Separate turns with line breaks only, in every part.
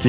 que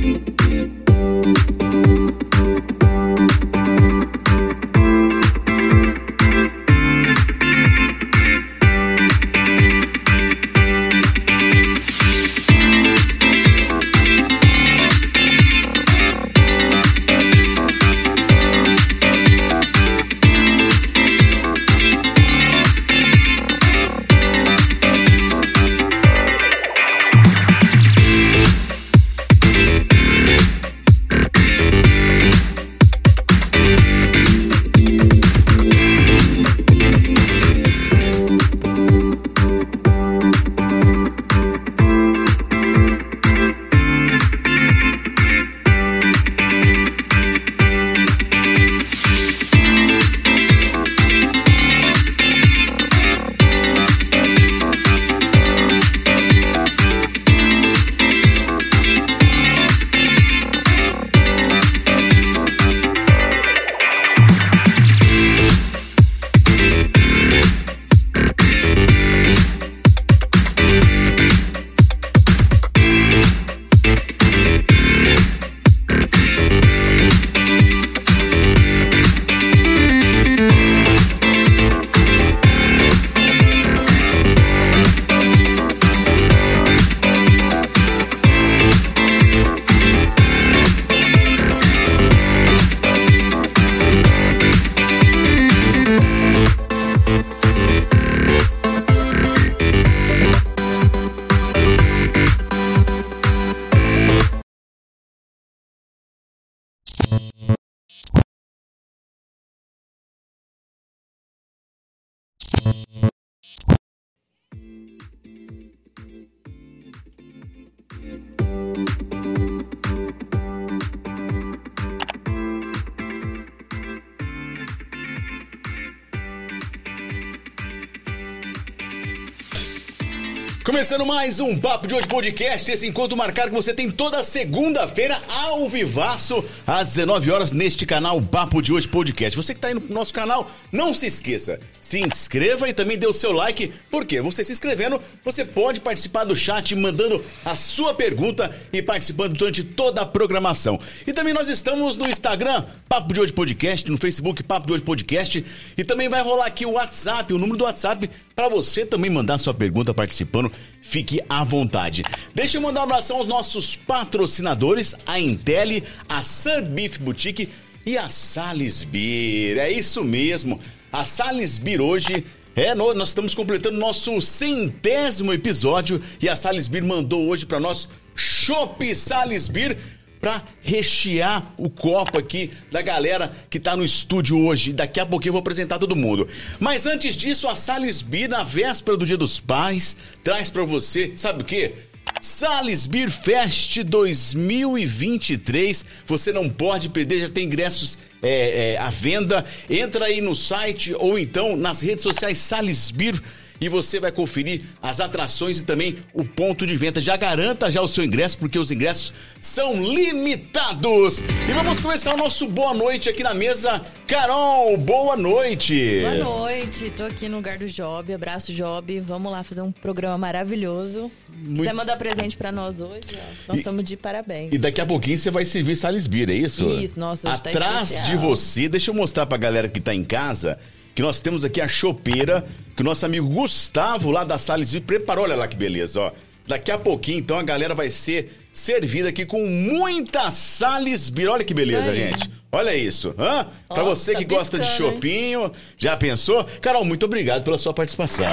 Começando mais um Papo de Hoje Podcast, esse encontro marcado que você tem toda segunda-feira ao vivaço, às 19 horas, neste canal Papo de Hoje Podcast. Você que está aí no nosso canal, não se esqueça, se inscreva e também dê o seu like, porque você se inscrevendo, você pode participar do chat mandando a sua pergunta e participando durante toda a programação. E também nós estamos no Instagram, Papo de Hoje Podcast, no Facebook, Papo de Hoje Podcast, e também vai rolar aqui o WhatsApp, o número do WhatsApp, para você também mandar sua pergunta participando fique à vontade. Deixa eu mandar um abração aos nossos patrocinadores, a Intel, a Sun Beef Boutique e a Sales Beer. É isso mesmo. A Sales Beer hoje é, nós, nós estamos completando nosso centésimo episódio e a Sales Beer mandou hoje para nós Chopp Sales Beer para rechear o copo aqui da galera que tá no estúdio hoje. Daqui a pouquinho eu vou apresentar todo mundo. Mas antes disso, a Salisbury, na véspera do Dia dos Pais, traz para você, sabe o quê? Salisbury Fest 2023. Você não pode perder, já tem ingressos é, é, à venda. Entra aí no site ou então nas redes sociais Salisbury e você vai conferir as atrações e também o ponto de venda. Já garanta já o seu ingresso, porque os ingressos são limitados. E vamos começar o nosso boa noite aqui na mesa. Carol, boa noite.
Boa noite, tô aqui no lugar do Job, abraço Job, vamos lá fazer um programa maravilhoso.
Muito-
Você mandou presente pra nós hoje, ó. nós
E-
estamos de parabéns.
E daqui a pouquinho você vai servir Salisbury, é isso?
Isso, nossa, hoje tá
Atrás
especial.
de você, deixa eu mostrar pra galera que tá em casa, que nós temos aqui a chopeira, que o nosso amigo Gustavo lá da Salisbury preparou, olha lá que beleza, ó. Daqui a pouquinho, então, a galera vai ser servida aqui com muita Salisbury. Olha que beleza,
aí.
gente. Olha isso. Hã? pra
Ó,
você
tá
que gosta de
piscando, hein?
chopinho, já pensou? Carol, muito obrigado pela sua participação.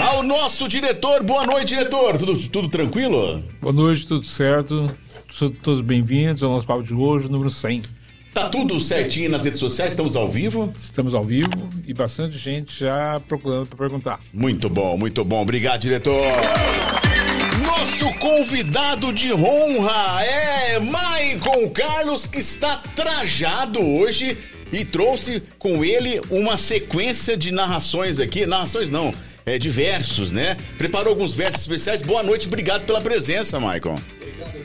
Ao nosso diretor, boa noite, diretor. Tudo, tudo tranquilo?
Boa noite, tudo certo? Sejam todos bem-vindos ao nosso papo de hoje, número 100.
Tá tudo certinho nas redes sociais, estamos ao vivo.
Estamos ao vivo e bastante gente já procurando para perguntar.
Muito bom, muito bom. Obrigado, diretor. Nosso convidado de honra é Maicon Carlos, que está trajado hoje e trouxe com ele uma sequência de narrações aqui. Narrações não, é de versos, né? Preparou alguns versos especiais. Boa noite, obrigado pela presença, Maicon.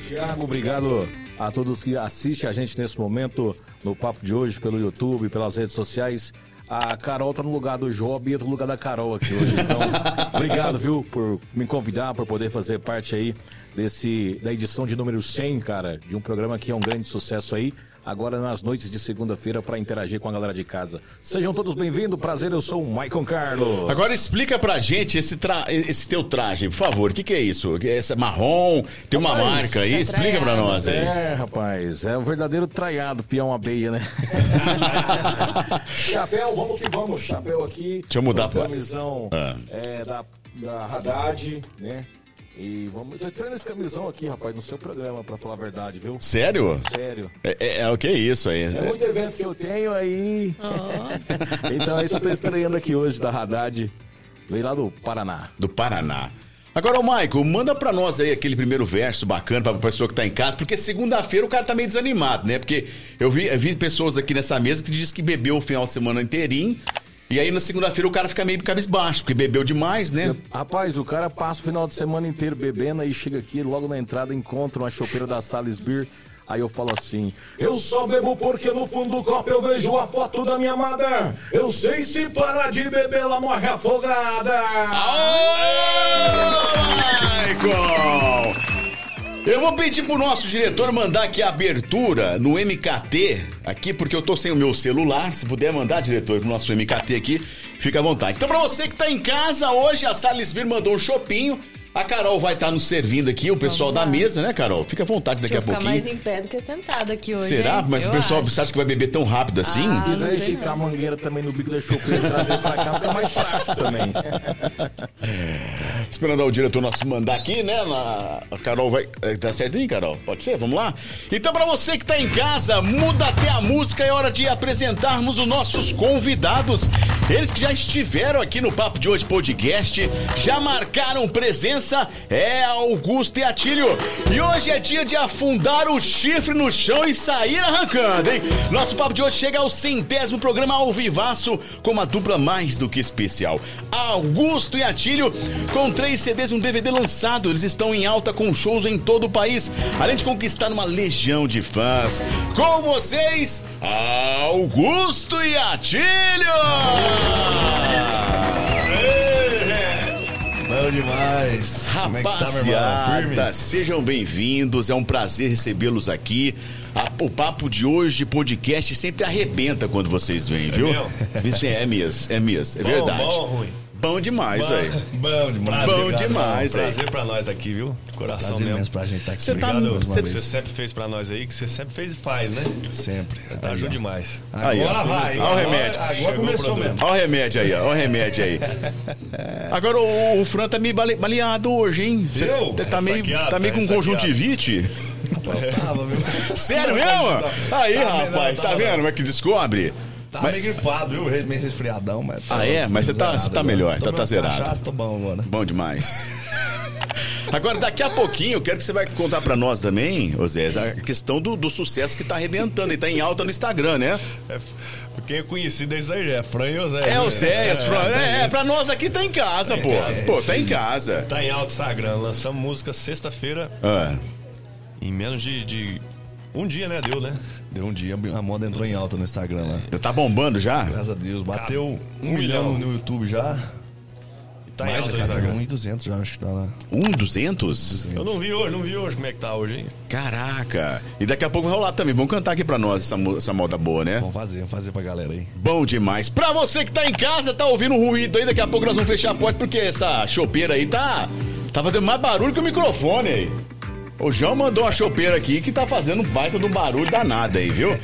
Thiago, obrigado a todos que assistem a gente nesse momento no papo de hoje pelo YouTube, pelas redes sociais. A Carol tá no lugar do Job e eu tô no lugar da Carol aqui hoje. Então, obrigado, viu, por me convidar, por poder fazer parte aí desse da edição de número 100, cara, de um programa que é um grande sucesso aí. Agora nas noites de segunda-feira para interagir com a galera de casa. Sejam todos bem-vindos. Prazer, eu sou o Maicon Carlos.
Agora explica pra gente esse, tra- esse teu traje, por favor. O que, que é isso? Essa marrom, tem uma
Rapaz,
marca aí, explica pra nós aí.
É, rapaz, é o verdadeiro traiado, peão abeia, né? chapéu, vamos que vamos, chapéu aqui.
Deixa eu mudar pra-
Camisão
Ah.
é, da, da Haddad, né? E vamos. Tô estranho esse camisão aqui, rapaz, no seu programa, pra falar a verdade, viu?
Sério?
Sério.
É, é- é o que é isso aí?
É muito evento que eu tenho aí. então é isso que eu tô estranhando aqui hoje da Haddad. Veio lá do Paraná.
Do Paraná. Agora, ô Maico, manda pra nós aí aquele primeiro verso bacana pra pessoa que tá em casa, porque segunda-feira o cara tá meio desanimado, né? Porque eu vi, eu vi pessoas aqui nessa mesa que diz que bebeu o final de semana inteirinho, e aí na segunda-feira o cara fica meio cabisbaixo, porque bebeu demais, né?
Rapaz, o cara passa o final de semana inteiro bebendo aí chega aqui, logo na entrada encontra uma chopeira da Sales Beer. Aí eu falo assim: Eu só bebo porque no fundo do copo eu vejo a foto da minha amada. Eu sei se parar de beber, ela morre afogada.
Ô, Maicon! Eu vou pedir pro nosso diretor mandar aqui a abertura no MKT, aqui, porque eu tô sem o meu celular. Se puder mandar, diretor, pro nosso MKT aqui, fica à vontade. Então, pra você que tá em casa hoje, a Salisbury mandou um chopinho. A Carol vai estar nos servindo aqui, o pessoal da
Vamos lá.
mesa, né, Carol? Fica à vontade daqui
Deixa eu
a
ficar
pouquinho.
mais em pé do que sentado aqui hoje,
Será?
hein?
Mas o
Eu
pessoal
acho. Ah,
você acha que vai beber tão rápido assim?
Se quiser
não sei
esticar a mangueira também no bico da chopeira e trazer pra cá, fica mais prático também.
Esperando o diretor nosso mandar aqui, né? na- A Carol vai. eh, Tá certinho, Carol? Pode ser? Vamos lá? Então, pra você que tá em casa, muda até a música, é hora de apresentarmos os nossos convidados. Eles que já já estiveram aqui no Papo de Hoje Podcast, já marcaram presença, é Augusto e Atílio. E hoje é dia de afundar o chifre no chão e sair arrancando, hein? Nosso Papo de Hoje chega ao centésimo programa ao vivaço com uma dupla mais do que especial. Augusto e Atílio, com três CDs e um DVD lançado, eles estão em alta com shows em todo o país, além de conquistar uma legião de fãs. Com vocês, Augusto e Atílio!
Bom demais. Como é que tá, meu irmão? Firme?
Rapaziada, sejam bem-vindos. É um prazer recebê-los aqui. A- o papo de hoje, podcast, sempre arrebenta quando vocês vêm, viu?
É mesmo?
Isso é, é mesmo, é mesmo, é
Bom,
verdade.
bom ou ruim?
Bom demais, aí.
Bom demais.
Bom
obrigado,
demais,
irmão.
aí.
Prazer pra nós aqui, viu? De Coração
Prazer
mesmo.
imenso pra gente tá aqui.
Você tá
Obrigado
muito.
mais uma
Você
vez.
você sempre fez pra nós aí, que você sempre fez e faz, né?
Sempre.
Tá, ajuda demais.
Aí, ó. Olha o remédio.
Agora começou mesmo.
Olha o remédio aí, ó. Olha o remédio aí. Agora o, o Fran tá meio bale- baleado hoje, hein? Cê-
Eu?
Tá, tá meio,
Saqueado,
tá meio
tá
com
saqueado.
conjuntivite?
Tava, viu?
Sério
Não,
mesmo?
tá-
Aí,
tá-
rapaz,
não,
tá
tava-
vendo como é que descobre?
Tá
Mas-
meio gripado, viu? Meio resfriadão, mas.
Ah, é? Mas você tá-
zerado
você tá
agora.
melhor, tá-
Tomei
tá
uma
zerado.
Cachaça, tô bom agora.
Bom demais. Agora, daqui a pouquinho, eu quero que você vai contar pra nós também, ô Zé, a questão do, do sucesso que tá arrebentando e tá em alta no Instagram, né?
É, f- quem é conhecido é isso aí, é Fran e José.
É,
né?
o Zé, as Fran.
tá
É,
aí.
é, pra nós aqui tá em casa, pô.
casa, é
Pô,
isso
tá em casa.
Tá em alto Instagram, lançamos música sexta-feira,
Ah,
em menos de, de um dia, né? Deu, né?
Deu um dia, a moda entrou em alta no Instagram lá.
tá bombando já?
Graças a Deus, bateu um,
um
milhão.
milhão.
no YouTube já.
Tá em
Mais
alta
já
no
tá com
Instagram.
1 e 200 já, acho que tá lá.
Um, duzentos?
Eu não vi hoje, não vi hoje como é que tá hoje, hein?
Caraca. E daqui a pouco vai rolar também. Vamos cantar aqui pra nós essa, mo- essa moda boa, né?
Vamos fazer, vamos fazer pra galera aí.
Bom demais. Pra você que tá em casa, tá ouvindo um ruído aí, daqui a pouco nós vamos fechar a porta, porque essa chopeira aí tá, tá fazendo mais barulho que o microfone aí. O João mandou uma chopeira aqui que tá fazendo um baita de um barulho danado aí, viu?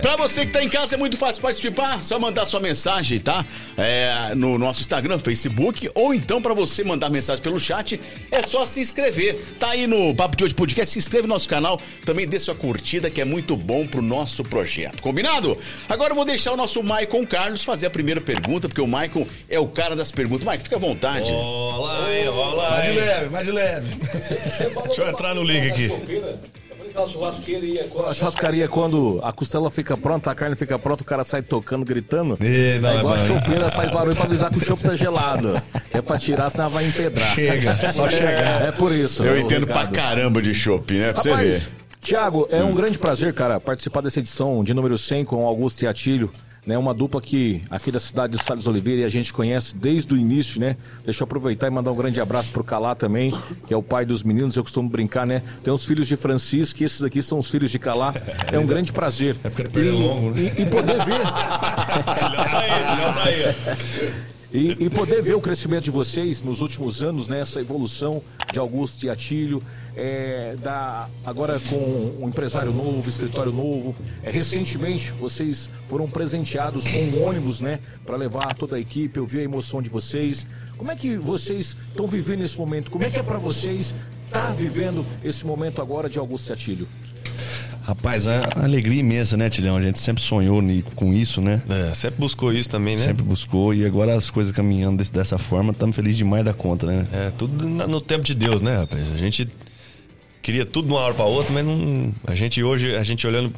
pra você que tá em casa é muito fácil participar, só mandar sua mensagem, tá? É, no nosso Instagram, Facebook, ou então pra você mandar mensagem pelo chat, é só se inscrever. Tá aí no Papo de Hoje Podcast, se inscreve no nosso canal, também dê sua curtida que é muito bom pro nosso projeto, combinado? Agora eu vou deixar o nosso Maicon Carlos fazer a primeira pergunta, porque o Maicon é o cara das perguntas. Maicon, fica à vontade.
Olá, hein? Olá,
Vai de
hein?
leve, vai de leve.
Deixa eu entrar no link aqui.
A churrascaria, quando a costela fica pronta, a carne fica pronta, o cara sai tocando, gritando.
Ih, não,
é igual
é
a
bom, né?
chopeira, faz barulho pra avisar que o chope tá gelado. É pra tirar, senão vai empedrar.
Chega, só chegar.
É por isso.
Eu
ô,
entendo pra
Ricardo.
caramba de chopp, né? Pra você
Rapaz,
ver.
Tiago, é um grande prazer, cara, participar dessa edição de número 100 com Augusto e Atílio. Né, uma dupla que aqui da cidade de Salles Oliveira e a gente conhece desde o início, né? Deixa eu aproveitar e mandar um grande abraço pro Calá também, que é o pai dos meninos, eu costumo brincar, né? Tem os filhos de Francisco, e esses aqui são os filhos de Calá. É um grande prazer. É
porque ele perdeu longo, né?
e, e poder ver
Tilhão tá aí, Tilhão tá aí. ó.
e, e poder ver o crescimento de vocês nos últimos anos, né? Essa evolução de Augusto e Atílio, é, da, agora com um empresário novo, escritório novo. É, recentemente, vocês foram presenteados com um ônibus, né? Para levar toda a equipe, eu vi a emoção de vocês. Como é que vocês estão vivendo esse momento? Como é que é para vocês estar vivendo esse momento agora de Augusto e Atílio?
Rapaz, é uma alegria imensa, né, Tilhão? A gente sempre sonhou ni- com isso, né?
É, sempre buscou isso também, né?
Sempre buscou e agora as coisas caminhando desse- dessa forma, estamos felizes demais da conta, né?
É, tudo na- no tempo de Deus, né, rapaz? A gente queria tudo de uma hora pra outra, mas não. A gente hoje, a gente olhando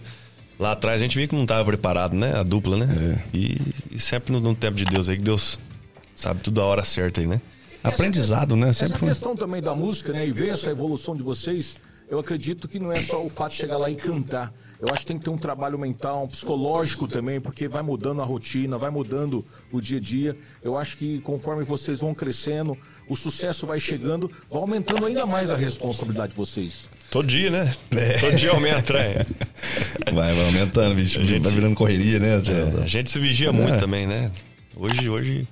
lá atrás, a gente viu que não tava preparado, né? A dupla, né?
É.
E, e sempre no, no tempo de Deus aí, que Deus sabe tudo a hora certa aí, né?
Aprendizado, né? Sempre
Essa
foi.
questão também da música, né? E ver essa evolução de vocês, eu acredito que não é só o fato de chegar lá e cantar. Eu acho que tem que ter um trabalho mental, um psicológico também, porque vai mudando a rotina, vai mudando o dia a dia. Eu acho que conforme vocês vão crescendo, o sucesso vai chegando, vai aumentando ainda mais a responsabilidade de vocês.
Todo dia, né?
É.
Todo dia aumenta, né?
Vai, vai aumentando, bicho.
A gente-
Tá virando correria, né,
É,
Tilhão?
a gente se vigia muito também, né? Hoje, hoje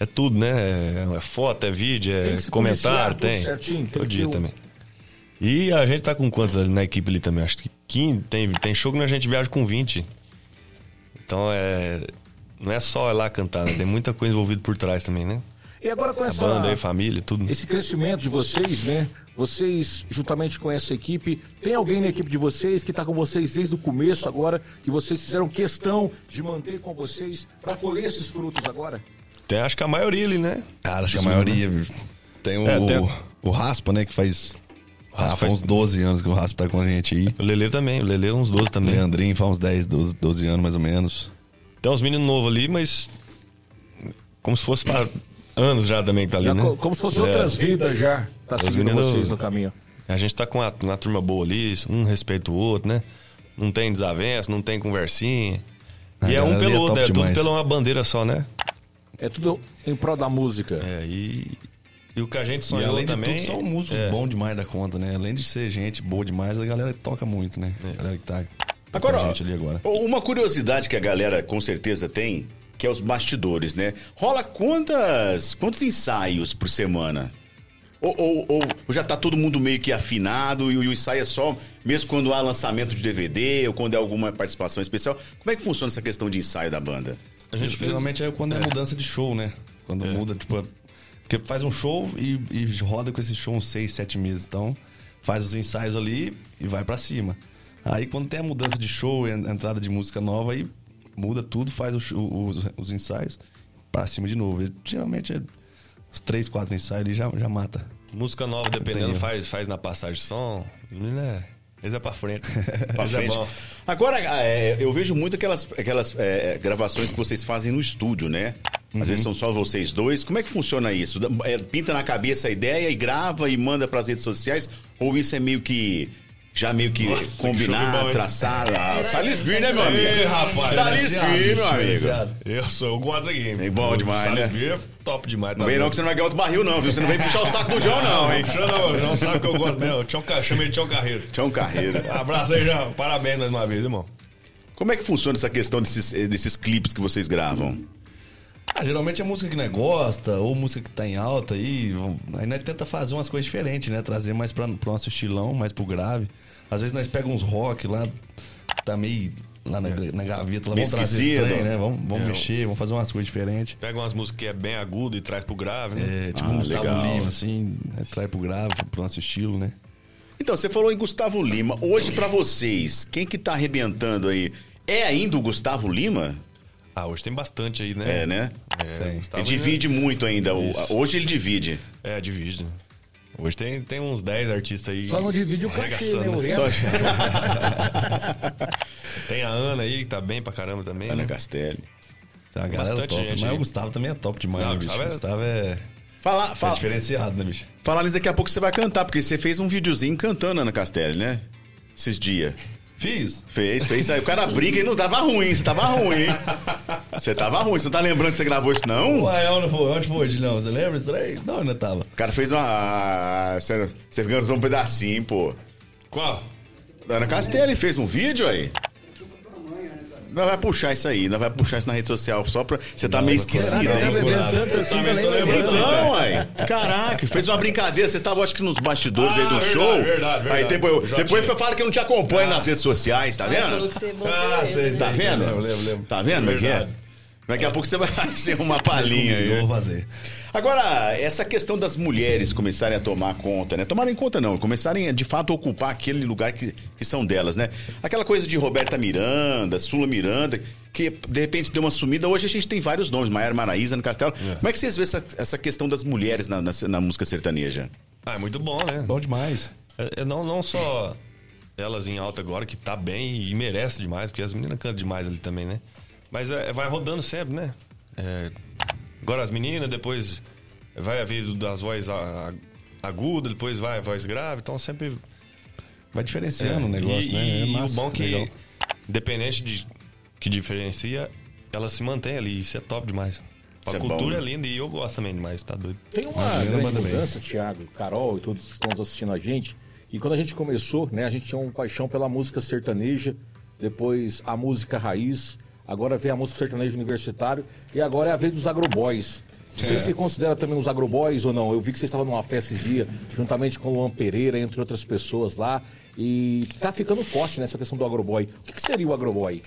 é tudo, né? É, é foto, é vídeo, é
Tem que se policiar,
comentário,
tudo
tem.
certinho, tem
todo
que
dia
ter o-
também. E a gente tá com quantos ali na equipe ali também? Acho que 15, tem, tem show que a gente viaja com 20. Então é. Não é só ir lá cantar, né? Tem muita coisa envolvida por trás também, né?
E agora com
A
essa
banda aí, família, tudo.
esse crescimento de vocês, né? Vocês, juntamente com essa equipe, tem alguém na equipe de vocês que está com vocês desde o começo agora, que vocês fizeram questão de manter com vocês para colher esses frutos agora?
Tem, acho que a maioria ali, né?
Cara, acho que a maioria. viu? Tem o,
É, tem-
o, o Raspa, né? Que faz. Ah, faz
faz-
uns 12 anos que o Raspa tá com a gente aí.
O Lele também, o Lele uns 12 também.
Leandrinho faz uns 10, 12, 12 anos mais ou menos.
Tem uns meninos novos ali, mas. Como se fosse pra anos já também que tá ali,
Já
né?
co- como se fossem
É,
outras vidas já, tá
Os
seguindo
meninos-
vocês no caminho.
A gente tá com a, uma turma boa ali, um respeita o outro, né? Não tem desavença, não tem conversinha.
A
e é
galera
um
ali é
pelo outro,
top
é tudo
demais.
pela uma bandeira só, né?
É tudo em prol da música.
É, e, e o que a gente
E
sonhou
além de
também.
tudo, são músicos
é,
bons demais da conta, né? Além de ser gente boa demais, a galera toca muito, né?
É.
A galera que tá
Agora,
com a
ó,
gente ali agora.
uma curiosidade que a galera com certeza tem, que é os bastidores, né? Rola quantas, quantos ensaios por semana? Ou, ou- ou já tá todo mundo meio que afinado e o e o ensaio é só, mesmo quando há lançamento de DVD ou quando é alguma participação especial? Como é que funciona essa questão de ensaio da banda?
A gente fez, É.
Geralmente é quando é, mudança de show, né? Quando muda, tipo. Porque faz um show e, e roda com esse show uns 6, 7 meses. Então, faz os ensaios ali e vai pra cima. Aí, quando tem a mudança de show, en- entrada de música nova, aí muda tudo, faz o show- o- os, os ensaios pra cima de novo. E, geralmente, é uns 3, 4 ensaios ali já, já mata.
música nova, dependendo,
Entendeu.
faz, faz na passagem de som. Né? Eles é pra frente.
pra
Eles
frente.
É bom.
Agora, é, eu vejo muito aquelas, aquelas é, gravações que vocês fazem no estúdio, né?
Uhum.
Às vezes são só vocês dois. Como é que funciona isso? Da- é, pinta na cabeça a ideia e grava e manda pras redes sociais? Ou isso é meio que. Já meio que
show de
combinar,
bola, hein?
traçar. Ah, Salisbury, né, meu
Ih,
amigo?
rapaz. é assim,
Salisbury, meu amigo.
diferenciado. Eu sou, eu gosto aqui.
assim, É bom demais, né?
Salisbury é top demais.
Não vem não que você não vai ganhar outro barril, não, viu? Você não vem puxar o saco do João, não, hein?
Chama, não, João sabe que eu gosto mesmo. Tchau, Ca- chama ele de Tchau Carreiro.
Tchau, carreira.
Abraço aí, João. Parabéns mais uma vez, irmão.
Como é que funciona essa questão desses, eh, desses clipes que vocês gravam?
Ah, geralmente é música que nós gosta, ou música que tá em alta aí. vamos- Aí nós tenta fazer umas coisas diferentes, né? Trazer mais pra, pro nosso estilão, mais pro grave. Às vezes nós pegamos uns rock lá, tá meio lá na, na gaveta, lá,
Meio
vamos trazer
esquecido.
estranho, né? Vamos, vamos mexer, vamos fazer umas coisas diferentes.
Pega umas músicas que é bem aguda e traz pro grave, né?
É, tipo
Ah,
um Gustavo
legal.
Lima, assim, né? traz pro grave, pro nosso estilo, né?
Então, você falou em Gustavo Lima. Hoje, pra vocês, quem que tá arrebentando aí? É ainda o Gustavo Lima?
Ah, hoje tem bastante aí, né?
É, né?
É, Gustavo
Ele divide muito ainda. o-
Isso.
hoje ele divide.
ainda- É, divide. né? Hoje tem, tem uns 10 artistas aí.
Só não divide o cachê, né?
Arregaçando.
O resto.
Só
Tem a Ana aí, que tá bem pra caramba também.
Ana
Né? Tá,
Castelli.
Tem uma galera
Bastante
top,
gente
mas
aí.
o Gustavo também é top demais,
Não,
né,
o
bicho? O
Gustavo
Gustavo é,
Fala,
é
fala,
diferenciado, né, bicho?
fala, Liz, daqui a pouco você vai cantar, porque você fez um videozinho cantando Ana Castelli, né? Esses dias.
Fiz.
Fez, fez. Aí o cara briga e não tava ruim, você tava ruim. Você tava ruim, você não tá lembrando que você gravou isso, não?
Uai, onde foi, onde foi, Gilão? Você lembra isso daí? Não, ainda tava.
O cara fez uma. ah, Você você ganhou um pedacinho, pô.
Qual?
Ana Castelli fez um vídeo aí. Nós vai puxar isso aí, nós vai puxar isso na rede social só pra. Você tá meio esquecido,
Tá
hein?
bebendo tanto assim,
Também Então, tô
tá lembrando.
lembrando.
Então, uai. Caraca, fez uma brincadeira. Você estava, acho que, nos bastidores
Ah,
aí do
verdade,
show.
verdade, verdade.
Aí depois,
Já
depois
tinha. Ah.
você fala que eu não te acompanho nas redes sociais, tá
Falou
vendo?
que você é bloqueou ele.
Tá vendo?
Lembro, lembro, lembro.
Tá vendo como é que é?
Verdade.
Daqui a pouco você vai ser uma palhinha aí.
Eu vou fazer.
Agora, essa questão das mulheres começarem a tomar conta, né? Tomarem conta não, começarem a, de fato a ocupar aquele lugar que, que são delas, né? Aquela coisa de Roberta Miranda, Sula Miranda, que de repente deu uma sumida. Hoje a gente tem vários nomes, Maiara Maraíza, no Castelo. Como é que vocês veem essa, essa questão das mulheres na, na, na música sertaneja?
Ah, é muito bom, né?
Bom demais.
É, é não, não só elas em alta agora, que tá bem e merece demais, porque as meninas cantam demais ali também, né? Mas é, vai rodando sempre, né? É, agora as meninas, depois vai a vez do- das vozes a- a- agudas, depois vai a voz grave, então sempre.
Vai diferenciando o
É,
negócio,
e,
né?
E,
é massa,
o bom que,
legal.
independente de que diferencia, ela se mantém ali, isso é top demais. A
Isso é bom,
cultura
né?
é linda e eu gosto também demais, tá doido?
Tem uma
Mas lembra
grande
também.
mudança, Thiago, Carol e todos que estão nos assistindo a gente. E quando a gente começou, né, a gente tinha uma paixão pela música sertaneja, depois a música raiz, agora vem a música sertaneja universitário e agora é a vez dos agroboys.
É.
Você se considera também os agroboys ou não? Eu vi que você estava numa festa esse dia, juntamente com o Luan Pereira, entre outras pessoas lá. né, E tá ficando forte nessa questão do agroboy. O que, que seria o agroboy?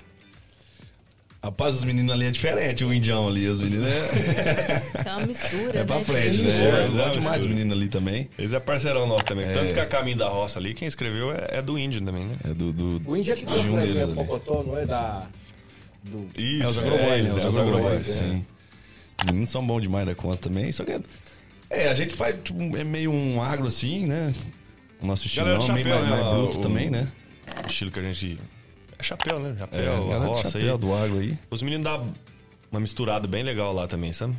Rapaz, os meninos ali é diferente, o indião ali, os meninos é,
Tá uma mistura,
é pra
né?
frente,
Tem
né?
isso.
É,
É, bom demais os
mistura.
meninos ali também.
Eles é parceirão nosso também.
É.
Tanto que a Caminho da Roça ali, quem escreveu é, é do índio também, né?
É do, do
O índio é que
de um deles ali.
Pocotó, não é da. Do...
Isso,
os agroboys,
eles,
né?
é,
Os
agroboys,
agroboys,
é.
sim. Os meninos são bons demais da conta também. Só que é, é, a gente faz tipo, é meio um agro assim, né? O nosso estilo é
Galera de
meio
chapéu,
mais,
né?
mais
Lá,
bruto
o-
também, né?
O estilo que a gente. É chapéu, né?
É,
Chapéu,
galera de
roça
chapéu
aí.
do agro aí.
Os meninos dá uma misturada bem legal lá também, sabe?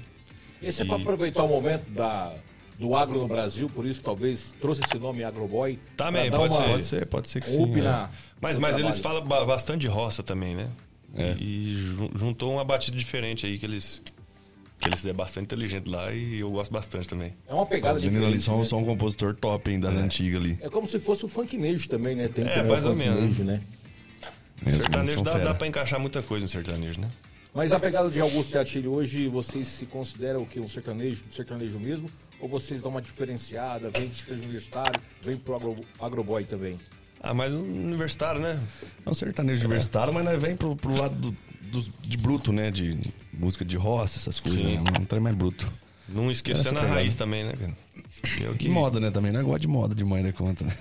Esse é pra aproveitar o momento da, do agro no Brasil, por isso talvez trouxe esse nome Agroboy.
Também,
pra dar
pode
uma-
ser. é.
Pode ser, pode ser que
Um up
sim. é.
na-
Mas,
no
mas eles
trabalho.
falam ba- bastante de roça também, né?
É.
E, e jun- juntou uma batida diferente aí que eles. Que eles é bastante inteligente lá e eu gosto bastante também.
É uma pegada
Os meninos ali
diferente,
são,
né?
são um compositor top, hein, das antigas ali.
É como se fosse o funknejo também, né? Tem
É,
também
mais
o
ou menos.
funknejo, né?
Os meninos
sertanejo
são
dá,
fera.
dá pra encaixar muita coisa no sertanejo, né?
Mas a pegada de Augusto e Atílio hoje, vocês se consideram o quê? Um sertanejo, um sertanejo mesmo? Ou vocês dão uma diferenciada, vem pro sertanejo universitário, vem pro agro, agroboy também?
Ah, mas um universitário, né?
É um sertanejo universitário, mas nós vem pro, pro lado do, dos- de bruto, né? De música de roça, essas coisas.
Sim.
Né? Um trem mais bruto.
Não esquecendo
Essa
a
pegada.
raiz também, né, cara? Eu
E
que...
moda, né? Também nós gosta de moda demais da conta, né?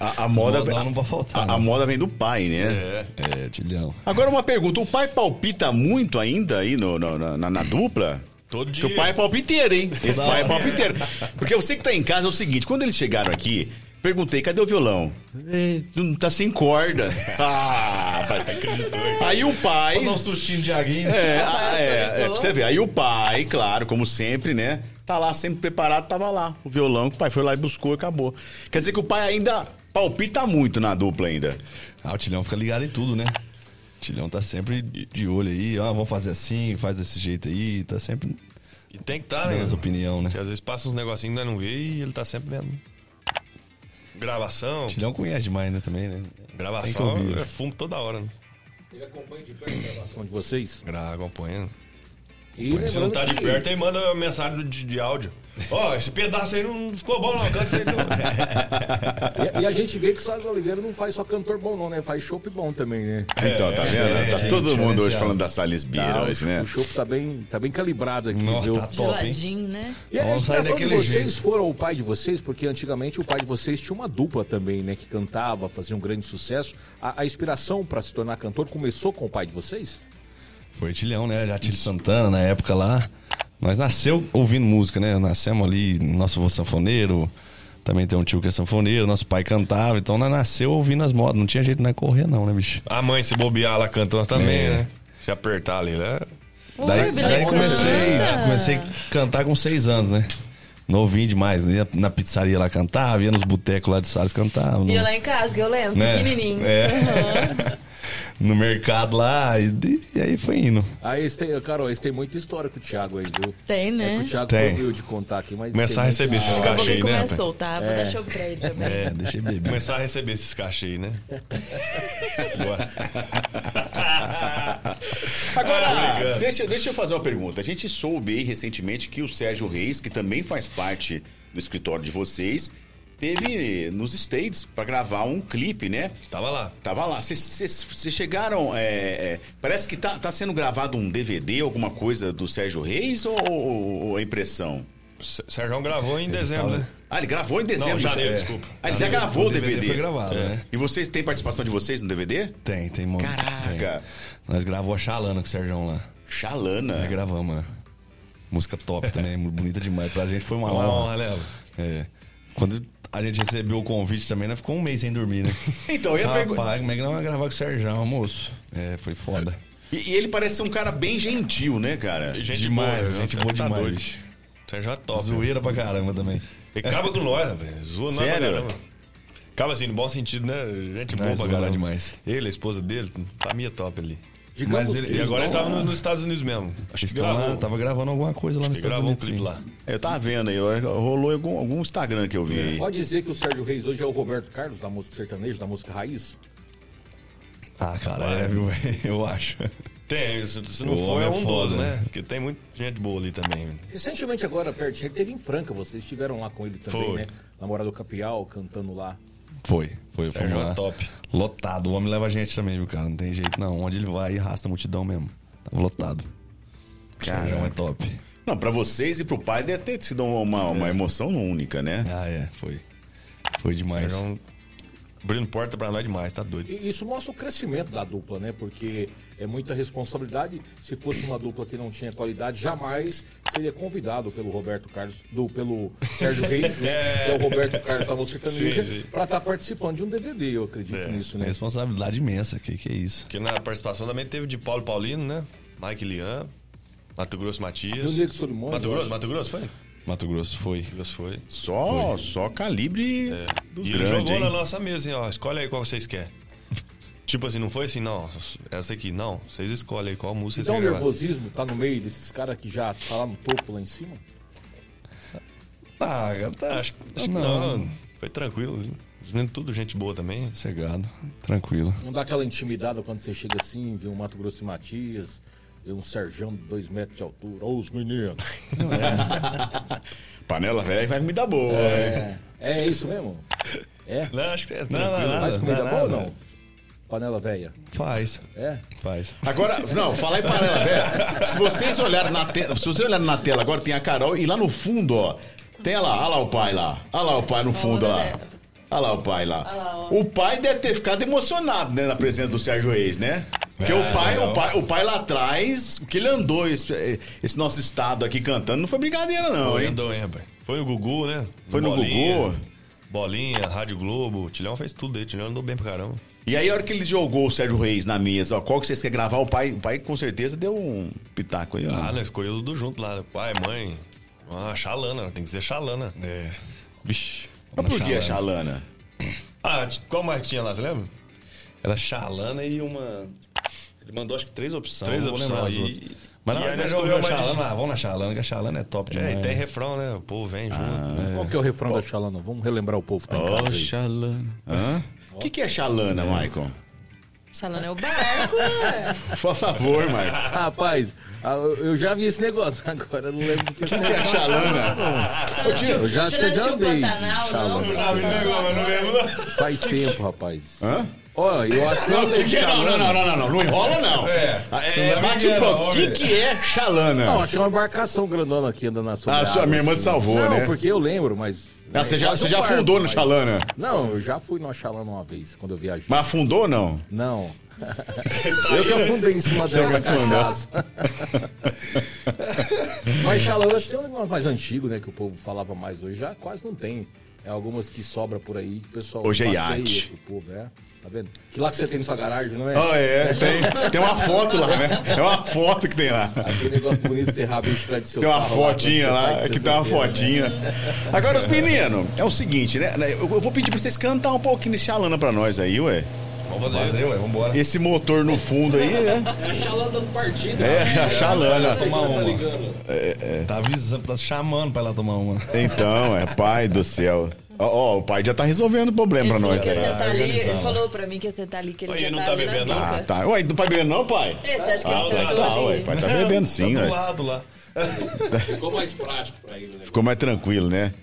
A, a moda.
modão
a-
não pode faltar,
a-
né?
a moda vem do pai, né?
É.
É, Tilhão.
Agora uma pergunta, o pai palpita muito ainda aí no, no- na, na- na dupla?
Todo
Que o
dia.
pai é palpiteiro, hein? Esse pai é palpiteiro. Porque você que tá em casa é o seguinte, quando eles chegaram aqui, perguntei, cadê o violão? "É, Não tá sem corda. Ah, rapaz, tá acreditando. Aí o pai...
Dá um sustinho de aguinho.
É, a- é, é, pra você ver. Aí o pai, claro, como sempre, né? Tá lá sempre preparado, tava lá. O violão que o pai foi lá e buscou e acabou. Quer dizer que o pai ainda palpita muito na dupla ainda.
Ah, o Tilhão fica ligado em tudo, né? O Tilhão tá sempre de olho aí. Ah, vamos fazer assim, faz desse jeito aí. Tá sempre
E tem que estar, né?
dando as
cara?
opiniões, né?
Que às vezes passa uns negocinhos que nós não vê e ele tá sempre vendo. Gravação.
O Tilhão conhece demais, né? Também, né?
Gravação
Tem que ouvir.
é fumo toda hora, né?
Ele acompanha de perto a gravação de vocês?
Grava, acompanha.
E
Se não
lembrando
tá de
que-
perto, aí manda mensagem de, de áudio. Ó, esse pedaço aí não ficou bom, não. Cansa aí, não.
E, e a gente vê que o Sérgio Oliveira não faz só cantor bom, não, né? Faz chopp bom também, né?
É,
Então, tá vendo? tá
gente,
todo mundo hoje
diferenciado.
falando da Sales Beer
Tá,
hoje,
o,
né?
o chopp tá bem, tá bem calibrado aqui,
Nossa,
viu?
tá top, hein?
Geladinho, né?
E a
Vamos sair
inspiração de
daquele
vocês
jeito.
foram o pai de vocês, porque antigamente o pai de vocês tinha uma dupla também, né? Que cantava, fazia um grande sucesso. A, a inspiração pra se tornar cantor começou com o pai de vocês?
Foi Tilhão, né? Já Tilho Santana na época lá. Nós nasceu ouvindo música, né? Nascemos ali, nosso avô sanfoneiro, também tem um tio que é sanfoneiro, nosso pai cantava, então nós nasceu ouvindo as modas, não tinha jeito de nós correr não, né, bicho?
A mãe, se bobear, ela canta nós também,
É.
né? Se apertar ali, né?
Daí,
Orbe,
daí
né?
comecei,
Canta.
tipo, comecei a cantar com seis anos, né? Novinho demais, né? ia na pizzaria lá cantava, ia nos botecos lá de Salles cantava. no-
Ia lá em casa, que eu lembro,
Né?
pequenininho.
É.
No mercado lá, e, e aí foi indo.
Aí, esse tem, Carol, esse tem muita história com o Thiago aí, viu?
Tem,
É
né?
que o Thiago
Tem.
ouviu de contar aqui, mas.
Começar a
tem muita-
receber esses
Daqui a pouco
cachê
ele
aí, né?
começa a
rapaz?
soltar, Ah, tá? vou dar show pra ele também.
É, deixei beber.
Começar a receber esses cachê aí, né?
Agora, deixa, deixa eu fazer uma pergunta. A gente soube aí recentemente que o Sérgio Reis, que também faz parte do escritório de vocês, teve nos States pra gravar um clipe, né?
Tava lá.
Tava lá. Vocês chegaram. é, é, parece que tá, tá sendo gravado um DVD, alguma coisa do Sérgio Reis ou, ou- ou é impressão?
O S- Sérgio grazou em dezembro,
estavam-
né?
Ah, ele gravou em dezembro.
Não, janeiro,
já-
desculpa. É.
Ah, ele já gravou o DVD.
foi gravado, né?
E vocês têm participação de vocês no DVD?
Tem, tem muito.
Caraca.
tem. Nós gravou a Xalana com o Sérgio lá.
Xalana.
Nós gravamos, né? Música top também, bonita demais. Pra gente foi uma
Uma honra,
honra.
né?
É. Quando a gente recebeu o convite também, nós ficou um mês sem dormir, né?
Então, eu ia
Rapaz,
perguntar.
como é que nós vamos gravar com o Sérgio, moço? É, foi foda.
E, e ele parece ser um cara bem gentil, né, cara?
Gente
demais,
boa,
gente
né?
boa
Tá
demais.
doido.
bicho.
Sérgio é top. né?
Zoeira pra caramba também.
E acaba com nós, velho. Zoa é nós pra
Sério?
caramba. Acaba assim, no bom sentido, né? Gente boa
Nós
pra
zoa
caramba.
demais.
Ele, a esposa dele, tá minha top ali.
Digamos
Mas ele-
que-
E
Eles
agora ele
estão
tava
lá.
no- nos Estados Unidos mesmo. Acho
Eles estão lá, tá- tava gravando alguma coisa lá nos
Ele
Estados
gravou um
Unidos.
clipe
sim.
lá.
Eu tava vendo aí, eu- rolou algum, algum Instagram que eu vi aí.
Pode dizer que o Sérgio Reis hoje é o Roberto Carlos da música sertaneja, da música raiz?
Ah, cara, é, viu? Eu acho.
Tem, se, se não
O
for,
homem
é
é
um
foda,
dos,
né?
né? Porque tem muita gente boa ali também. velho.
Recentemente agora, pertinho, ele teve em Franca, vocês estiveram lá com ele também,
Foi.
né? Namorado do Capial, cantando lá.
Foi, foi.
Sérgio
fomos
é
lá.
top.
Lotado. O homem leva a gente também, viu, cara? Não tem jeito, não. Onde ele vai, arrasta a multidão mesmo. Tava lotado. Sérgio é top.
Não, pra vocês e pro pai deve ter sido uma, uma emoção única, né?
É.
um-
Ah, é, foi. Foi demais.
Sérgio abrindo porta pra nós demais, tá doido.
E Isso mostra o crescimento da dupla, né? Porque é muita responsabilidade. Se fosse uma dupla que não tinha qualidade, jamais seria convidado pelo Roberto Carlos, do, pelo Sérgio Reis, né? Que é o Roberto Carlos da música
Sim, É. sim.
sertaneja, para estar participando de um DVD, eu acredito nisso, né?
Responsabilidade imensa, que que é isso?
Porque na participação também teve de Paulo Paulino, né? Mike Lian, Mato Grosso
E o
Matias.
Diego Solimões,
Mato
eu
Grosso,
acho.
Mato Grosso foi? Mato
Mato Grosso foi.
Grosso foi. É.
Só, só calibre dos
E ele
grandes,
jogou
hein?
na nossa mesa, hein? Ó, escolhe aí qual vocês querem. tipo assim, não foi assim, não. Essa aqui, não. Vocês escolhem aí qual música
Então o
vocês querem. gravar.
nervosismo tá no meio desses caras que já tá lá no topo, lá em cima?
Ah, cara, tá.
Acho, acho que não. Foi tranquilo. Os meninos tudo gente boa também.
Sossegado, tranquilo.
Não dá aquela intimidada quando você chega assim, vê um Mato Grosso e Matias, vê um Serjão de dois metros de altura, ô os meninos.
Panela velha vai me dar boa, né?
É, é isso mesmo? É?
Não, acho que é
não,
tranquilo.
não.
Faz comida
dá
boa ou
nada.
não? Panela velha.
Faz,
É?
faz.
Agora, não, fala aí panela velha. Se vocês olharem na tela, se vocês olharem na tela agora tem a Carol e lá no fundo, ó, tem lá, olha lá o pai lá. Olha lá o pai no fundo
Olha,
lá.
né?
Olha lá o pai
Olha lá,
lá.
ó.
O pai deve ter ficado emocionado, né, na presença do Sérgio Reis, né? Porque
É,
o, pai, o pai, o pai lá atrás, o que ele andou esse, esse nosso estado aqui cantando, não foi brincadeira não,
Foi,
hein?
andou, hein, rapaz? Foi no Gugu, né?
Foi no
Bolinha,
Gugu.
Bolinha, Rádio Globo. O Tilhão fez tudo aí. O Tilhão andou bem pra caramba.
E aí a hora que ele jogou o Sérgio Reis na mesa, ó, qual que vocês querem gravar? O pai, o pai com certeza deu um pitaco aí, ó.
Ah, nós escolheu tudo junto lá. Pai, mãe. Ah, Xalana. Tem que ser Xalana.
É.
Vixe.
Mas por que é a Xalana?
Ah, t- qual mais tinha lá, você lembra? Era Xalana e uma... Ele mandou acho que três opções. Três
Não vou lembrar
opções.
as
E...
outras. Mas
e
na
aí
hora que
nós
nós comemos a
escolhemos mais-
Xalana,
um.
ah, vamos na Xalana, que a Xalana é top
É,
demais. Ah,
e tem refrão, né? O povo vem junto.
Qual que é o refrão da Xalana? Vamos relembrar o povo que tá em casa aí.
Xalana. Hã? O que, que é Xalana, Maicon?
Xalana é o barco.
Por favor, Maicon.
Rapaz, ah, eu eu já vi esse negócio agora, eu não lembro do que eu
O que é Xalana?
Eu já acho que eu já andei. Xalana.
né?
não.
Faz tempo, rapaz. Ó, eu acho que eu
Não,
andei
que que
de
é? não,
Xalana.
não, não, não, não, não, não enrola não. É, é, bate e pronto. O que, que é
Não,
Xalana?
achei uma embarcação grandona que anda na sobre
Ah, sua-
água,
minha irmã te salvou,
não,
né?
Não, porque eu lembro, mas...
Ah, você já,
quase
você
um
já
barco,
afundou no
mas-
Xalana?
Não, eu já fui no Xalana uma vez, quando eu viajei.
Mas afundou ou não?
Não.
Tá
eu que afundei em cima
é
dela com a cachaça. Mas Xalana, acho que tem um negócio mais antigo, né? Que o povo falava mais hoje. Já quase não tem. É algumas que sobra por aí, que o pessoal
Hoje é
passeia
iate.
pro povo, é. Tá vendo? Que lá que você tem na sua garagem, não é?
Ah, é. Tem, tem uma foto lá, né? É uma foto que tem lá.
Aquele negócio bonito de ser rabo atrás do seu
Tem uma
carro lá,
fotinha
quando
lá,
você sai de
que tem uma
sexta-feira, né?
fotinha. Agora, os meninos, é o seguinte, né? Eu eu vou pedir pra vocês cantar um pouquinho de Xalana pra nós aí, ué.
Vamos fazer, ué. Vambora.
Esse motor no fundo aí, né?
É a Xalana dando partida.
É, a Xalana.
Tomar uma.
É,
Tá avisando, tá chamando pra ela tomar uma.
Então, é pai do céu. Ó, ó, o pai já tá resolvendo o problema pra
Ele falou
nós.
que ia
aí.
sentar ali. Ele falou pra mim que ia sentar ali, que ele
Aí,
já
não
tá
tá
ali na
bebendo, não?
boca.
Ah, tá. Ué, não tá bebendo não, pai?
Esse, acho que ele
tá,
sentou
Tá, ué,
ali.
pai tá bebendo sim,
Do
ué.
lado lá.
Ficou mais prático pra ele, né?
Ficou mais tranquilo, né?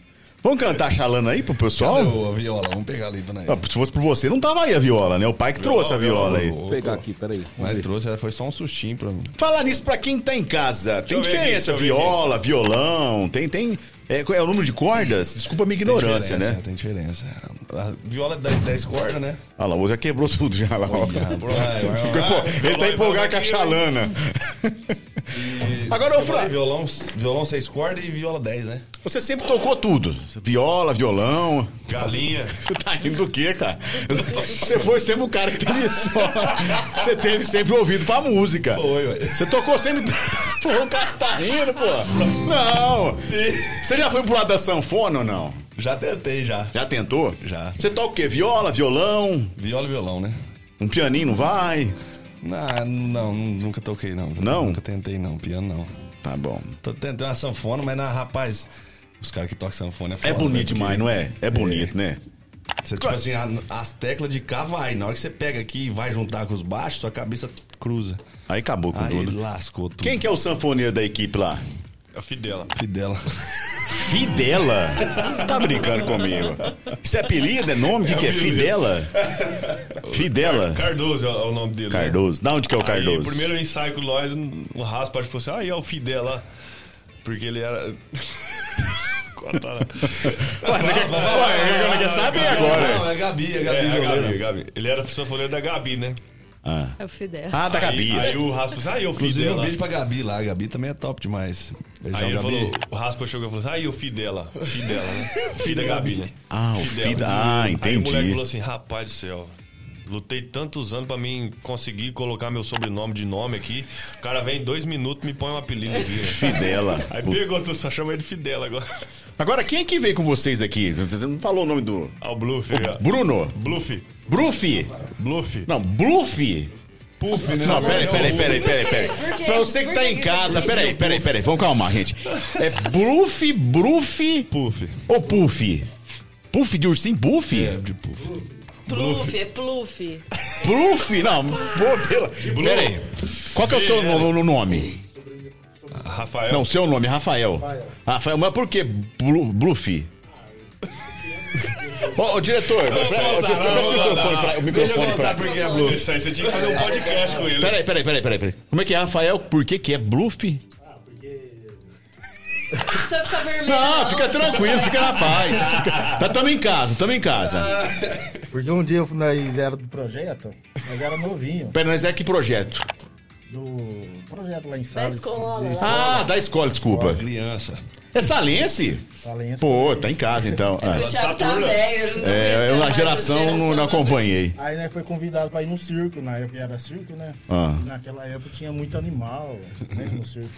Vamos cantar Xalana aí pro pessoal?
Ó, a viola, vamos pegar ali pra nós.
Ah, se fosse por você, não tava aí a viola, né? O pai que trouxe a viola aí.
Vou pegar aqui, peraí. Vamos
Mas
ver.
trouxe, ela foi só um sustinho pra
Falar nisso pra quem tá em casa. Tem
eu ver aqui,
diferença,
deixa eu ver
viola, violão, tem, tem... É, qual é o número de cordas? Desculpa a minha
Tem
ignorância,
diferença,
né?
Tem diferença. A viola é 10, 10 cordas, né?
Olha lá, o já quebrou tudo já lá. ó. Tá Ficou empol- Ele tá empolgado com a xalana. Agora, ô, Fran,
Violão, violão 6 cordas e viola 10, né?
você sempre tocou tudo. Viola, violão...
Galinha.
Você tá indo do quê, cara? Você foi sempre o cara que teve só. Você teve sempre ouvido pra música.
Foi, ué.
Você tocou sempre. Pô, o cara tá rindo, pô. Não. Você já foi pro lado da sanfona ou não?
Já tentei, já.
Já tentou?
Já.
Você toca o quê? Viola, violão?
Viola e violão, né?
Um pianinho não vai?
Não, não, nunca toquei, não.
Não?
Nunca tentei, não. Piano, não.
Tá bom.
Tô tentando uma sanfona, mas, não, rapaz, os caras que tocam sanfona é foda.
É bonito
né?
demais, não é? É bonito, né?
Você, tipo assim, a- as teclas de cá vai. Na hora que você pega aqui e vai juntar com os baixos, sua cabeça cruza.
Aí acabou com
Aí
tudo.
lascou tudo.
Quem que é o sanfoneiro da equipe lá?
A Fidela.
Fidela.
Fidela? Tá brincando comigo. Isso é apelido? É nome? O que, que é? Fidela? Fidela?
Cardoso é o nome dele. né?
Cardoso. Da onde que é o
Aí,
Cardoso?
primeiro ensaio com nós, o Raspa falou assim: aí é o Fidel lá. Porque ele era. Corta lá.
Ué, não quer- ué, eu não quero saber agora.
Não, é Gabi, é
É,
Gabi.
a
goleira.
Gabi, Gabi. Ele era sanfoneiro da Gabi, né?
É o Fidel.
Ah, da
Aí,
Gabi.
aí o Raspa falou assim: aí é o
Inclusive,
Fidel
um
lá.
beijo pra Gabi lá. A Gabi também é top demais. Beijão,
Aí ele
Gabi.
falou, o Raspa chegou e falou assim, aí o Fidela, Fidela, né? Fida Gabi, né?
Ah, o
Fidela.
Fida- ah,
Aí o
entendi.
moleque falou assim, rapaz do céu, lutei tantos anos pra mim conseguir colocar meu sobrenome de nome aqui, o cara vem em dois minutos e me põe um apelido aqui, né?
Fidela.
Aí pegou, tu só chama ele de Fidela agora.
Agora, quem é que veio com vocês aqui? Você não falou o nome do.
Ah, o Bluff, aí, ó.
Bruno?
Bluff,
Bluff?
Bluff.
Não, Bluff?
Puff, né?
Não, peraí, peraí,
Puff.
peraí, peraí,
Por
peraí.
quê?
Pra você que
Por
tá
quê?
em casa,
é
peraí, peraí, peraí. Vamos calmar, gente. É Bluff, Bluff
Puff. É,
ou Puff? Puff de ursinho? Buff?
Pluf, é pluf.
Bluff? Não, pô, pela... Peraí. Qual que é o seu no- no- nome?
Rafael.
Não, seu nome, Rafael. Rafael, mas por que Blu- Bluff? Ô, ô, diretor, pre- ô, diretor, presta o microfone pra- o microfone pra.
porque é Bluff. Isso aí, você tinha que fazer um podcast com ele.
Peraí, peraí, peraí, peraí, peraí. Como é que é, Rafael? Por que que é Bluff?
Não precisa ficar vermelho. tá
Não, Ah, fica tranquilo, fica na paz. Fica- Tá, tamo em casa, tamo em casa.
Porque um dia nós era do projeto, nós era novinho,
Pera, mas é que projeto?
do projeto lá em
Da
Salles.
escola lá.
Ah, da escola, desculpa.
Criança.
É salense?
Salense.
Pô, tá em casa então.
O
É,
Thiago tá velho. ele não
É,
conhece
eu
mais
na
a
geração não, não acompanhei.
Aí nós foi convidado pra ir no circo, na época era circo, né?
Ah.
E Naquela época tinha É muito animal né, no circo.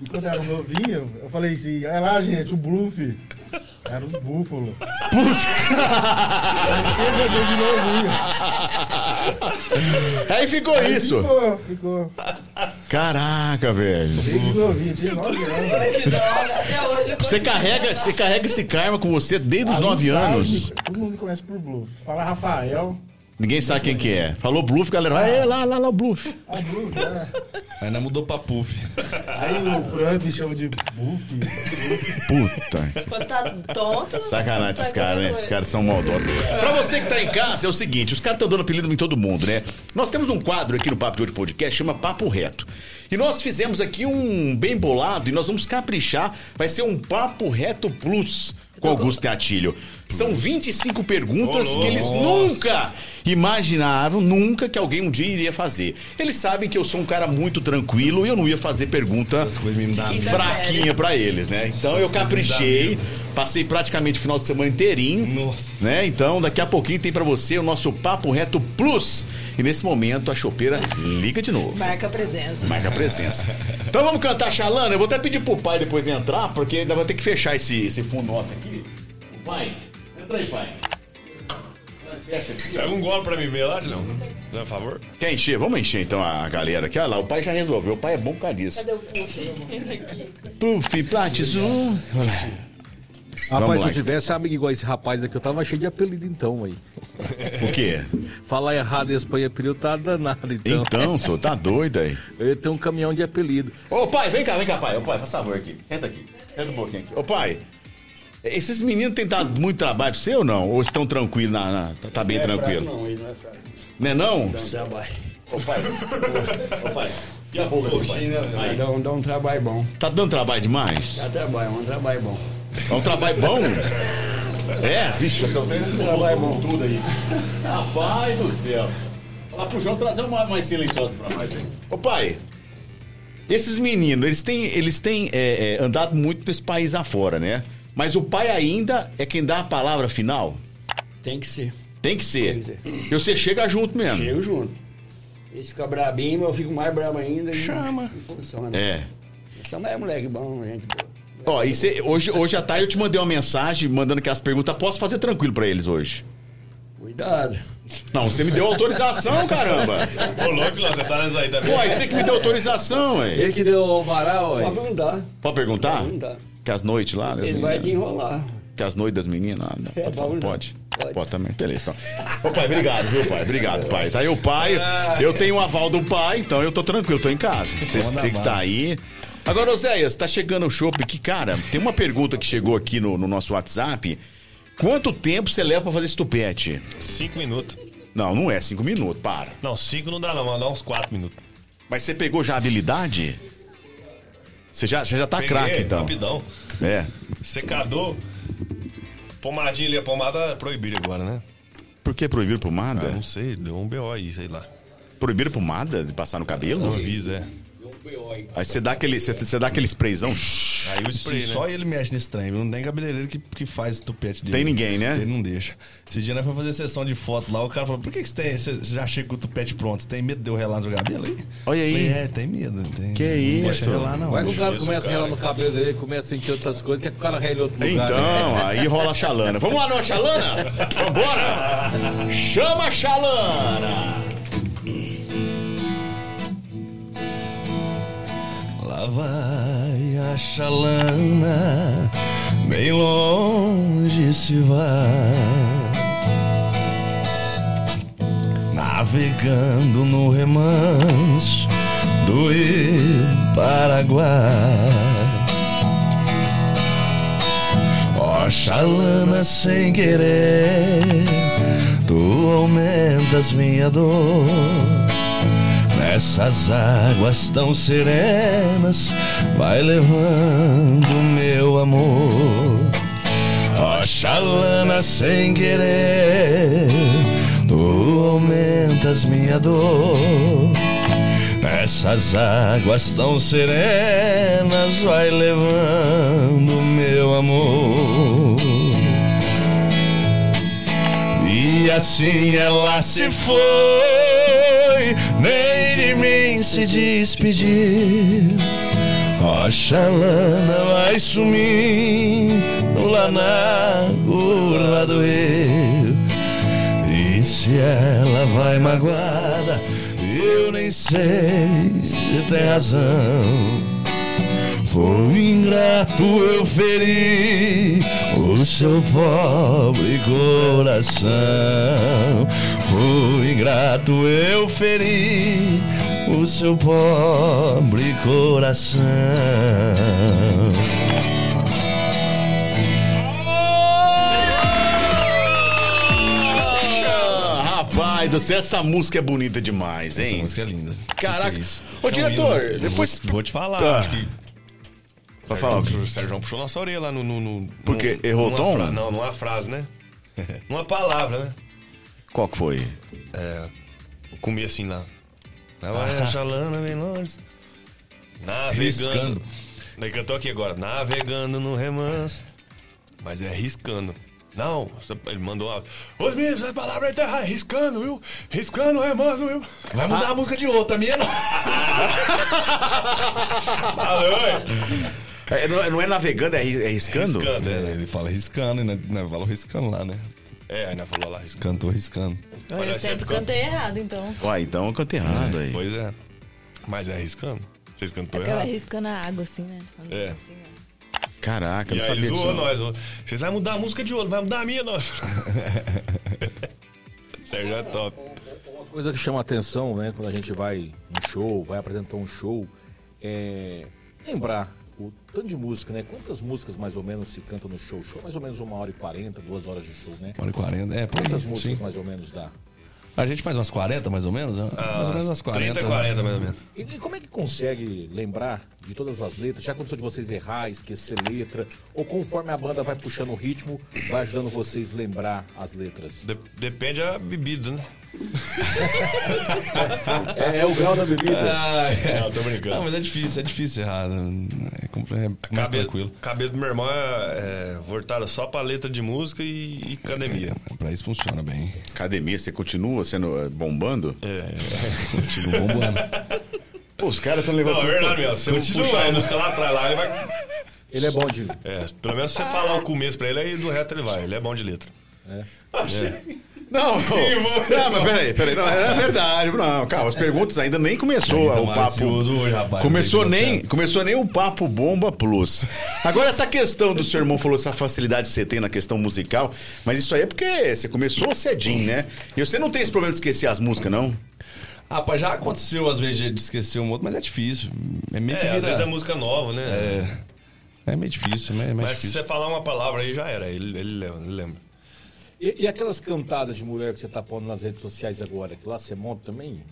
E quando era novinho, eu falei assim, olha lá gente, o bluff. Era os búfalos. Puta! de
Aí ficou isso.
novinho. Ficou, ficou.
Caraca, velho.
Desde novinho, tinha nove anos.
Até hoje
Você
eu consigo-
carrega, você carrega esse karma com você desde os
Aí
9
sai,
anos.
Todo mundo me conhece por bluff. Fala Rafael.
Ninguém sabe quem que é. Falou Bluff, galera. Ah, é lá, lá, lá, o Bluff.
Ah, bluff, né?
Mas não mudou pra Puff.
Aí o Frank me chama de Buff.
Puta.
Quando tá tonto.
Sacanagem esses
sabe
caras, né?
como é.
Esses caras são maldosos. Pra você que tá em casa, é o seguinte: os caras estão dando apelido em todo mundo, né? Nós temos um quadro aqui no Papo de Hoje Podcast, chama Papo Reto. E nós fizemos aqui um bem bolado e nós vamos caprichar. Vai ser um Papo Reto Plus
Então,
com Augusto Atilho. São 25 perguntas que eles nunca imaginaram, nunca que alguém um dia iria fazer. Eles sabem que eu sou um cara muito tranquilo e eu não ia fazer pergunta
Essas coisas me dão.
Quinta série.
fraquinha pra eles, né? Então eu caprichei, passei praticamente o final de semana inteirinho,
Nossa.
né? Então daqui a pouquinho tem pra você o nosso papo reto plus. E nesse momento a chopeira liga de novo.
Marca a presença.
Marca a presença. Então vamos cantar Xalana. Eu vou até pedir pro pai depois entrar, porque ainda vai ter que fechar esse, esse fundo nosso aqui. O Pai, entra aí, pai. Fecha aqui.
Pega um gole pra mim ver lá, não. Por favor.
Quer encher? Vamos encher então a galera aqui. Olha lá, o pai já resolveu. O pai é bom por causa disso.
Cadê o Puff?
Puff, platizum.
Rapaz,
Vamos
se
lá.
eu tivesse amigo igual esse rapaz aqui, eu tava cheio de apelido então, aí.
O quê?
Falar errado em Espanha apelido tá danado, então.
Então, senhor, tá doido aí.
Eu tenho um caminhão de apelido.
Ô pai, vem cá, vem cá, pai. Ô pai, faz favor aqui. Senta aqui. Senta um pouquinho aqui. Ô pai, esses meninos têm dado muito trabalho pra você ou não? Ou estão tranquilos na. na- tá, tá bem tranquilo? não, ele não é fraco. Não é não? Ô pai. Ô, ô, pai. E a boca do pai? Aí.
Dá um, dá um trabalho bom.
Tá dando trabalho demais?
Dá trabalho, um trabalho bom.
É um trabalho bom? É? Vixe, eu trabalho bom tudo aí. Rapaz do céu. Falar pro João trazer uma mais silenciosa pra nós aí. Ô pai, esses meninos, eles têm, eles têm é, é, andado muito pra esse país afora, né? Mas o pai ainda é quem dá a palavra final?
Tem que ser.
Tem que
Tem
ser.
que ser.
E você chega junto mesmo.
Chego junto. Eles ficam brabinho, mas eu fico mais brabo ainda. Chama. E funciona.
É.
São é moleque bom, gente boa.
Ó, e cê- hoje, hoje à tarde eu te mandei uma mensagem mandando aquelas perguntas. Posso fazer tranquilo pra eles hoje?
Cuidado.
Não, você me deu autorização, caramba.
Ô, louco, lá, você tá nessa aí também.
Pô, aí você que me deu autorização, ué.
Ele que deu o varal, ó. Pode perguntar.
Pode perguntar?
Pode perguntar.
Que as noites lá, das
Ele vai te
meninas.
enrolar.
Que as noites das meninas. lá, né?
É,
Pode, falar?
pode.
pode.
Pode.
Pode também. Beleza, então. Ô pai, obrigado, viu, pai? Obrigado, pai. Tá aí o pai. Eu tenho o aval do pai, então eu tô tranquilo, tô em casa. Você
Manda
você que
bala.
está aí. Agora, Oséias, tá chegando o chopp que, cara, tem uma pergunta que chegou aqui no, no nosso WhatsApp. Quanto tempo você leva pra fazer estupete?
Cinco minutos.
Não, não é cinco minutos, para.
Não, cinco não dá não, mas dá uns quatro minutos.
Mas você pegou já a habilidade? Você já, você já tá
Peguei,
craque, então.
Rapidão.
É.
Secador. Pomadinha ali, a pomada é proibida agora, né?
Por que proibir pomada?
Ah, não sei, deu um BO aí, sei lá.
Proibir pomada de passar no
Não
cabelo?
avisa, é.
Aí você dá aquele, você, você dá aquele sprayzão. shhh. assim,
Aí o spray,
Se
né?
só ele mexe nesse trem, viu? não tem cabeleireiro que, que faz tupete dele.
Tem ninguém, né?
Ele não deixa. Esse dia nós foi fazer sessão de foto lá, o cara falou: por que, que você, tem, você já chega com o tupete pronto? Você tem medo de eu relar no seu cabelo aí?
Olha aí.
Falei, é, tem medo. Tem,
Que
não deixa
isso?
relar, não.
Vai que o cara
isso,
começa a
cara.
relar no cabelo dele, começa a sentir outras coisas, que é que o cara rela em outro lugar. né?
Então, aí rola a xalana. Vamos lá, não, xalana? Vambora! Chama a xalana!
Lá vai a chalana, bem longe se vai, navegando no remanso do Paraguai. Ó chalana sem querer, tu aumentas minha dor. Nessas águas tão serenas, vai levando meu amor. Oxalana sem querer, tu aumentas minha dor. Nessas águas tão serenas, vai levando meu amor. E assim ela se foi, nem de mim se despedir. Oxalana vai sumir no lanago lá do eu. E se ela vai magoada, eu nem sei se tem razão. Foi um ingrato eu feri o seu pobre coração. Foi um ingrato eu feri o seu pobre coração.
Ah, Rapaz do céu, essa música é bonita demais,
Essa
hein?
música é linda.
Caraca.
Que que é isso?
Ô, diretor, depois.
Vou te falar,
Ah.
acho que.
Pra falar o quê?
O Sérgio puxou nossa orelha lá no. no, no
Por quê?
no-
Errou o
numa
tom?
fra- Não, numa frase, né? numa palavra, né?
Qual que foi?
É. eu Comi assim lá.
Ah.
Lá vai a chalana bem longe. Navegando.
Riscando.
Daí cantou aqui agora. Navegando no remanso. Mas é riscando. Não, ele mandou áudio. Os meninos, essa palavra é terra, riscando, viu? Riscando o remanso, viu? Ah.
Vai mudar a música de outra, a minha não.
É, não, é- não é navegando, é, ri- é riscando?
Riscando, é.
Ele fala riscando, né? Não, Fala riscando lá, né?
É, ainda falou lá, riscando.
Cantou riscando.
Eu
Olha, tá
sempre
sempre canta.
cantei errado, então.
Ué, então eu cantei errado aí.
Pois é. Mas é riscando. Vocês cantou
Ficava
errado.
arriscando a água, assim, né? Quando
É.
assim, né?
Caraca,
E
não
aí ele
sabia disso.
zoou
não.
nós. ó. Vocês vão mudar a música de outro, vai mudar a minha, nós. Sérgio é top.
Uma coisa que chama atenção, né, quando a gente vai em show, vai apresentar um show, é lembrar o tanto de música, né? Quantas músicas mais ou menos se cantam no show? Show mais ou menos uma hora e quarenta, duas horas de show, né?
1 hora e 40. É, por aí,
Quantas
sim.
músicas mais ou menos dá?
A gente faz umas 40, mais ou menos?
né?
Ah,
mais ou menos umas 40.
30, 40 mais ou menos.
E, e como é que consegue lembrar de todas as letras? Já aconteceu de vocês errar, esquecer letra? Ou conforme a banda vai puxando o ritmo, vai ajudando vocês a lembrar as letras?
De- depende a bebida, né?
É, é o grau da bebida.
Ah, é.
Não, tô brincando.
Não, mas é difícil, é difícil errar. né? É, compl- é mais
Cabeça,
tranquilo.
cabeça do meu irmão é, é voltada só pra letra de música e, e academia.
É, pra isso funciona bem.
Academia, você continua sendo eh, bombando?
Continua bombando.
Pô, os caras estão
Não, é
levantando.
verdade, meu. Se eu
Puxa,
puxar a música lá atrás, lá, ele vai.
né? Ele é bom de.
É, pelo menos se você falar o começo pra ele, aí do resto ele vai. Ele é bom de letra.
Não, não, mas peraí, peraí. Não, é verdade. Não, calma, as perguntas ainda nem começou
Então,
o papo.
ansioso hoje, rapaz,
começou,
não sei o que deu
nem,
certo.
começou nem o papo Bomba Plus. Agora, essa questão do seu irmão falou, essa facilidade que você tem na questão musical, mas isso aí é porque você começou cedinho, né? E você não tem esse problema de esquecer as músicas, não?
Rapaz, Ah, já aconteceu às vezes de esquecer um outro, mas é difícil. É meio que
É,
vira...
às vezes é música nova, né?
É. É meio difícil, né? É mais
Mas se
difícil.
você falar uma palavra aí, já era. Ele, ele lembra. Ele lembra.
E, e aquelas cantadas de mulher que você tá pondo nas redes sociais agora, que lá você monta também?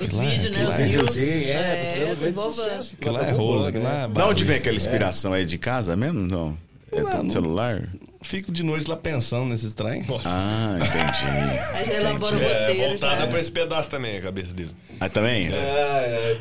Os vídeos, né? Os
aquilo lá é-
reels.
Sim, é,
É,
tá
tá
tendo grande
bombando.
sucesso.
Que lá é rolo, que lá é
Da onde
barulho.
vem aquela inspiração aí? De casa mesmo? Não. É
Não,
do
não.
celular?
Fico de noite lá pensando nesses trem.
Ah, entendi.
Aí já elabora o
É,
roteiro. já.
voltada pra esse pedaço também, a cabeça dele.
Ah,
É,
também?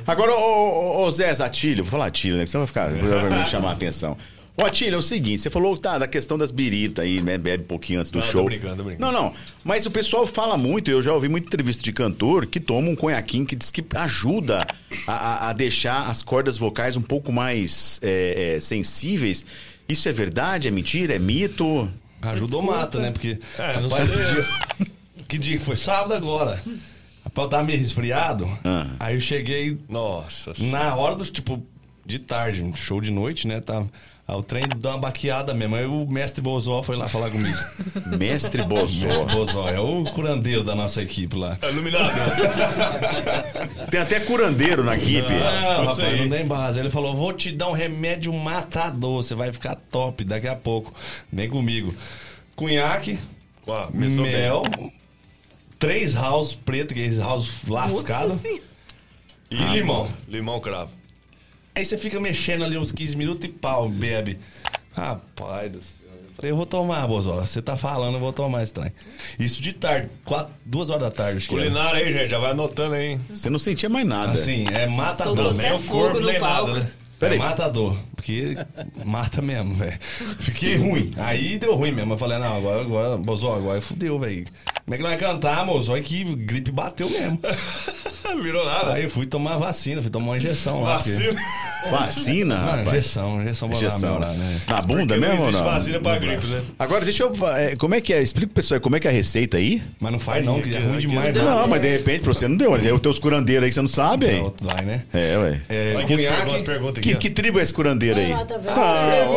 Agora, ô, ô, ô, Zé Zatilho, vou falar Atilho, né? Porque você vai ficar, vai me chamar a atenção. Ô, Atilho, é o seguinte, você falou, tá, da questão das biritas aí, né? Bebe um pouquinho antes do
Não, tô
show.
brincando, tô brincando.
Não, não, mas o pessoal fala muito, eu já ouvi muita entrevista de cantor que toma um conhaquinho que diz que ajuda a, a- a deixar as cordas vocais um pouco mais é, é, sensíveis. Isso é verdade? É mentira? É mito?
Ajuda ou mata, né? Porque.
É, não
rapaz,
sei.
esse dia- Que dia que foi? Sábado agora. Rapaz, eu tava meio resfriado.
Ah.
Aí eu cheguei
Nossa.
na hora do tipo, de tarde, um show de noite, né? Tava. Aí o trem deu uma baqueada mesmo. Aí o mestre Bozó foi lá falar comigo.
Mestre
mestre
Bozó.
Bozó é o curandeiro da nossa equipe lá.
Tá Iluminado. né?
Tem até curandeiro na equipe.
Não,
isso
Ah, rapaz,
aí.
não tem base. Ele falou: vou te dar um remédio matador, você vai ficar top daqui a pouco. Vem comigo. Cunhaque,
Ó, começou bem.
mel, três house preto, que é esse house lascado, e limão.
Limão cravo.
Aí você fica mexendo ali uns 15 minutos e pau, bebe. Rapaz do céu. Eu falei, eu vou tomar, Bozó. Você tá falando, eu vou tomar esse trem. Isso de tarde, quatro, duas horas da tarde, acho que é. era.
Culinária aí, gente. Já vai anotando aí, hein?
Você não sentia mais nada.
Assim, é matador.
Soltou
né?
até
o
fogo
corpo
no
nem
palco.
nada, né?
Peraí.
É matador. Porque mata mesmo, velho. Fiquei ruim. Aí deu ruim mesmo. Eu falei, não, agora, agora, Bozó, agora fudeu, velho. Como é que nós vai cantar, moço? Olha que gripe bateu mesmo.
Virou nada.
Aí eu fui tomar vacina, fui tomar uma injeção lá. porque-
Vacina.
Vacina,
Não,
rapaz.
injeção, injeção pra
Injeção.
lá, né?
Na bunda
Não
mesmo ou
existe
não?
vacina pra gripe, né?
Agora, deixa eu. é, Como é que é? Explica pro pessoal como é que é a receita aí.
Mas não faz não, que é ruim demais.
Não,
né?
mas de repente pra você não deu. Tem os curandeiros aí que você não sabe,
Não,
hein?
Vai, né?
É, ué.
É,
Olha aqui as perguntas, as
cunhaque,
perguntas aqui.
Que,
ó.
que tribo é esse curandeiro aí?
Olha lá, tá vendo?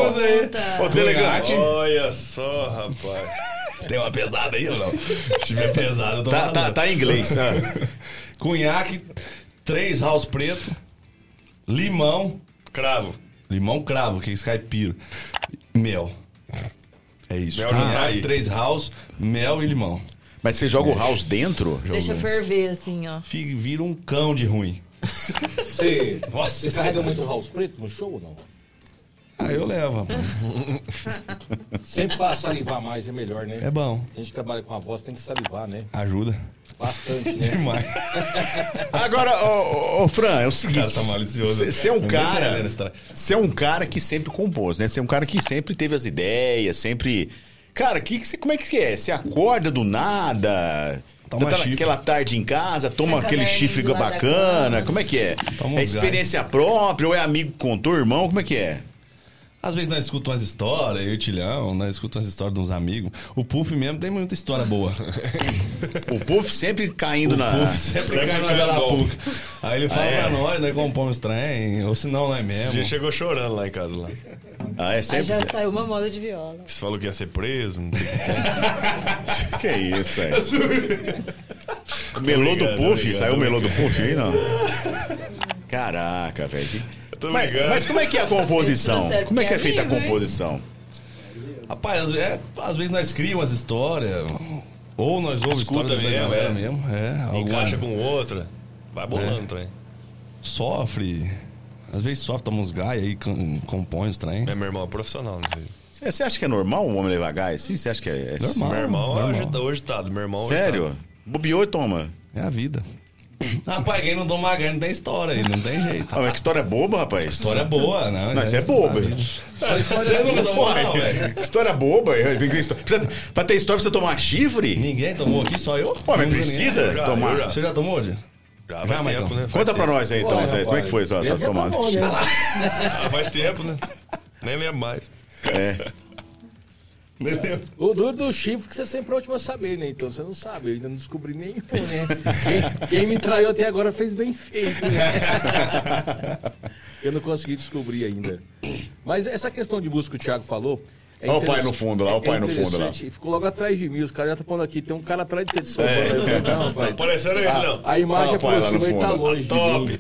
Ah, ó, ó, deselegante.
Olha só, rapaz.
Tem uma pesada aí ou não? Se tiver pesada, eu É tô
Tá, tá,
falando.
tá em inglês. ah.
Cunhaque, três house preto, limão,
Cravo.
limão cravo, que é esse caipiro, mel. É isso.
Mel não tá
Cunhaque,
aí.
três house, mel e limão.
Mas você joga o house dentro?
Deixa ferver, assim, ó.
Fica, vira um cão de ruim.
Você, você
Nossa,
carrega muito house preto no show ou não?
Ah, eu levo. rapaz.
Sempre pra salivar mais é melhor, né?
É bom.
A gente trabalha com a voz, tem que salivar, né?
Ajuda.
Bastante, né?
Demais.
Agora, ô, ô, ô, Fran, é o seguinte.
Cara, tá malicioso.
Você é um
Não
cara.
entendo, né, esse tra-
Você é um cara que sempre compôs, né? Você é um cara que sempre teve as ideias, sempre. Cara, que, que cê- como é que você é? Você acorda do nada?
Toma
tá
chifre.
naquela tarde em casa, toma
Fica
aquele
bem
chifre
do lado da
bacana.
cama.
Como é que é?
Toma um
é experiência própria ou é amigo que contou, irmão? Como é que é?
Às vezes nós escutamos umas histórias, eu e o Tilhão, nós escutamos umas histórias de uns amigos. O Puff mesmo tem muita história boa.
O Puff sempre caindo na. Ah, é.
O Puff sempre,
Sempre
cai nas
cai bom.
arapuca. Aí ele fala pra nós, nós compomos trem, ou se não, nós
Esse dia
mesmo.
chegou chorando lá em casa. Lá.
Ah, é
Aí
sempre.
já saiu uma moda de viola.
Você falou que ia ser preso. Não sei.
Que é isso aí?
Tá
melô do
Obrigado,
Puff?
obrigado,
Saiu o melô do Puff aí, não? Caraca, velho. que-
Tô
Mas,
brincando.
mas como é que é a composição?
Isso serve
Como é que é
pra
feita a
amigo, hein?
composição?
Rapaz, às, ve- é, às vezes nós criamos as histórias, ou nós ouvimos
Escuta
história
mesmo,
da galera
é.
mesmo. É,
Encaixa
alguma-
com outra. Vai bolando, trem.
Sofre, às vezes sofre, toma uns gás aí, com- compõe os trem.
É, meu irmão, é profissional. Não sei.
Você você acha que é normal um homem levar gás assim? Você acha que é. é-
Normal.
Meu irmão,
normal.
Hoje, tá- hoje tá. Meu irmão hoje
Sério? Bobeou e toma.
É a vida. Rapaz, quem não toma gás não tem história aí, não tem jeito.
Ah, mas que história boba, rapaz.
História boa, né?
Não, isso é boba.
Só história nunca tomou, não, velho.
Que história boba. eu- tem que ter histó- precisa- Pra ter história, precisa tomar chifre?
Ninguém tomou aqui, só eu?
Pô, mas
Nunca
precisa
ninguém.
já,
tomar.
eu já.
Você já tomou, Di?
Já, já vai
Vai,
tempo,
Maicon.
né? Faz
Conta
tempo.
pra nós aí, então,
Olha,
Zé. Como é que
rapaz,
foi só
deve
essa
já tá
tomada?
bom, né?
Ah, faz tempo, né? Nem lembro mais.
É.
O duro do chifre que você sempre é o último a saber, né? Então você não sabe, eu ainda não descobri nenhum, né? Quem, quem me traiu até agora fez bem feito, né? Eu não consegui descobrir ainda. Mas essa questão de busca que o Thiago falou,
Olha o
interess-
pai no fundo lá, olha o pai no fundo lá.
interessante. E Ficou logo atrás de mim, os caras já estão falando aqui, tem um cara atrás de você de São Paulo.
É.
Eu falei, Não,
Tá
rapaz.
aparecendo isso, não.
A imagem
Ah, pai, lá no
aproxima e tá
fundo.
longe
Top.
de mim.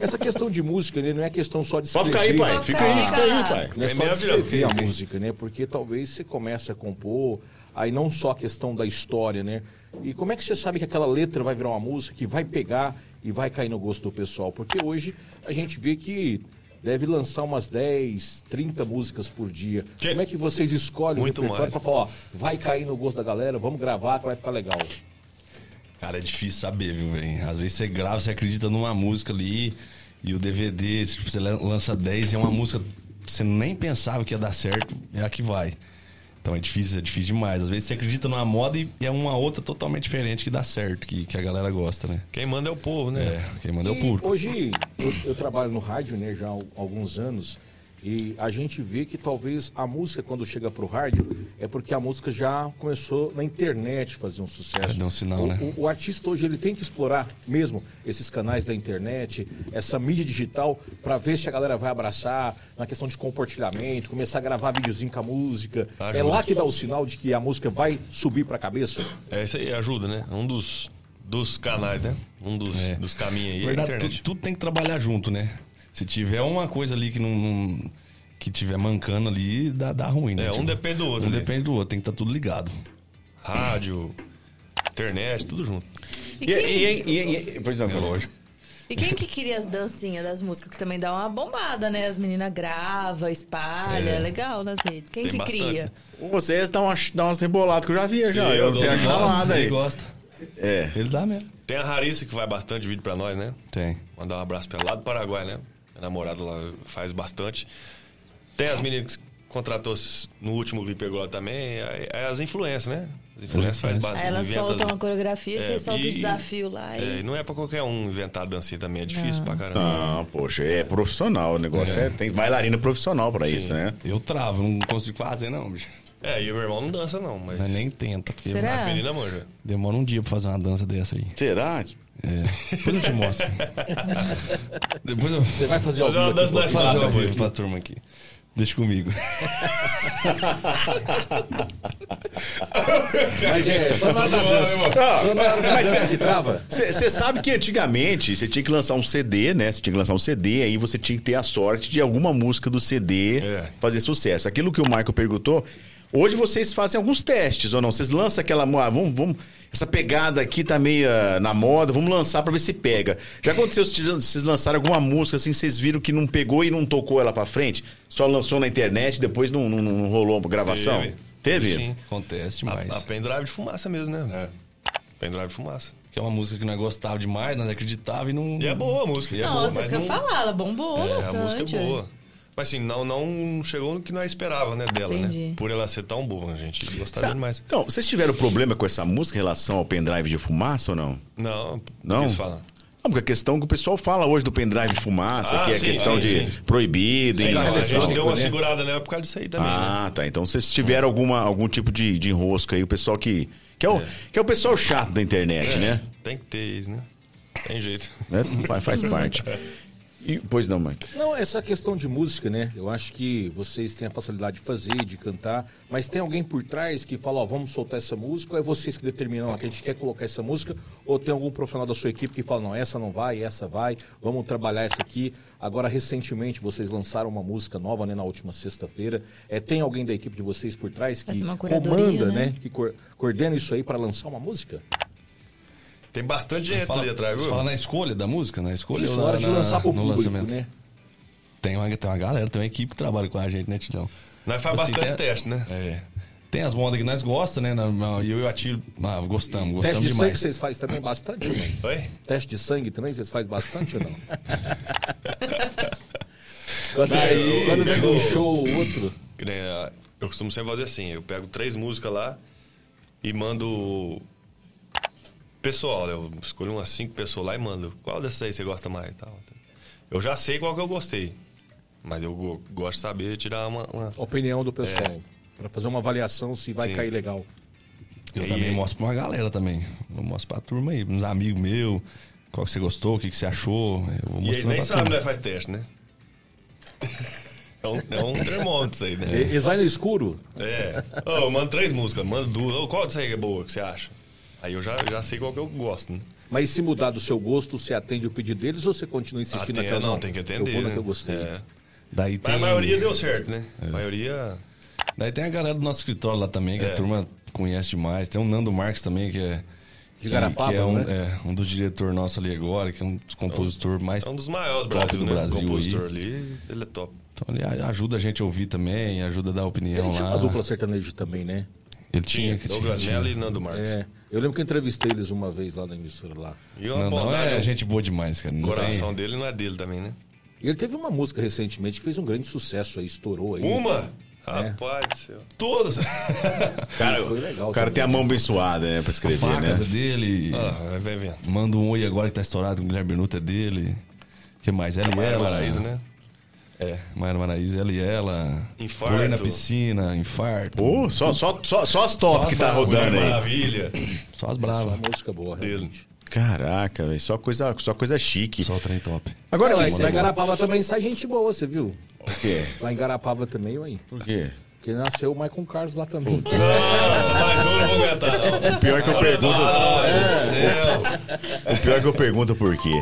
Essa questão de música, né, não é questão só de
Pode
escrever.
ficar aí, pai. Fica aí, fica aí, pai.
Não é
É
só de
maravilhoso.
escrever a
Entendi.
música, né? Porque talvez você comece a compor, aí não só a questão da história, né? E como é que você sabe que aquela letra vai virar uma música que vai pegar e vai cair no gosto do pessoal? Porque hoje a gente vê que deve lançar umas 10, 30 músicas por dia.
Que-
Como é que vocês escolhem
Muito
o repertório
mais.
pra falar, ó, vai cair no gosto da galera, vamos gravar que vai ficar legal.
Cara, é difícil saber, viu, velho? Às vezes você grava, você acredita numa música ali e o DVD, tipo, você lan- lança 10 e é uma música que você nem pensava que ia dar certo, é a que vai. Então é difícil, é difícil demais. Às vezes você acredita numa moda e e é uma outra totalmente diferente que dá certo, que, que a galera gosta, né?
Quem manda é o povo, né?
É, quem manda é o
E
público.
Hoje eu, eu trabalho no rádio, né, já há al- alguns anos, e a gente vê que talvez a música quando chega pro rádio é porque a música já começou na internet a fazer um sucesso.
É, dá um sinal,
o,
né?
o- o artista hoje ele tem que explorar mesmo esses canais da internet, essa mídia digital para ver se a galera vai abraçar na questão de compartilhamento, começar a gravar videozinho com a música.
Tá
é
Ajuda.
lá que dá o sinal de que a música vai subir para a cabeça.
É isso aí, ajuda, né? É Um dos, dos canais, né? Um dos,
É.
dos caminhos aí é a
verdade,
internet.
tudo, tudo tem que trabalhar junto, né? Se tiver uma coisa ali que não. não- que tiver mancando ali, dá, dá ruim, né?
É, um depende do outro,
Um
né?
depende do outro, tem que estar tudo ligado.
Rádio, internet, tudo junto.
E
E, e,
quem,
e, e, e, pois
É
não, pelo hoje.
e quem que queria as dancinhas das músicas? Que também dá uma bombada, né? As meninas gravam, espalha,
É.
legal nas redes. Quem
Tem
que
bastante.
cria?
Vocês dão umas, dão umas reboladas que eu já vi, já. Eu, tenho a chamada
Ele
aí.
gosta.
É.
Ele dá mesmo.
Tem a Rarissa que vai bastante vídeo pra nós, né?
Tem.
Mandar um abraço pra ela lá do Paraguai, né? Minha namorada lá faz bastante. Tem as meninas que contratou s- no último clipe agora também. aí- aí As influências, né? As influências faz bastante.
Aí elas
inventa as-
soltam uma coreografia,
É,
vocês soltam
e-
o desafio lá.
É,
E...
e não é pra qualquer um inventar a dancinha também, é difícil pra caramba.
Ah, poxa, é profissional o negócio. É. tem bailarina profissional pra isso, né?
Eu travo, não consigo fazer, não, bicho.
É, e o meu irmão não dança não, mas...
Mas é nem tenta, porque
Será?
As meninas manjam.
demora um dia pra fazer uma dança dessa aí.
Será?
É. Depois eu te mostro. Depois eu.
Você vai fazer
Fazer uma
alguma
dança nós
Vou dar
fazemos
um
depois.
vídeo pra turma aqui. Deixa comigo.
Mas é só na hora
Tá
da dança,
Ah,
só na hora da dança que trava.
Você sabe que antigamente você tinha que lançar um CD, né? Você tinha que lançar um CD, aí você tinha que ter a sorte de alguma música do CD
É.
fazer sucesso. Aquilo que o Michael perguntou, hoje vocês fazem alguns testes ou não? Vocês lançam aquela. mu- Ah, vamos, vamos, essa pegada aqui tá meio ah, na moda, vamos lançar pra ver se pega. Já aconteceu se vocês lançaram alguma música assim, vocês viram que não pegou e não tocou ela pra frente? Só lançou na internet, depois não, não, não rolou a gravação?
Teve.
Teve?
Sim.
Acontece demais.
A, a pendrive de fumaça mesmo, né? Pendrive de fumaça.
Que é uma música que nós gostava demais, nós acreditava e não.
E é boa a música. e é boa,
Nossa,
mas
isso que eu
não-
falar, ela bombou
É, a
bastante.
música é boa. Mas assim, não, não chegou no que nós esperávamos, né, dela,
Entendi.
né? Por ela ser tão boa, a gente gostaria
Tá.
demais.
Então, vocês tiveram problema com essa música em relação ao pendrive de fumaça ou não?
Não,
Não?
Eles falam.
Não, porque a questão que o pessoal fala hoje do pendrive de fumaça,
Ah,
que é
sim,
questão
sim,
de
sim.
proibido.
Sim,
e
não, a gente deu uma
né?
segurada né, por causa disso aí também, né?
Ah, tá. Então vocês tiveram alguma, algum tipo de, de enrosco aí, o pessoal que. Que é o, que é o pessoal chato da
É.
internet, né?
Tem que ter isso, né? Tipo Tem jeito.
né? Fa- Faz parte. E- pois não, Mike.
Não, essa questão de música, né? Eu acho que vocês têm a facilidade de fazer, de cantar, mas tem alguém por trás que fala, ó, vamos soltar essa música, ou é vocês que determinam, ó, que a gente quer colocar essa música, ou tem algum profissional da sua equipe que fala, não, essa não vai, essa vai, vamos trabalhar essa aqui. Agora, recentemente, vocês lançaram uma música nova, né, na última sexta-feira. É, tem alguém da equipe de vocês por trás que
Faz uma curadoria,
comanda,
né?
né? Que cor- coordena isso aí para lançar uma música?
Tem bastante gente
Fala,
ali atrás,
você
viu?
fala na escolha da música? Na escolha
Isso,
ou
na hora de lançar pro
no
público,
lançamento?
né?
Tem uma, tem uma galera, tem uma equipe que trabalha com a gente, né, Tilhão?
Nós faz bastante teste, né?
É. Tem as modas que nós gostamos, né? na- na- Eu e o Atilho, ah, gostamos, gostamos
Teste de sangue que
demais.
vocês fazem também bastante, ou não?
Oi?
Teste de sangue também, vocês fazem bastante ou não?
Aí,
quando vem
pegou.
um show ou outro,
Que nem, ah, Eu costumo sempre fazer assim, eu pego três músicas lá e mando. Pessoal, né? eu escolho umas cinco pessoas lá e mando. Qual dessas aí você gosta mais? e Tal. Eu já sei qual que eu gostei. Mas eu go- gosto de saber tirar uma. uma-
a opinião do pessoal. Pra fazer uma avaliação se vai
É. Sim.
cair legal.
Eu
E
também
aí?
mostro pra uma galera também. Eu mostro pra turma aí, uns amigos meus, qual que você gostou, o que, que você achou. Eu vou
E eles né?
mostrando pra turma.
nem sabem, né? Faz teste, né? É um, é um termômetro isso aí, né?
Eles vai no escuro.
É. Ô, eu mando três músicas, mando duas. Ô, qual disso aí que é boa que você acha? Aí eu já, já sei qual que eu gosto, né?
Mas se mudar do seu gosto, você atende o pedido deles ou você continua insistindo
Atendo,
naquela?
não, Ah, tem que atender,
Eu vou na
né?
que eu gostei.
É.
Daí
Mas
tem... É.
a maioria deu certo, né? A maioria.
Daí tem a galera do nosso escritório lá também, que
É.
a turma conhece demais. Tem o Nando Marques também, que é.
De
que-
Garapaba,
que é um,
né?
é, um dos diretores nossos ali agora, que é um dos compositores mais.
É um dos maiores do
top
Brasil,
do
né?
Brasil
o compositor
aí.
ali, ele é top.
Então ele a- ajuda a gente a ouvir também, ajuda a dar opinião
Ele tinha
lá.
uma dupla sertaneja também, né?
Ele tinha, que tinha.
Douglas Mello e Nando Marques.
É. Eu lembro que eu entrevistei eles uma vez lá na emissora lá.
E uma
Não, não,
bondade,
é
o
gente boa demais, cara. Não
coração dele não é dele também, né?
E ele teve uma música recentemente que fez um grande sucesso aí, estourou aí. É.
Uma? Rapaz do céu.
tem todas.
Cara,
Foi legal.
o cara tem
também.
a mão abençoada,
É,
né? Pra escrever,
A
né?
casa dele.
Ah, vai vendo.
Manda um oi agora que tá estourado com o Guilherme Benuto, é dele. O que mais? Ela e
Maiara
ela.
Maraíza, né?
É, Mayra Maraíza, ela e ela.
Infarto.
Pulei na piscina, infarto.
Pô, só, só, só, só as top que tá rodando
né?
aí.
Maravilha.
Só as
Só
bravas.
uma música boa, realmente.
Caraca, velho. Só coisa, só coisa chique.
Só o trem top.
Agora,
É, lá
que É.
em
você...
Garapava também sai gente boa, você viu?
Por quê?
Lá em Garapava também, aí.
Por quê?
Porque nasceu o Michael Carlos lá também.
Nossa, mais um eu não vou aguentar. não.
Pior que eu pergunto.
É.
Ai, do
é
céu.
O pior é que eu pergunto por quê.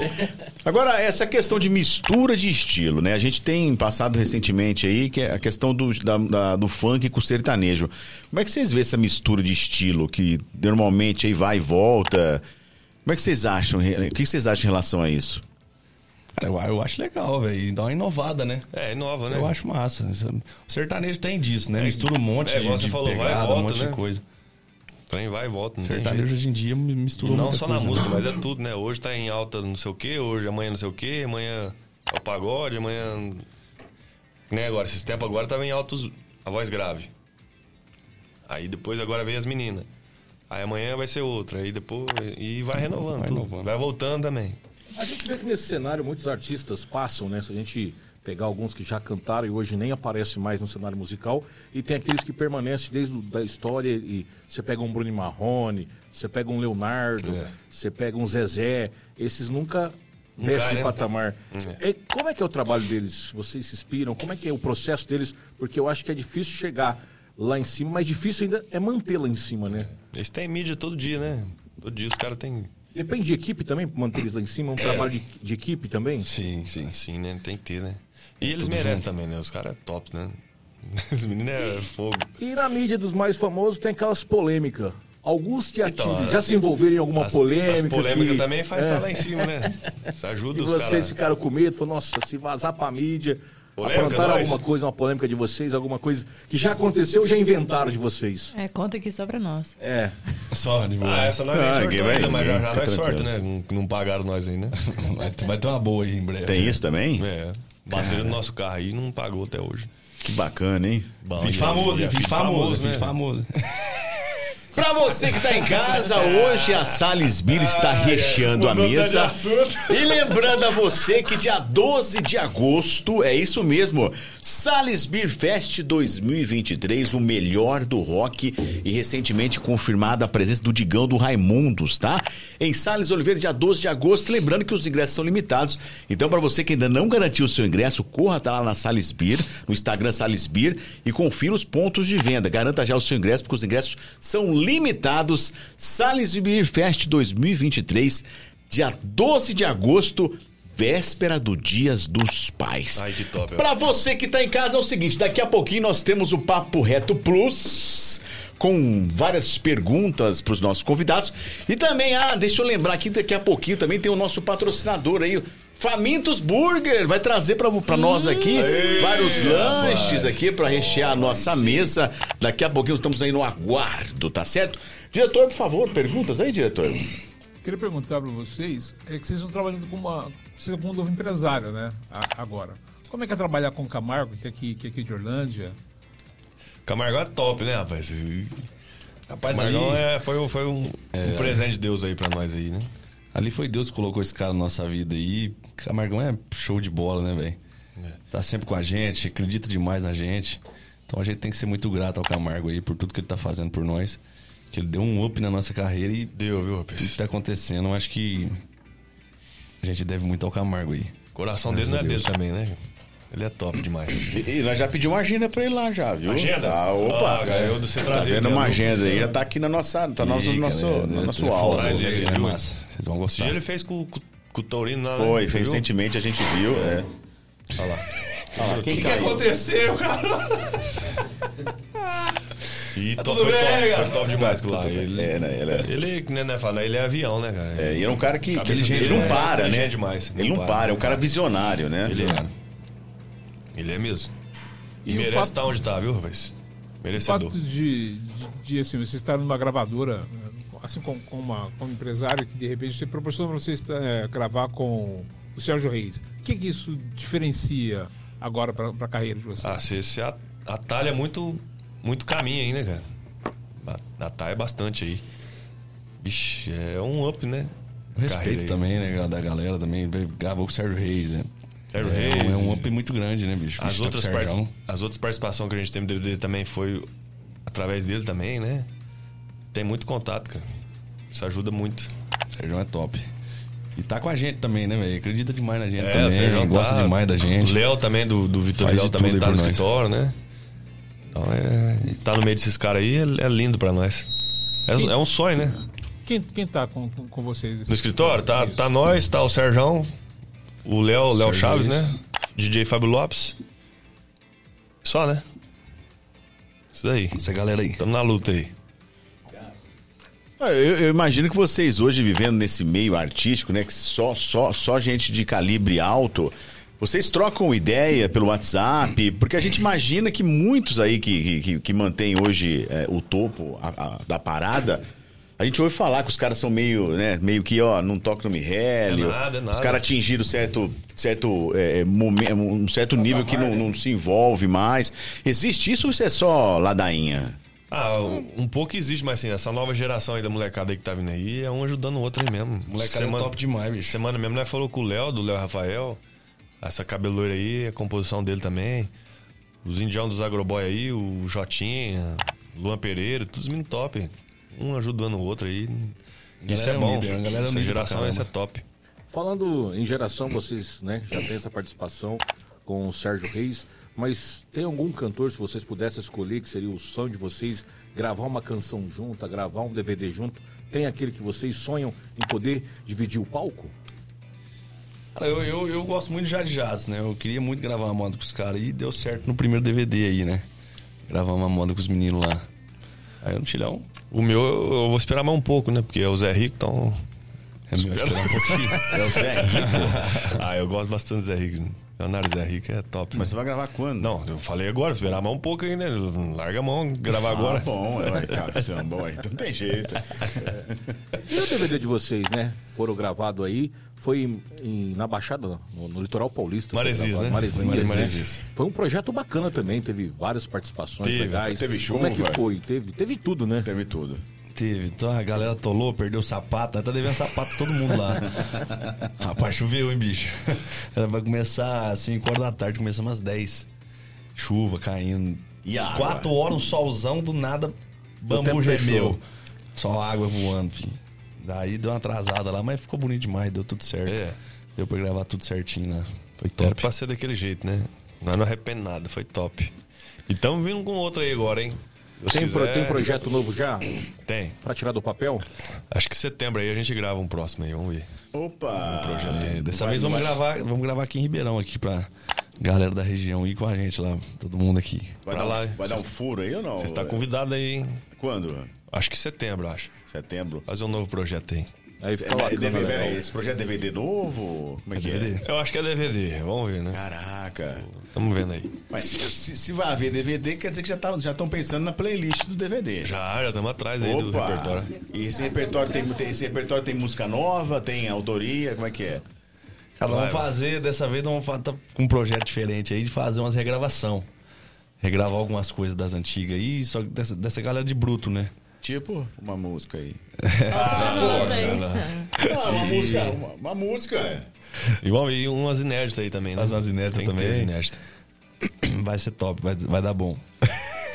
Agora, essa questão de mistura de estilo, né? A gente tem passado recentemente aí que é a questão do, da- da- do funk com o sertanejo. Como é que vocês veem essa mistura de estilo que normalmente aí vai e volta? Como é que vocês acham? O que vocês acham em relação a isso?
Cara, eu, eu acho legal, velho. Dá uma inovada, né?
É, inova, né?
Eu acho massa. Isso- é, O sertanejo tem disso, né? Mistura um monte
é,
de,
igual você
de
falou, vai e
pegada, um
volta,
monte
né?
de coisa.
Trem vai e volta, não tem jeito.
sertanejo hoje em dia mistura
Não
muita
só
coisa,
na
né?
música, mas é tudo, né? Hoje tá em alta não sei o quê, hoje, amanhã não sei o quê, amanhã é o pagode, amanhã. Né, agora, esses tempos agora tava em altos. A voz grave. Aí depois agora vem as meninas. Aí amanhã vai ser outra. Aí depois. E vai renovando.
Vai
tudo.
renovando.
vai voltando também.
A gente vê que nesse cenário muitos artistas passam, né? Se a gente pegar alguns que já cantaram e hoje nem aparecem mais no cenário musical, e tem aqueles que permanecem desde o- da história, e você pega um Bruno Marrone, você pega um Leonardo, você pega um Zezé, esses nunca descem de
né?
patamar. E como é que é o trabalho deles? Vocês se inspiram? Como é que é o processo deles? Porque eu acho que é difícil chegar lá em cima, mas difícil ainda é manter lá em cima, né?
Eles têm mídia todo dia, né? Todo dia os caras têm.
Depende de equipe também, manter eles lá em cima, é um trabalho de, de equipe também?
Sim, sim. Assim, né? Tem que ter, né? E eles merecem também, né? Os caras é top, né? Os meninos é fogo.
E na mídia dos mais famosos tem aquelas polêmicas. Alguns que
Então,
atingem,
as-
já se envolveram em alguma
As-
polêmica.
As polêmicas
que-
também faz
é,
estar lá em cima, né? Isso
E
ajuda os
vocês
caras.
ficaram com medo, falaram, nossa, se vazar pra mídia,
Polêmica,
aprontaram
nós.
alguma coisa, uma polêmica de vocês, alguma coisa que já aconteceu, já inventaram de vocês.
É, conta aqui só pra nós.
É.
Só, de boa.
Ah, essa nós nem
Ah,
sortou
ninguém vai-
ainda, mas já,
ninguém
já
fica
nós sorte, né?
tranquilo.
Não- Não pagaram nós ainda.
Vai, ter- vai ter uma boa aí em breve.
Tem isso também?
É. Bateram no nosso carro aí e não pagou até hoje.
Que bacana, hein?
Fiz famoso, hein? é. Fiz famoso,
né?
fiz famoso.
Pra você que tá em casa, hoje a Salisbury está recheando a
mudou até de
mesa.
assunto.
E lembrando a você que dia 12 de agosto, é isso mesmo, Salisbury Fest 2023, o melhor do rock e recentemente confirmada a presença do Digão do Raimundos, tá? Em Sales Oliveira, dia 12 de agosto, lembrando que os ingressos são limitados, então pra você que ainda não garantiu o seu ingresso, corra tá lá na Salisbury, no Instagram Salisbury e confira os pontos de venda, garanta já o seu ingresso, porque os ingressos são limitados, Salisbury Fest 2023, dia 12 de agosto, véspera do Dias dos Pais.
Ai, que top, ó.
Pra você que tá em casa é o seguinte, daqui a pouquinho nós temos o Papo Reto Plus com várias perguntas pros nossos convidados e também, ah, deixa eu lembrar aqui, daqui a pouquinho também tem o nosso patrocinador aí, o Famintos Burger, vai trazer pra pra nós aqui vários lanches aqui pra rechear a nossa mesa. Daqui a pouquinho estamos aí no aguardo, tá certo? Diretor, por favor, perguntas aí, diretor.
Queria perguntar para vocês, é que vocês estão trabalhando com uma, vocês com um novo empresário, né? a- agora. Como é que é trabalhar com o Camargo, que é aqui, que é aqui de Orlândia?
Camargo é top, né, rapaz?
Rapaz, ali,
Camargão é, foi, foi um, um presente de Deus aí pra nós aí, né?
É, ali foi Deus que colocou esse cara na nossa vida aí. Camargão é show de bola, né, velho?
É.
Tá sempre com a gente, acredita demais na gente. Então a gente tem que ser muito grato ao Camargo aí por tudo que ele tá fazendo por nós. Que ele deu um up na nossa carreira e
Deu, viu,
tudo
rapaz?
que tá acontecendo, eu acho que a gente deve muito ao Camargo aí.
O coração dele não é
Graças a
dele
Deus.
também, né? Ele é top demais.
E, e nós já pedimos uma agenda pra ele lá já, viu?
Agenda?
Ah, opa!
Ah, ganhou do né? você
Tá
trazer
vendo
aqui,
uma
ó.
agenda aí, já tá aqui na nossa, tá no nosso,
Ih,
nosso,
cara,
no
é,
nosso
é,
alvo.
traz ele,
É
viu?
massa.
Vocês vão gostar. Esse dia ele fez com, com- com o Taurino lá, né?
Foi,
Você
foi,
viu?
recentemente a gente viu, é.
O que, que aconteceu, cara?
Tá
E top,
tudo
foi,
bem,
né,
top,
cara?
foi top demais, claro. Ele,
É, né? Ele é-
ele, né, né, fala, ele é avião, né, cara?
É, e era um cara que, que
Cabeça
ele,
dele
ele não
é
para, né?
inteligente demais,
Ele não para, é um cara visionário, né?
Ele é. Ele é mesmo. E,
E o
merece
fato-
estar onde tá, viu, rapaz?
O
Merecedor.
fato de, de, de, assim, você estar numa gravadora, eh, assim como com uma, com um empresário que de repente você proporciona para você estar, eh, gravar com o Sérgio Reis. O que, que isso diferencia agora para a carreira de você?
Ah, você, você a- atalha muito, muito caminho ainda, cara. A- Atalha bastante aí. Vixe, é um up, né? Carreira
Respeito
aí.
também, né, da galera também. Gravou com o Sérgio Reis, né?
Sérgio
é,
Reis.
um- É um up muito grande, né, bicho?
As
Bicho, tá
outras,
com o Sérgio.
parti- as outras participações que a gente teve no DVD também foi através dele também, né? Tem muito contato, cara. Isso ajuda muito.
Sérgio é top. E tá com a gente também, né, velho? Acredita demais na gente
É, o Sérgio
também. Gosta
tá-
demais da gente.
O Léo também, do, do Vitor
Faz de
Léo, também
tudo aí
tá
por
no
nós.
escritório, né? Então é. e Tá no meio desses caras aí é, é lindo pra nós. É, é um sonho, né?
Quem, quem tá com, com, com vocês?
No escritório, tá, tá nós, tá o Sérgio, o Léo, o Léo
Sérgio
Chaves,
Luiz.
né? DJ Fábio Lopes. Só, né? Isso daí.
Essa galera aí.
Tamo na luta aí.
Ah, Eu, eu imagino que vocês hoje vivendo nesse meio artístico, né, que só só só gente de calibre alto, vocês trocam ideia pelo WhatsApp, porque a gente imagina que muitos aí que que, que- que mantém hoje é, o topo a- a- da parada a gente ouve falar que os caras são meio, né, meio que, ó, não toca no Mirélio.
É nada, é nada.
Os caras atingiram certo, certo é, momen- um certo nível que
né?
não, não se envolve mais. Existe isso ou isso é só ladainha?
Ah, um pouco existe, mas assim, essa nova geração aí da molecada aí que tá vindo aí é um ajudando o outro aí mesmo.
Molecada é top demais, bicho.
Semana mesmo, nós falou com o Léo, do Léo Rafael. Essa cabeloira aí, a composição dele também. Os indianos dos agroboy aí, o Jotinha, Luan Pereira, todos os meninos top. Um ajudando o outro aí. Isso é
Galera
bom.
unida, a galera
essa
unida
geração
pra
essa é
caramba.
top.
Falando em geração, vocês né, já têm essa participação com o Sérgio Reis, mas tem algum cantor, se vocês pudessem escolher, que seria o sonho de vocês gravar uma canção junta, gravar um DVD junto? Tem aquele que vocês sonham em poder dividir o palco?
Cara, eu, eu, eu gosto muito já de jazz, né? Eu queria muito gravar uma moda com os caras e deu certo no primeiro DVD aí, né? Gravar uma moda com os meninos lá. Aí no Chilão.
O meu, eu eu vou esperar mais um pouco, né? Porque é o Zé Rico, então.
É meu esperar um pouquinho.
É o Zé Rico.
Ah, eu gosto bastante do Zé Rico. Leonardo Zé Rico é top.
Mas você vai gravar quando?
Não, eu falei agora, esperar mais um pouco ainda. Larga a mão, gravar agora.
Ah, bom, é, ué, cara, bom, então não tem jeito.
E o DVD de vocês, né? Foram gravado aí, foi em- em- na Baixada, no, no litoral paulista. foi
Maresias,
gravado.
né?
Maresias,
Foi em
né?
Maresias.
Foi um projeto bacana também, teve várias participações
Teve,
legais.
teve
Como é que
chuva.
foi? Teve, teve tudo, né?
Teve tudo.
Teve. Então a galera tolou, perdeu o sapato. né? Tá devendo sapato pra todo mundo lá. Rapaz, choveu, hein, bicho? Ela vai começar às 5 horas da tarde, começa umas 10. Chuva caindo.
E água?
4 horas, um solzão, do nada,
tempo
bambu
fechou.
gemeu. Só água voando, filho. Daí deu uma atrasada lá, mas ficou bonito demais, deu tudo certo.
É.
Deu pra gravar tudo certinho lá. Foi
Era
top.
pra ser daquele jeito, né? Nós não arrepende nada, foi top. E tamo vindo com outro aí agora, hein? Se
Tem, pro-
quiser,
tem projeto novo já
Tem.
pra tirar do papel?
Acho que setembro aí a gente grava um próximo aí, vamos ver. Um
Opa!
É, dessa vez vamos gravar, vamos gravar aqui em Ribeirão, aqui pra galera da região ir com a gente lá, todo mundo aqui.
Vai,
Pra
dar, um-
lá.
vai dar um furo aí ou não?
Você tá está convidado aí, hein?
Quando?
Acho que setembro, É, acho.
Setembro.
Fazer um novo projeto aí.
Aí fica bacana,
DVD,
né?
peraí, esse projeto é DVD novo? Como é que é?
Eu acho que é DVD, vamos ver, né?
Caraca.
Tamo vendo aí.
Mas se, se- se vai haver DVD, quer dizer que já estão pensando na playlist do DVD.
Já, já estamos atrás aí do
Opa!
repertório.
E esse repertório tem, tem- esse repertório tem música nova, tem autoria, como é que é?
Cara,
Vai,
vamos fazer, dessa vez nós vamos fa- tá com um projeto diferente aí de fazer umas regravação. Regravar algumas coisas das antigas aí, só que dessa, dessa galera de bruto, né?
Tipo, uma música aí.
Ah, tá,
Ah, né?
Ah, uma música.
Uma, uma música, é.
E vamos ver umas inéditas aí também, né?
Faz umas inéditas
Tem que ter
também.
as inéditas.
Vai ser top, vai, vai dar bom.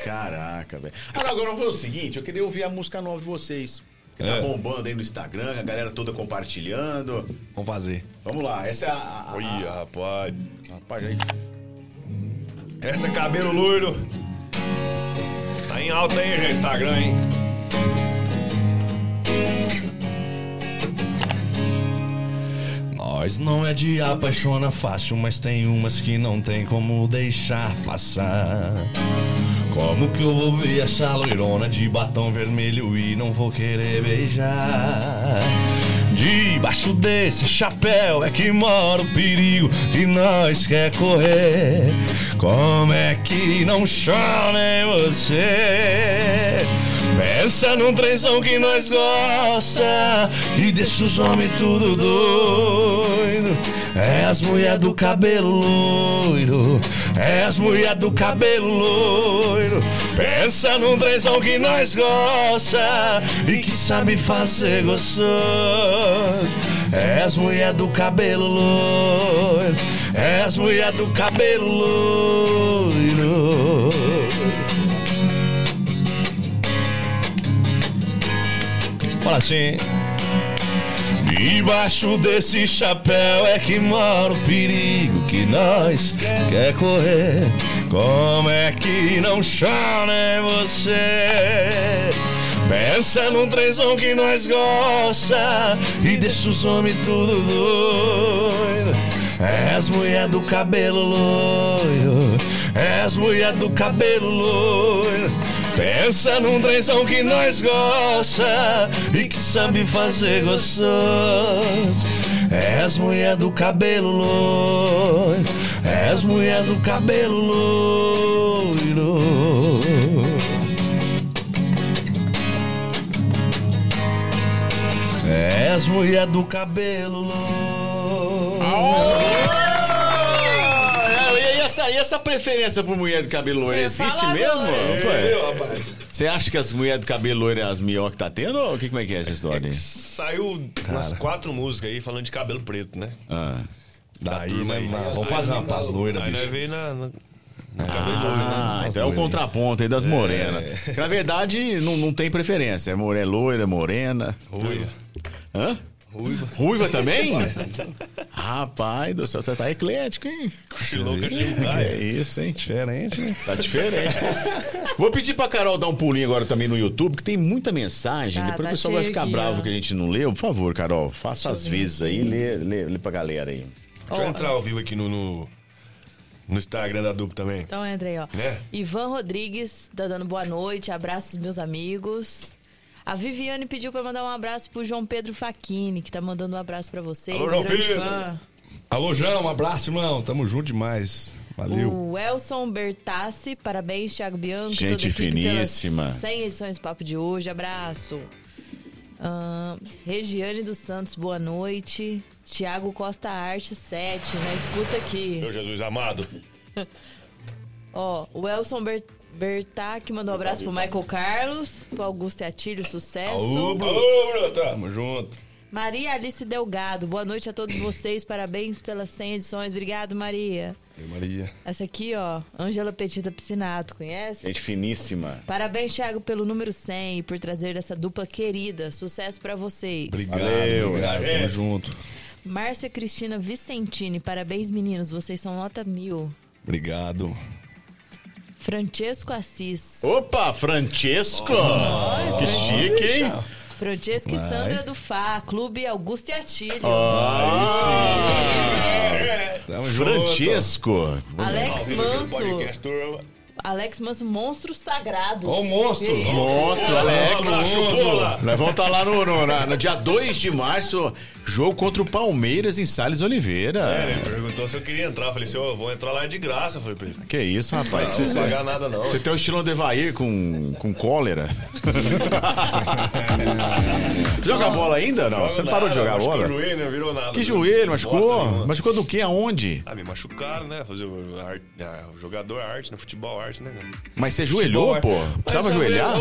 Caraca, velho. Agora, agora vamos fazer o seguinte, eu queria ouvir a música nova de vocês. Que tá
É.
bombando aí no Instagram, a galera toda compartilhando.
Vamos fazer.
Vamos lá, essa é a. a- a-
Ih, Ah. rapaz.
Rapaz, aí.
Essa é cabelo loiro. Tá em alta aí no Instagram, hein?
Nós não é de apaixona fácil, mas tem umas que não tem como deixar passar. Como que eu vou ver essa loirona de batom vermelho e não vou querer beijar? Debaixo desse chapéu é que mora o perigo que nós quer correr. Como é que não chora em você? Pensa num trenzão que nós gosta E deixa os homens tudo doido É as mulher do cabelo loiro É as mulher do cabelo loiro Pensa num trenzão que nós gosta E que sabe fazer gostoso É as mulher do cabelo loiro É as mulher do cabelo loiro Fala assim. Debaixo desse chapéu é que mora o perigo que nós quer correr. Como é que não chora em você? Pensa num trenzão que nós gosta e deixa os homens tudo doido. É as mulher do cabelo loiro, é as mulher do cabelo loiro. Pensa num trenzão que nós gosta e que sabe fazer gostoso. É as mulher do cabelo loiro, é as mulher do cabelo loiro. É as mulher do cabelo loiro.
Ah, E essa, e essa preferência por mulher de cabelo loiro existe
falar
mesmo?
agora.
Pô, Você acha que as mulheres de cabelo loiro é as melhores que tá tendo? Ou que, como é que é essa história?
Saiu umas quatro músicas aí falando de cabelo preto, né?
Ah,
Daí, é
né, mano? Vamos fazer uma paz loira,
Aí é nós
bicho.
veio na... na- né?
Ah, então é o contraponto aí das morenas. Que, Na verdade, não, não tem preferência. É more- é loira, morena.
Ruiva.
Hã? Ruiva. também? Rapaz do céu, você tá eclético, hein?
Se louca
Que
de
é isso, hein?
Diferente, né?
Tá diferente. Vou pedir pra Carol dar um pulinho agora também no YouTube, que tem muita mensagem.
Tá,
Depois
tá
o pessoal vai
cheio
ficar
aqui,
bravo
ó.
que a gente não leu. Por favor, Carol, faça as vezes aí, lê, lê, lê pra galera aí.
Deixa eu entrar ao vivo aqui no, no, no Instagram da dupla também.
Então entra aí, ó.
Né?
Ivan Rodrigues tá dando boa noite, abraços meus amigos. A Viviane pediu pra mandar um abraço pro João Pedro Faquini, que tá mandando um abraço pra vocês.
Alô, João
grande
Pedro.
fã.
Alô, Jão, um abraço, irmão. Tamo junto demais. Valeu.
O Elson Bertassi, parabéns, Thiago Bianco.
Gente
toda a equipe
finíssima.
pelas 100 edições do Papo de hoje, abraço. Ahn, Regiane dos Santos, boa noite. Tiago Costa Arte 7, na escuta aqui.
Meu Jesus amado.
Ó, o Elson Ber Bertac mandou um abraço pro Michael Carlos, pro Augusto e Atílio,
Ô,
sucesso.
Bruno, tamo junto.
Maria Alice Delgado, boa noite a todos vocês, parabéns pelas 100 edições. Obrigado, Maria.
Oi, Maria.
Essa aqui, ó, Ângela Petita Piscinato, conhece?
Gente finíssima.
Parabéns, Thiago, pelo número 100 e por trazer essa dupla querida. Sucesso pra vocês.
Obrigado,
Valeu,
obrigado.
é.
Tamo junto.
Márcia Cristina Vicentini, parabéns, meninos, vocês são nota mil.
Obrigado.
Francesco Assis.
Opa, Francesco! que chique, hein?
Francesca e Sandra do Fá, Clube Augusto e Atílio.
Tamo
Francesco!
Alex Manso.
Podcast, turma.
Alex Manso, Monstros Sagrados.
Ó o monstro.
Que isso?
Monstro, Alex!
Chupola.
Nós vamos estar lá no, no- na- no dia 2 de março, jogo contra o Palmeiras em Salles
É,
Oliveira.
É, Ele perguntou se eu queria entrar. Eu falei assim, ó, eu vou entrar lá de graça. Eu falei pra ele,
Que isso, rapaz?
não
Você
vou pagar nada não.
você tem o estilo do Evair com, com cólera? Joga bola ainda? Não, você não parou de jogar
Machucou
bola?
o joelho, não virou nada.
Que joelho,
Bosta
machucou?
nenhuma.
Machucou do que? Aonde?
Ah, me machucaram, né? Fazer o, arte, ah, o jogador é arte, no futebol é arte, né?
Mas você ajoelhou,
é-
pô? Precisava ajoelhar?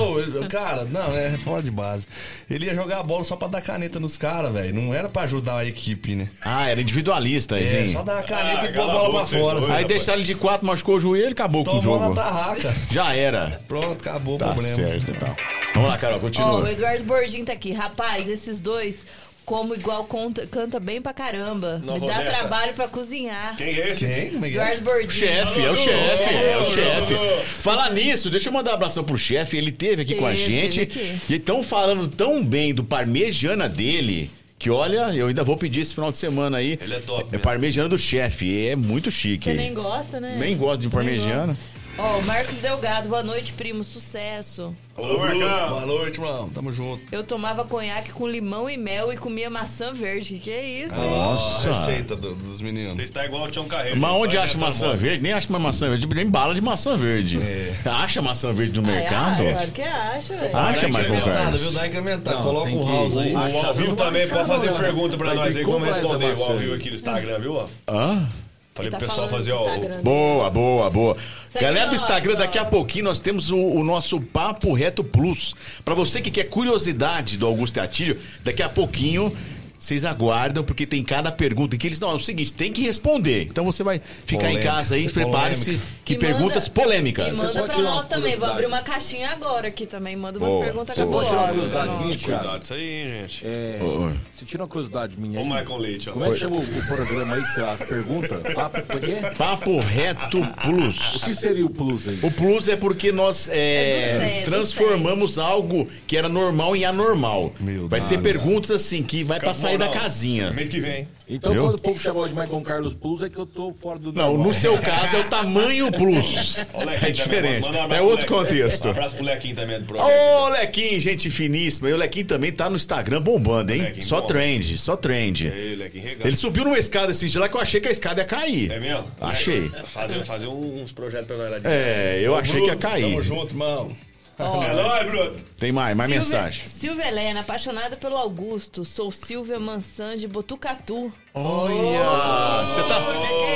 Cara, não, é fora de base. Ele ia jogar a bola só pra dar caneta nos caras, velho. Não era pra ajudar a equipe, né?
Ah, era individualista,
É,
hein?
só dar a caneta
Ah,
e pôr a
cala a
bola pra fora.
boca, vocês dois.
Aí
Aí deixaram ele de quatro, machucou o joelho, acabou com o
tomou na
jogo.
tarraca.
Já era.
Pronto, acabou o
Tá
problema.
certo, então. Vamos lá, Carol,
Ó, o
continua.
Eduardo Bordim tá aqui. Rapaz, esses dois como igual conta- canta bem pra caramba.
Não
Me
vou
dá
nessa.
trabalho pra cozinhar.
Quem é esse? Quem?
Eduardo Bordinho.
Chefe, é o chefe, é o chefe. Falar nisso, deixa eu mandar um abração pro chefe. Ele teve aqui com a
Teve,
gente.
teve aqui.
E estão falando tão bem do parmegiana dele. Que olha, eu ainda vou pedir esse final de semana aí.
Ele é top
É
mesmo.
parmegiana do chefe, é muito chique.
Você nem gosta, né?
Nem gosto de
Nem
parmegiana.
gosto. Ó, o Marcos Delgado, boa noite, primo. Sucesso.
Ô, Bruno, boa noite, mano. Tamo junto.
Eu tomava conhaque com limão e mel e comia maçã verde. Que, que é isso?
Ah, Nossa.
A receita do- dos meninos.
Você está igual o Tião Carreiro.
Mas
só
onde acha
inventando
maçã
moda.
verde? Nem acha mais maçã verde, nem bala de maçã verde.
É.
Acha maçã verde no
Ah, é,
mercado?
ah, claro que acha, velho.
Acha,
Dá
Michael
incrementada,
Carlos?
viu? Dá incrementado.
Ah,
Não,
Coloca
tem
o
que-
house aí.
o-
O ao
achar-
vivo
não
também.
vai
Pode fazer
achar, não,
pergunta pra
vai
nós
ter
aí.
que
Como
comprar essa
responder o ao
maçã.
vivo aqui no Instagram, viu? ó?
Hã?
Falei
Tá
pro pessoal
falando do
fazer, ó.
Instagram.
Boa, boa, boa.
Segue
Galera do
nós,
Instagram,
ó.
daqui a pouquinho nós temos o, o nosso Papo Reto Plus. Pra você que quer curiosidade do Augusto e Atílio, daqui a pouquinho vocês aguardam, porque tem cada pergunta. E que eles não, é o seguinte, tem que responder. Então você vai ficar em
Polêmica.
casa aí, prepare-se, que
E manda-
perguntas
E
polêmicas.
manda
pode
pra
tirar umas
nós também. Vou
curiosidades.
abrir uma caixinha agora aqui também. Manda umas
Boa,
perguntas
boa.
Pode tirar uma
cabulosas.
curiosidade minha, Thiago?
Cuidado, isso aí, gente.
É,
Oi.
você tira uma curiosidade minha
Ô,
aí.
Michael Leite, ó.
Como é que chama o, o programa aí que você as perguntas? Ah, por quê?
Papo Reto
O que
Plus.
seria o plus aí?
O plus é porque nós é,
É do sério,
transformamos algo que era normal em anormal.
Meu
vai ser
Deus.
perguntas assim que vai pra sair da
Não, não.
casinha.
Mês que vem.
Então,
Viu?
quando o povo chamou de Michael Carlos Plus, é que eu tô fora do.
Não,
normal.
no seu caso é o tamanho plus.
Ó, o
É
Lequinho também,
diferente.
manda um abraço
É
pro
outro
Lequinho.
contexto.
Abraço pro Lequinho também do programa.
Ô, Lequinho, gente finíssima. E o Lequinho também tá no Instagram bombando, hein?
Lequinho
só
bomba.
trend, só trend.
Ei, Lequinho, regala.
Ele subiu numa escada assim de lá que eu achei que a escada ia
É
cair.
mesmo? É,
Achei.
Fazer, fazer um, uns projetos pra nós lá de
É, eu achei que ia cair.
Tamo junto, irmão.
É nóis, Bruto.
Tem mais, mais
Silvia-
mensagem.
Silvia Helena, apaixonada pelo Augusto. Sou Silvia Mansan de Botucatu.
Olha! Você tá,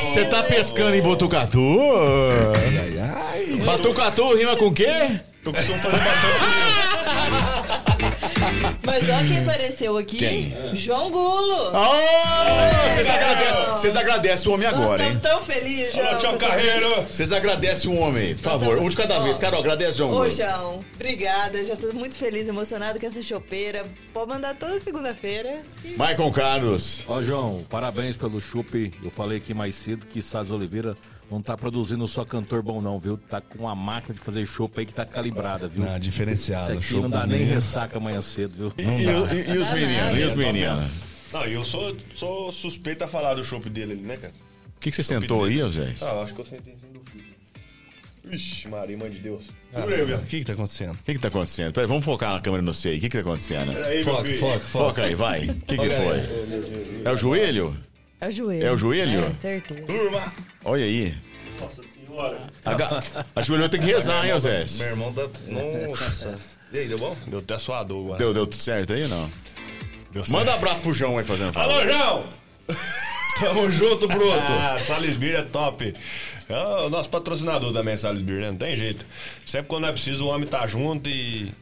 você tá pescando em Botucatu?
Ai, ai.
Botucatu rima com o quê?
Eu costumo fazer bastante.
Mas olha quem apareceu aqui.
Hum. Quem?
João Gulo.
Ah, Vocês agradecem, vocês agradecem o homem
Nós
agora, hein?
é?
estamos tão felizes, João.
Alô, Tião
com essa-
Carreiro.
Vocês agradecem o homem, aí, por favor. Um de cada vez. Carol, agradece, um João.
Ô,
Bruno.
João, obrigada. Já tô muito feliz, emocionada com essa chopeira. Pode mandar toda segunda-feira.
Maicon Carlos.
Ó, João, parabéns pelo chupe. Eu falei aqui mais cedo que Saz Oliveira não tá produzindo só cantor bom, não, viu? Tá com uma máquina de fazer chupe aí que tá calibrada, viu?
Ah,
Isso
diferenciado.
aqui
show
não dá
dos
nem
meninos.
ressaca amanhã cedo, viu? Ah, é, tá
E, e- e os meninos? E os meninos?
Não, e eu sou, sou suspeito a falar do chopp dele ali, né, cara?
O que, que você sentou aí, ô, Zé?
Ah, eu acho que eu sentei em cima do filho. Ixi, Maria, mãe de Deus. Segura aí, meu.
O que que tá acontecendo?
Ah, O que, que tá acontecendo? Peraí, vamos focar na câmera no C aí. O que, que tá acontecendo?
Peraí, meu
Foca,
filho.
foca, foca.
Foca aí, vai. O que, que foi? É o joelho?
É o joelho.
É o joelho? É,
certeza.
Turma.
Olha aí.
Nossa senhora.
Aga... Ajoelhou tem que rezar, hein, ô Zé?
Meu irmão tá. Nossa. E aí, deu bom?
Deu até suador agora.
Deu, deu tudo certo aí ou não?
Deu certo.
Manda abraço pro João aí fazendo favor.
Alô, João!
Tamo junto, Bruto.
Ah, Salisbury é top. É o nosso patrocinador também, Salisbury, né? Não tem jeito. Sempre quando é preciso, o homem tá junto e.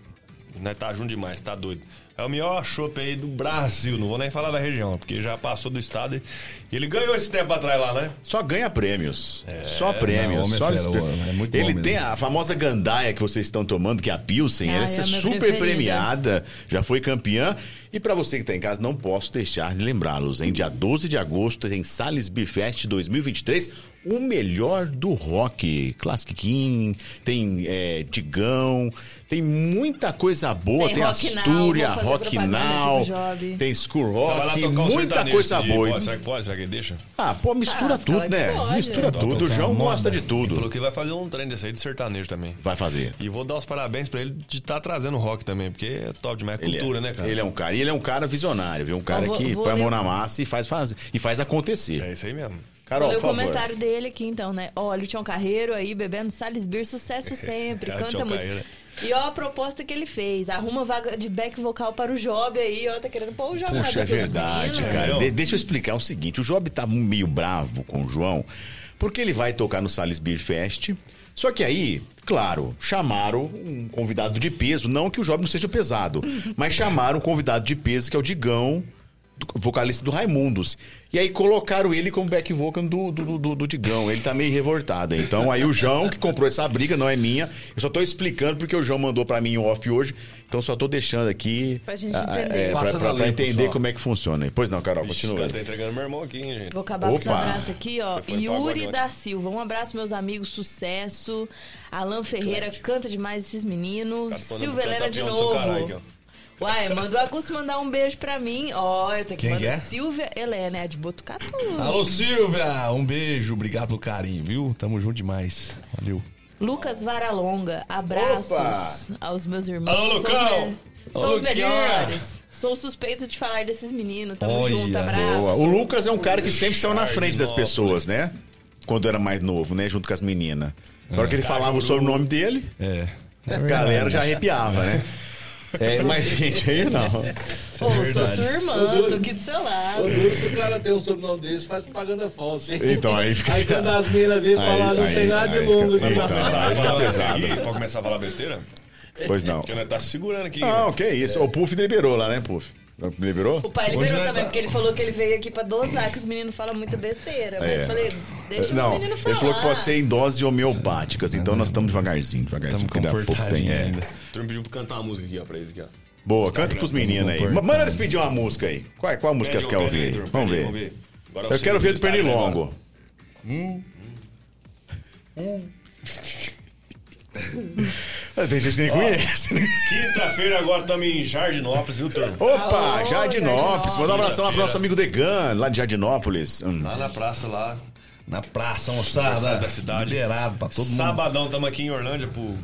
Nós tá junto demais, tá doido. É o melhor chopp aí do Brasil, não vou nem falar da região, porque já passou do estado e e ele ganhou esse tempo atrás lá, né?
Só ganha prêmios. só
não,
prêmios.
homem é
só
fera,
espe-
homem, é muito bom
Ele
mesmo.
tem a famosa gandaia que vocês estão tomando, que é a Pilsen.
Ah,
ela é
é a minha
super
preferida.
premiada, já foi campeã. E pra você que tá em casa, não posso deixar de lembrá-los, hein? Dia 12 de agosto tem Sales Bifest 2023, o melhor do rock. Classic King, tem é, Digão, tem muita coisa boa. Tem,
Tem Rock Now,
Astúria,
vou fazer
Rock
propaganda aqui
Now,
no Job.
tem School
Vai lá
Rock,
tocar um
muita
sertanejo
coisa
esse dia.
boa.
Pode, será que pode? Será que ele deixa?
Ah, pô, mistura
Ah,
tudo,
fala que
né?
pode.
Mistura tudo.
um
O João gosta de
Falou
tudo.
que vai fazer um trem desse aí de sertanejo também.
Vai fazer.
E vou dar os parabéns pra ele de estar trazendo rock também, porque é top demais. É cultura,
ele é,
né, cara?
Ele é um cara. E ele é um cara visionário, viu? Um cara
vou-
que
vou
põe a mão
ler-
na massa e faz, faz, e faz acontecer.
É isso aí mesmo.
Carol,
Vou ler
por
o
favor.
comentário dele aqui, então, né? Olha, o Tião Carreiro aí bebendo Salisbury, sucesso sempre,
É, o
canta
Tião
muito.
Carreiro.
E ó a proposta que ele fez, arruma vaga de back vocal para o Job aí, ó, tá querendo pôr o Job na
Poxa, é
back dos
verdade,
meninos.
cara.
Entendeu?
De- deixa eu explicar é o seguinte: o Job tá meio bravo com o João, porque ele vai tocar no Sales Beer Fest. Só que aí, claro, chamaram um convidado de peso, não que o Job não seja pesado, mas chamaram um convidado de peso que é o Digão. vocalista do Raimundos. E aí colocaram ele como back vocal do, do, do, do Digão. Ele tá meio revoltado. hein? Então aí o João, que comprou essa briga, não é minha. Eu só tô explicando porque o João mandou pra mim em off hoje. Então só tô deixando aqui.
Pra gente
ah,
entender.
É, pra,
Passa
pra-
na
pra
limpo
entender
só.
como é que funciona. hein? Pois não, Carol,
Vixe, Esse
continua.
cara tá entregando meu irmão aqui, hein, gente.
Vou acabar com esse
Opa.
abraço aqui, ó.
Você foi pro
Yuri
agora,
da Silva. Um abraço, meus amigos. Sucesso. Alan Ferreira, canta demais esses meninos.
Cara, falando
Silvia
que
Helena
canta
de
piano do seu
novo.
caralho aqui,
Uai, mandou a Cus mandar um beijo pra mim. Ó, eu tenho que
Quem
mandar.
que é?
Silvia Helena, é de Botucatu.
Alô, Silvia! Um beijo, obrigado pelo carinho, viu? Tamo junto demais. Valeu.
Lucas Varalonga, abraços aos meus irmãos.
Alô,
São os
Lucão!
me-
Ô,
São os
Luquinha!
melhores. Sou suspeito de falar desses meninos. Tamo
Olha,
junto, abraço.
Boa. O Lucas é um cara que sempre saiu na frente das pessoas, né? Quando era mais novo, né? Junto com as meninas. Na hora que ele falava o sobrenome dele,
É.
a galera já arrepiava, né? É, mas gente aí não.
Ô,
É
sou sua irmã, tô aqui do seu lado.
Ô, Deus, se o cara tem um sobrenome desse, faz propaganda falsa, hein?
Então aí fica.
Aí quando as minas vêm falar, não
aí,
tem nada de né?
aí,
longo aqui.
então,
não.
Vai
aí fica
falar besteira
pesado.
aqui? Pode começar a falar besteira?
Pois não.
Porque nós tá se segurando aqui.
Não, que isso. O Puff liberou lá, né, Puff? Liberou?
O pai
é
liberou também, porque ele falou que ele veio aqui pra dosar, que os meninos falam muita besteira. Mas
É.
eu falei, deixa
Não,
os meninos falar.
ele falou que pode ser em doses homeopáticas, então nós estamos devagarzinho, devagarzinho,
Tamo
porque daqui a pouco tem.
comportadinho
é.
ainda.
O Trump pediu pra cantar uma música aqui, ó, pra eles aqui, ó.
Boa, canta pros meninos aí. Ma- Manda eles pedir uma música aí. Qual, qual música
Pede
eles
um,
querem
pede aí,
ouvir?
Trump,
Vamos
pede aí,
ver.
Agora é o
Eu quero ouvir do
segundo destaque, né, agora?
Pernilongo.
hum?
Ah, Tem gente que nem conhece, né?
Quinta-feira agora estamos em Jardinópolis, viu, turma?
Opa,
Alô,
Jardinópolis.
Jardinópolis.
Manda um abração lá pro nosso amigo Degan, lá de Jardinópolis. Hum.
Lá na praça, lá. Na praça,
Aniversário
moçada.
da cidade.
né? Liberado pra todo mundo.
Sabadão estamos aqui em Orlândia pro.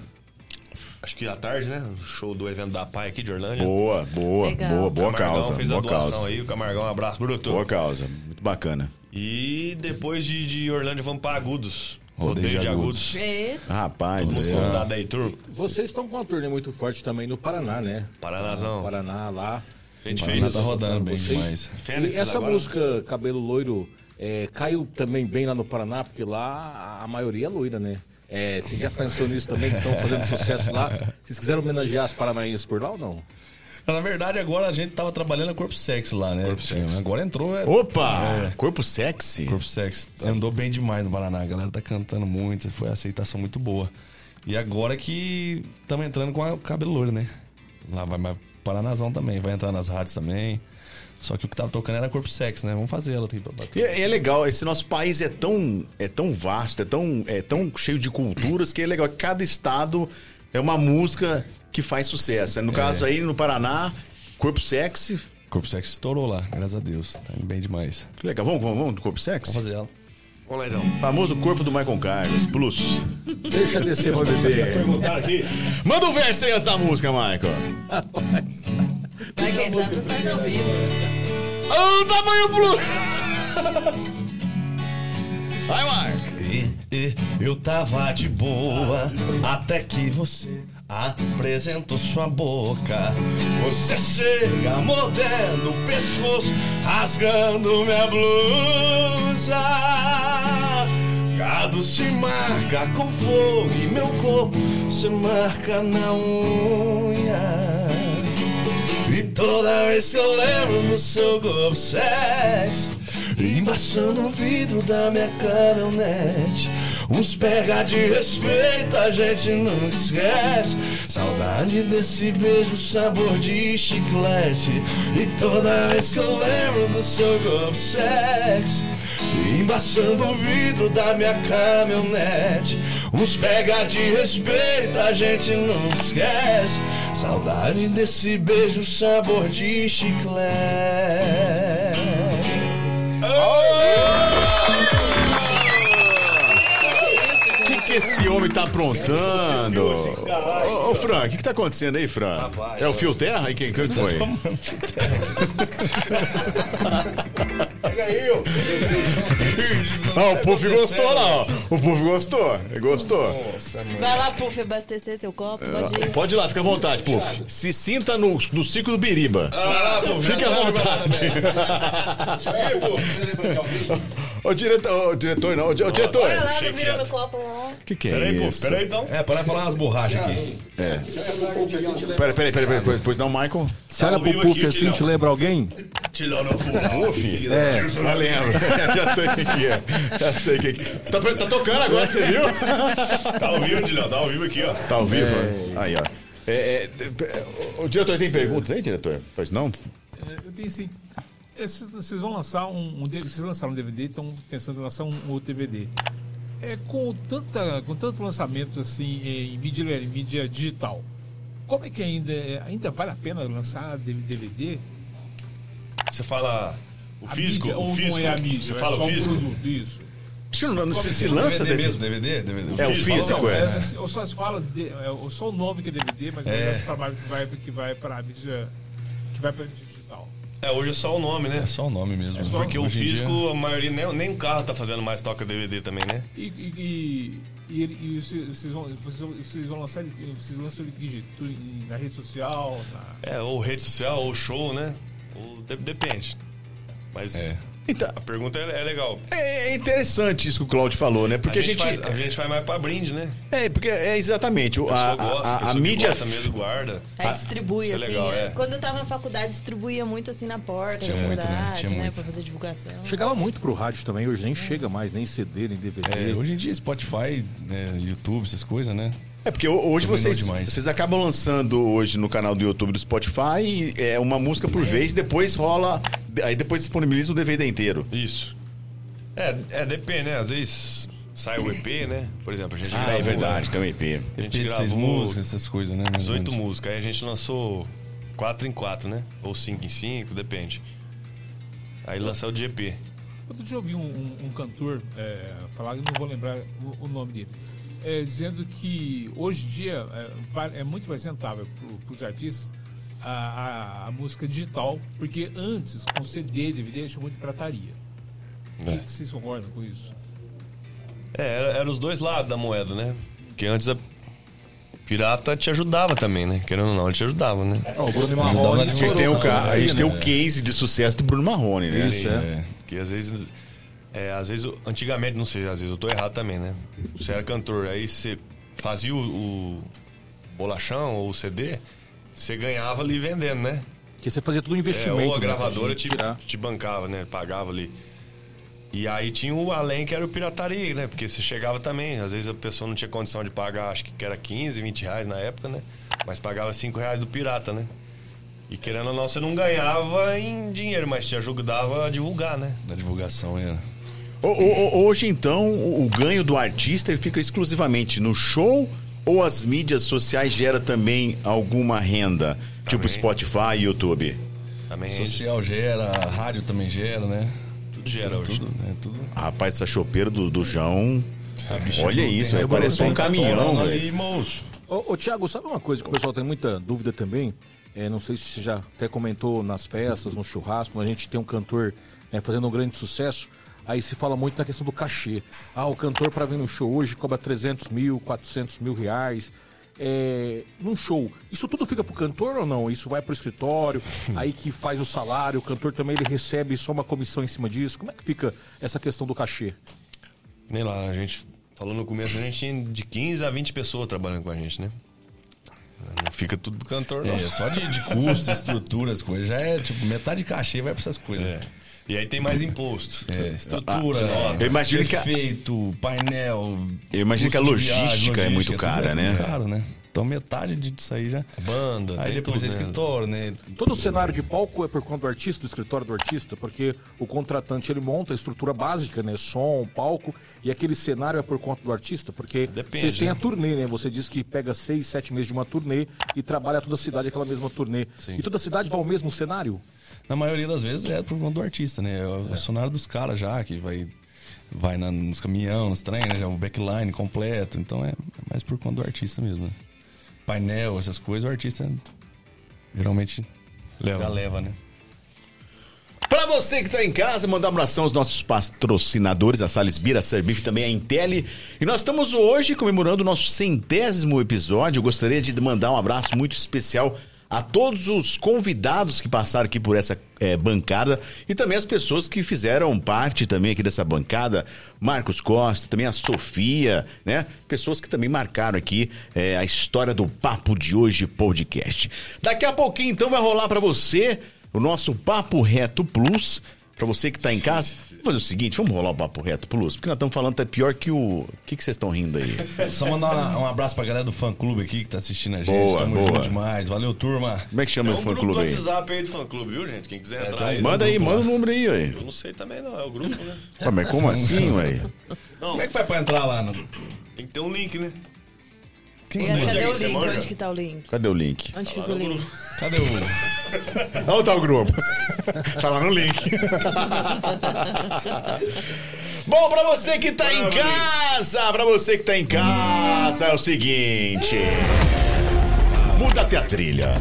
Acho que à tarde, né? O Show do evento da PAI aqui de Orlândia.
Boa, boa,
Legal.
boa, boa
Camargão
causa.
fez a
Boa
doação
causa.
aí, o Camargão, um abraço, Bruto.
Boa causa. Muito bacana.
E depois de, de Orlândia vamos pra Agudos.
Rodeio de
Agudos.
Eita,
Rapaz do
Todo mundo
céu.
convidado aí, turma.
Vocês estão com uma turnê muito forte também no Paraná, né?
Paranazão.
Paraná lá.
A gente
Paraná
fez.
tá rodando bem
Vocês-
demais.
Fênix
e essa
agora.
música Cabelo Loiro é, caiu também bem lá no Paraná, porque lá a maioria é loira, né? É, você já pensou nisso também, que estão fazendo sucesso lá? Vocês quiseram homenagear as paranaenses por lá ou não?
Na verdade, agora a gente tava trabalhando a Corpo Sexy lá, né? Corpo
Sexy.
Agora entrou. É...
Opa! Corpo sexy.
Corpo Sex andou bem demais no Paraná. A galera tá cantando muito, foi uma aceitação muito boa. E agora que estamos entrando com a- o cabelo loiro, né? Lá vai mais Paranazão também, vai entrar nas rádios também. Só que o que tava tocando era Corpo Sex, né? Vamos fazer ela. Tem...
E é e é legal, esse nosso país é tão, é tão vasto, é tão, é tão cheio de culturas que é legal. Cada estado é uma música que faz sucesso. No caso aí, no Paraná, Corpo Sexy.
Corpo Sex estourou lá, graças a Deus. Tá indo bem demais.
Que legal. Vamos, vamos, vamos do Corpo Sexy?
Vamos fazer ela.
Vamos lá então.
Famoso corpo do Michael Carlos, plus.
Deixa descer, meu bebê.
Perguntaram Tá aqui.
Manda um verso aí antes da música, Michael.
vai quem sabe faz ao vivo.
Ô, tamanho plus! Vai, Michael.
E, e eu tava de boa até que você apresentou sua boca. Você chega mordendo o pescoço, rasgando minha blusa. Gado se marca com fogo e meu corpo se marca na unha. E toda vez que eu lembro do seu corpo sexy Embaçando o vidro da minha caminhonete Uns pega de respeito, a gente não esquece Saudade desse beijo, sabor de chiclete E toda vez que eu lembro do seu corpo sexy Embaçando o vidro da minha caminhonete Uns pega de respeito, a gente não esquece Saudade desse beijo, sabor de chiclete
O que, que esse homem tá aprontando? Ô, ô, Fran, o que, que tá acontecendo aí, Fran?
Rapaz,
é o Fio Terra? E quem, quem que foi?
Pega aí, ó.
Ah, o Puff gostou lá, ó. O Puff gostou. Gostou. É,
Vai lá, Puff, abastecer seu copo. Pode ir.
Pode ir lá, fica à vontade, Puff. Se sinta no, no ciclo do Biriba.
Ah,
Fique à
é
vontade. Ô, diretor, ô, diretor, não. Ô, di- ô, diretor.
Vai lá, não vira no copo lá.
O que, que é
Peraí, pô.
isso?
Peraí, então.
É, para de falar umas borrachas aqui.
É. Peraí, peraí, peraí. peraí, Pois não, Michael?
Se olha
Tá ao
pro
vivo
Puff
aqui,
assim,
filhão.
te lembra alguém?
Tilonofumo. Uf,
É.
já lembro. Já sei o que que é. Já sei o que que é. Tá, pre- tá tocando agora, você viu? Tá ao vivo, Dilão. Tá ao vivo aqui, ó. Tá ao vivo? ó. Aí, ó. É, é, é, o diretor tem perguntas aí, diretor? Pois não?
É, Eu pensei, é, vocês vocês vão lançar um, um D- vocês lançaram um DVD, estão pensando em lançar um outro DVD. É com tanta, com tanto lançamento assim em mídia, em mídia digital. Como é que ainda é, ainda vale a pena lançar D- DVD?
Você fala o
A
físico?
mídia,
o
ou não
físico?
é a mídia?
Você
é
fala
só
o físico?
produto, isso. é
Se, não, não, se, se
DVD
lança DVD.
mesmo, DVD? DVD.
É, o físico,
Não,
é.
é, assim, ou só se fala de, é, ou só o nome que é DVD, mas é, o trabalho que vai que vai para a mídia, que vai para digital.
É, hoje é só o nome, né?
É só o nome mesmo.
É só-
Porque o
Hoje em
físico,
dia-
a maioria, nem, nem o carro tá fazendo mais toca DVD também, né?
E, e, e, e ele- e vocês, vocês vão, vocês, vão- vocês vão lançar ele- vocês lançam ele em jeito- em- na rede social, na-
É, ou rede social, ou show, né? Ou de- depende. Mas
É.
Então,
a pergunta é, é legal.
é é interessante isso que o Claudio falou, né? Porque
a, gente faz, a gente faz mais pra brinde, né?
É, porque é exatamente. o-
A
A,
pessoa gosta,
a-
a,
a
pessoa que
mídia.
gosta mesmo guarda.
Aí distribui,
isso é
assim.
legal, é.
Quando eu tava na faculdade, distribuía muito assim na porta,
Tinha
na
muito, né?
faculdade,
Tinha
né?
muito.
Pra fazer divulgação.
Chegava muito pro rádio também, hoje nem chega mais, nem CD, nem DVD.
É, hoje em dia, Spotify, né, YouTube, essas coisas, né?
É porque ho- hoje
Dominou
vocês,
demais.
vocês acabam lançando hoje no canal do YouTube do Spotify e, é uma música por vez, depois rola. Aí depois disponibiliza o DVD inteiro.
Isso. É, é, depende, né? Às vezes sai o EP, né? Por exemplo, a gente
Ah,
gravou-
é verdade, tem um EP.
A gente
Tem seis
gravou
músicas, essas coisas, né? mais ou
18
menos.
músicas. Aí a gente lançou 4 em 4, né? Ou 5 em 5, depende. Aí lançou o de EP.
Outro dia eu ouvi um, um- um cantor é, falar, eu não vou lembrar o, o nome dele, é, dizendo que hoje em dia é, vale- é muito mais rentável para os artistas a, a- a música digital, porque antes, com CD, DVD, tinha muito prataria. O
É.
que que vocês concordam com isso?
É, era, era os dois lados da moeda, né? Porque antes a pirata te ajudava também, né? Querendo ou não, ele te ajudava, né?
Ó, o Bruno
Ajudava
Marrone né?
na
A gente tem, o, ca- a gente tem o
É.
case de sucesso do Bruno Marrone, né?
Isso, é.
É.
Porque às vezes. é, às vezes, antigamente, não sei, às vezes eu tô errado também, né? Você era cantor, aí você fazia o, o bolachão ou o CD, você ganhava ali vendendo, né?
Porque você fazia tudo um
É,
investimento.
ou a
né?
gravadora
Você
te,
tinha que tirar.
te bancava, né? Pagava ali. E aí tinha o além que era o pirataria, né? Porque você chegava também. Às vezes a pessoa não tinha condição de pagar, acho que era 15, 20 reais na época, né? Mas pagava 5 reais do pirata, né? E querendo ou não, você não ganhava em dinheiro, mas te ajudava a divulgar, né?
Da divulgação, é.
Ho- ho- ho- Hoje, então, o o ganho do artista ele fica exclusivamente no show ou as mídias sociais gera também alguma renda? Tipo Spotify e YouTube?
Também rende,
Social gera, rádio também gera, né?
tudo gera hoje.
Tudo, né? Tudo.
Rapaz, essa chopeira do, do João. Olha isso, velho,
velho.
parece um caminhão, velho.
ali, moço.
Ô, ô, Thiago, sabe uma coisa que o pessoal tem muita dúvida também? É, não sei se você já até comentou nas festas, no churrasco, quando a gente tem um cantor né, fazendo um grande sucesso, aí se fala muito na questão do cachê. Ah, o cantor para vir no show hoje cobra 300 mil, 400 mil reais. É, num show, isso tudo fica pro cantor ou não? Isso vai pro escritório, aí que faz o salário, o cantor também ele recebe só uma comissão em cima disso. Como é que fica essa questão do cachê?
Nem lá, a gente falou no começo, a gente tinha de 15 a 20 pessoas trabalhando com a gente, né? Não fica tudo pro cantor, não.
É, só de, de custo, estrutura, as coisas. Já é, tipo, metade de cachê vai pra essas coisas.
É. E aí tem mais imposto.
É, estrutura,
Ah, eu imagino que a-
efeito, painel.
Eu imagino que a
custo de viagem,
logística é muito
tudo-
cara,
tudo
né?
caro, né? Então metade de- disso aí já.
Banda,
Aí
tem
depois
tudo,
é
né?
escritório, né?
Todo o cenário de palco é por conta do artista, do escritório do artista, porque o contratante ele monta a estrutura básica, né? Som, palco, e aquele cenário é por conta do artista, porque
Depende,
vocês têm a
né?
turnê, né? Você diz que pega seis, sete meses de uma turnê e trabalha toda a cidade aquela mesma turnê. E toda a cidade vai ao mesmo cenário?
Na maioria das vezes é por conta do artista, né? É o cenário dos caras já, que vai, vai na- nos caminhões, nos trens, né? Já o backline completo. Então é mais por conta do artista mesmo, né? Painel, essas coisas, o artista geralmente já leva, né?
Pra você que tá em casa, mandar um abração aos nossos patrocinadores, a Sales Bira, a Servif, também a Intelli. E nós estamos hoje comemorando o nosso centésimo episódio. Eu gostaria de mandar um abraço muito especial a todos os convidados que passaram aqui por essa eh, bancada e também as pessoas que fizeram parte também aqui dessa bancada. Marcos Costa, também a Sofia, né? Pessoas que também marcaram aqui eh, a história do Papo de Hoje podcast. Daqui a pouquinho, então, vai rolar pra você o nosso Papo Reto Plus. Pra você que tá em casa, vamos fazer o seguinte, vamos rolar o Papo Reto Plus, porque nós estamos falando até pior que o... O que que vocês estão rindo aí?
Só mandar uma- um abraço pra galera do fã clube aqui que tá assistindo a gente.
Boa,
Tamo
boa.
junto demais. Valeu, turma.
Como é que chama
É
o
um grupo
fã-clube
do
aí?
WhatsApp aí do fã-clube, viu, gente? Quem
É,
quiser
tá
entrar aí. um
Manda aí, manda o número aí, ué.
Eu não sei também, não. É o grupo, né?
Ué, mas como assim, ué?
Não,
Como é que vai pra entrar lá? No...
tem que ter um link, né?
E
manda?
cadê o
Você
link?
manda?
Onde que tá o link?
Cadê o link?
Onde fica o
no
link?
Cadê o.
Olha o tal grupo. tá lá no link. Bom, pra você que tá em casa, pra você que tá em casa, é o seguinte. Muda até a trilha.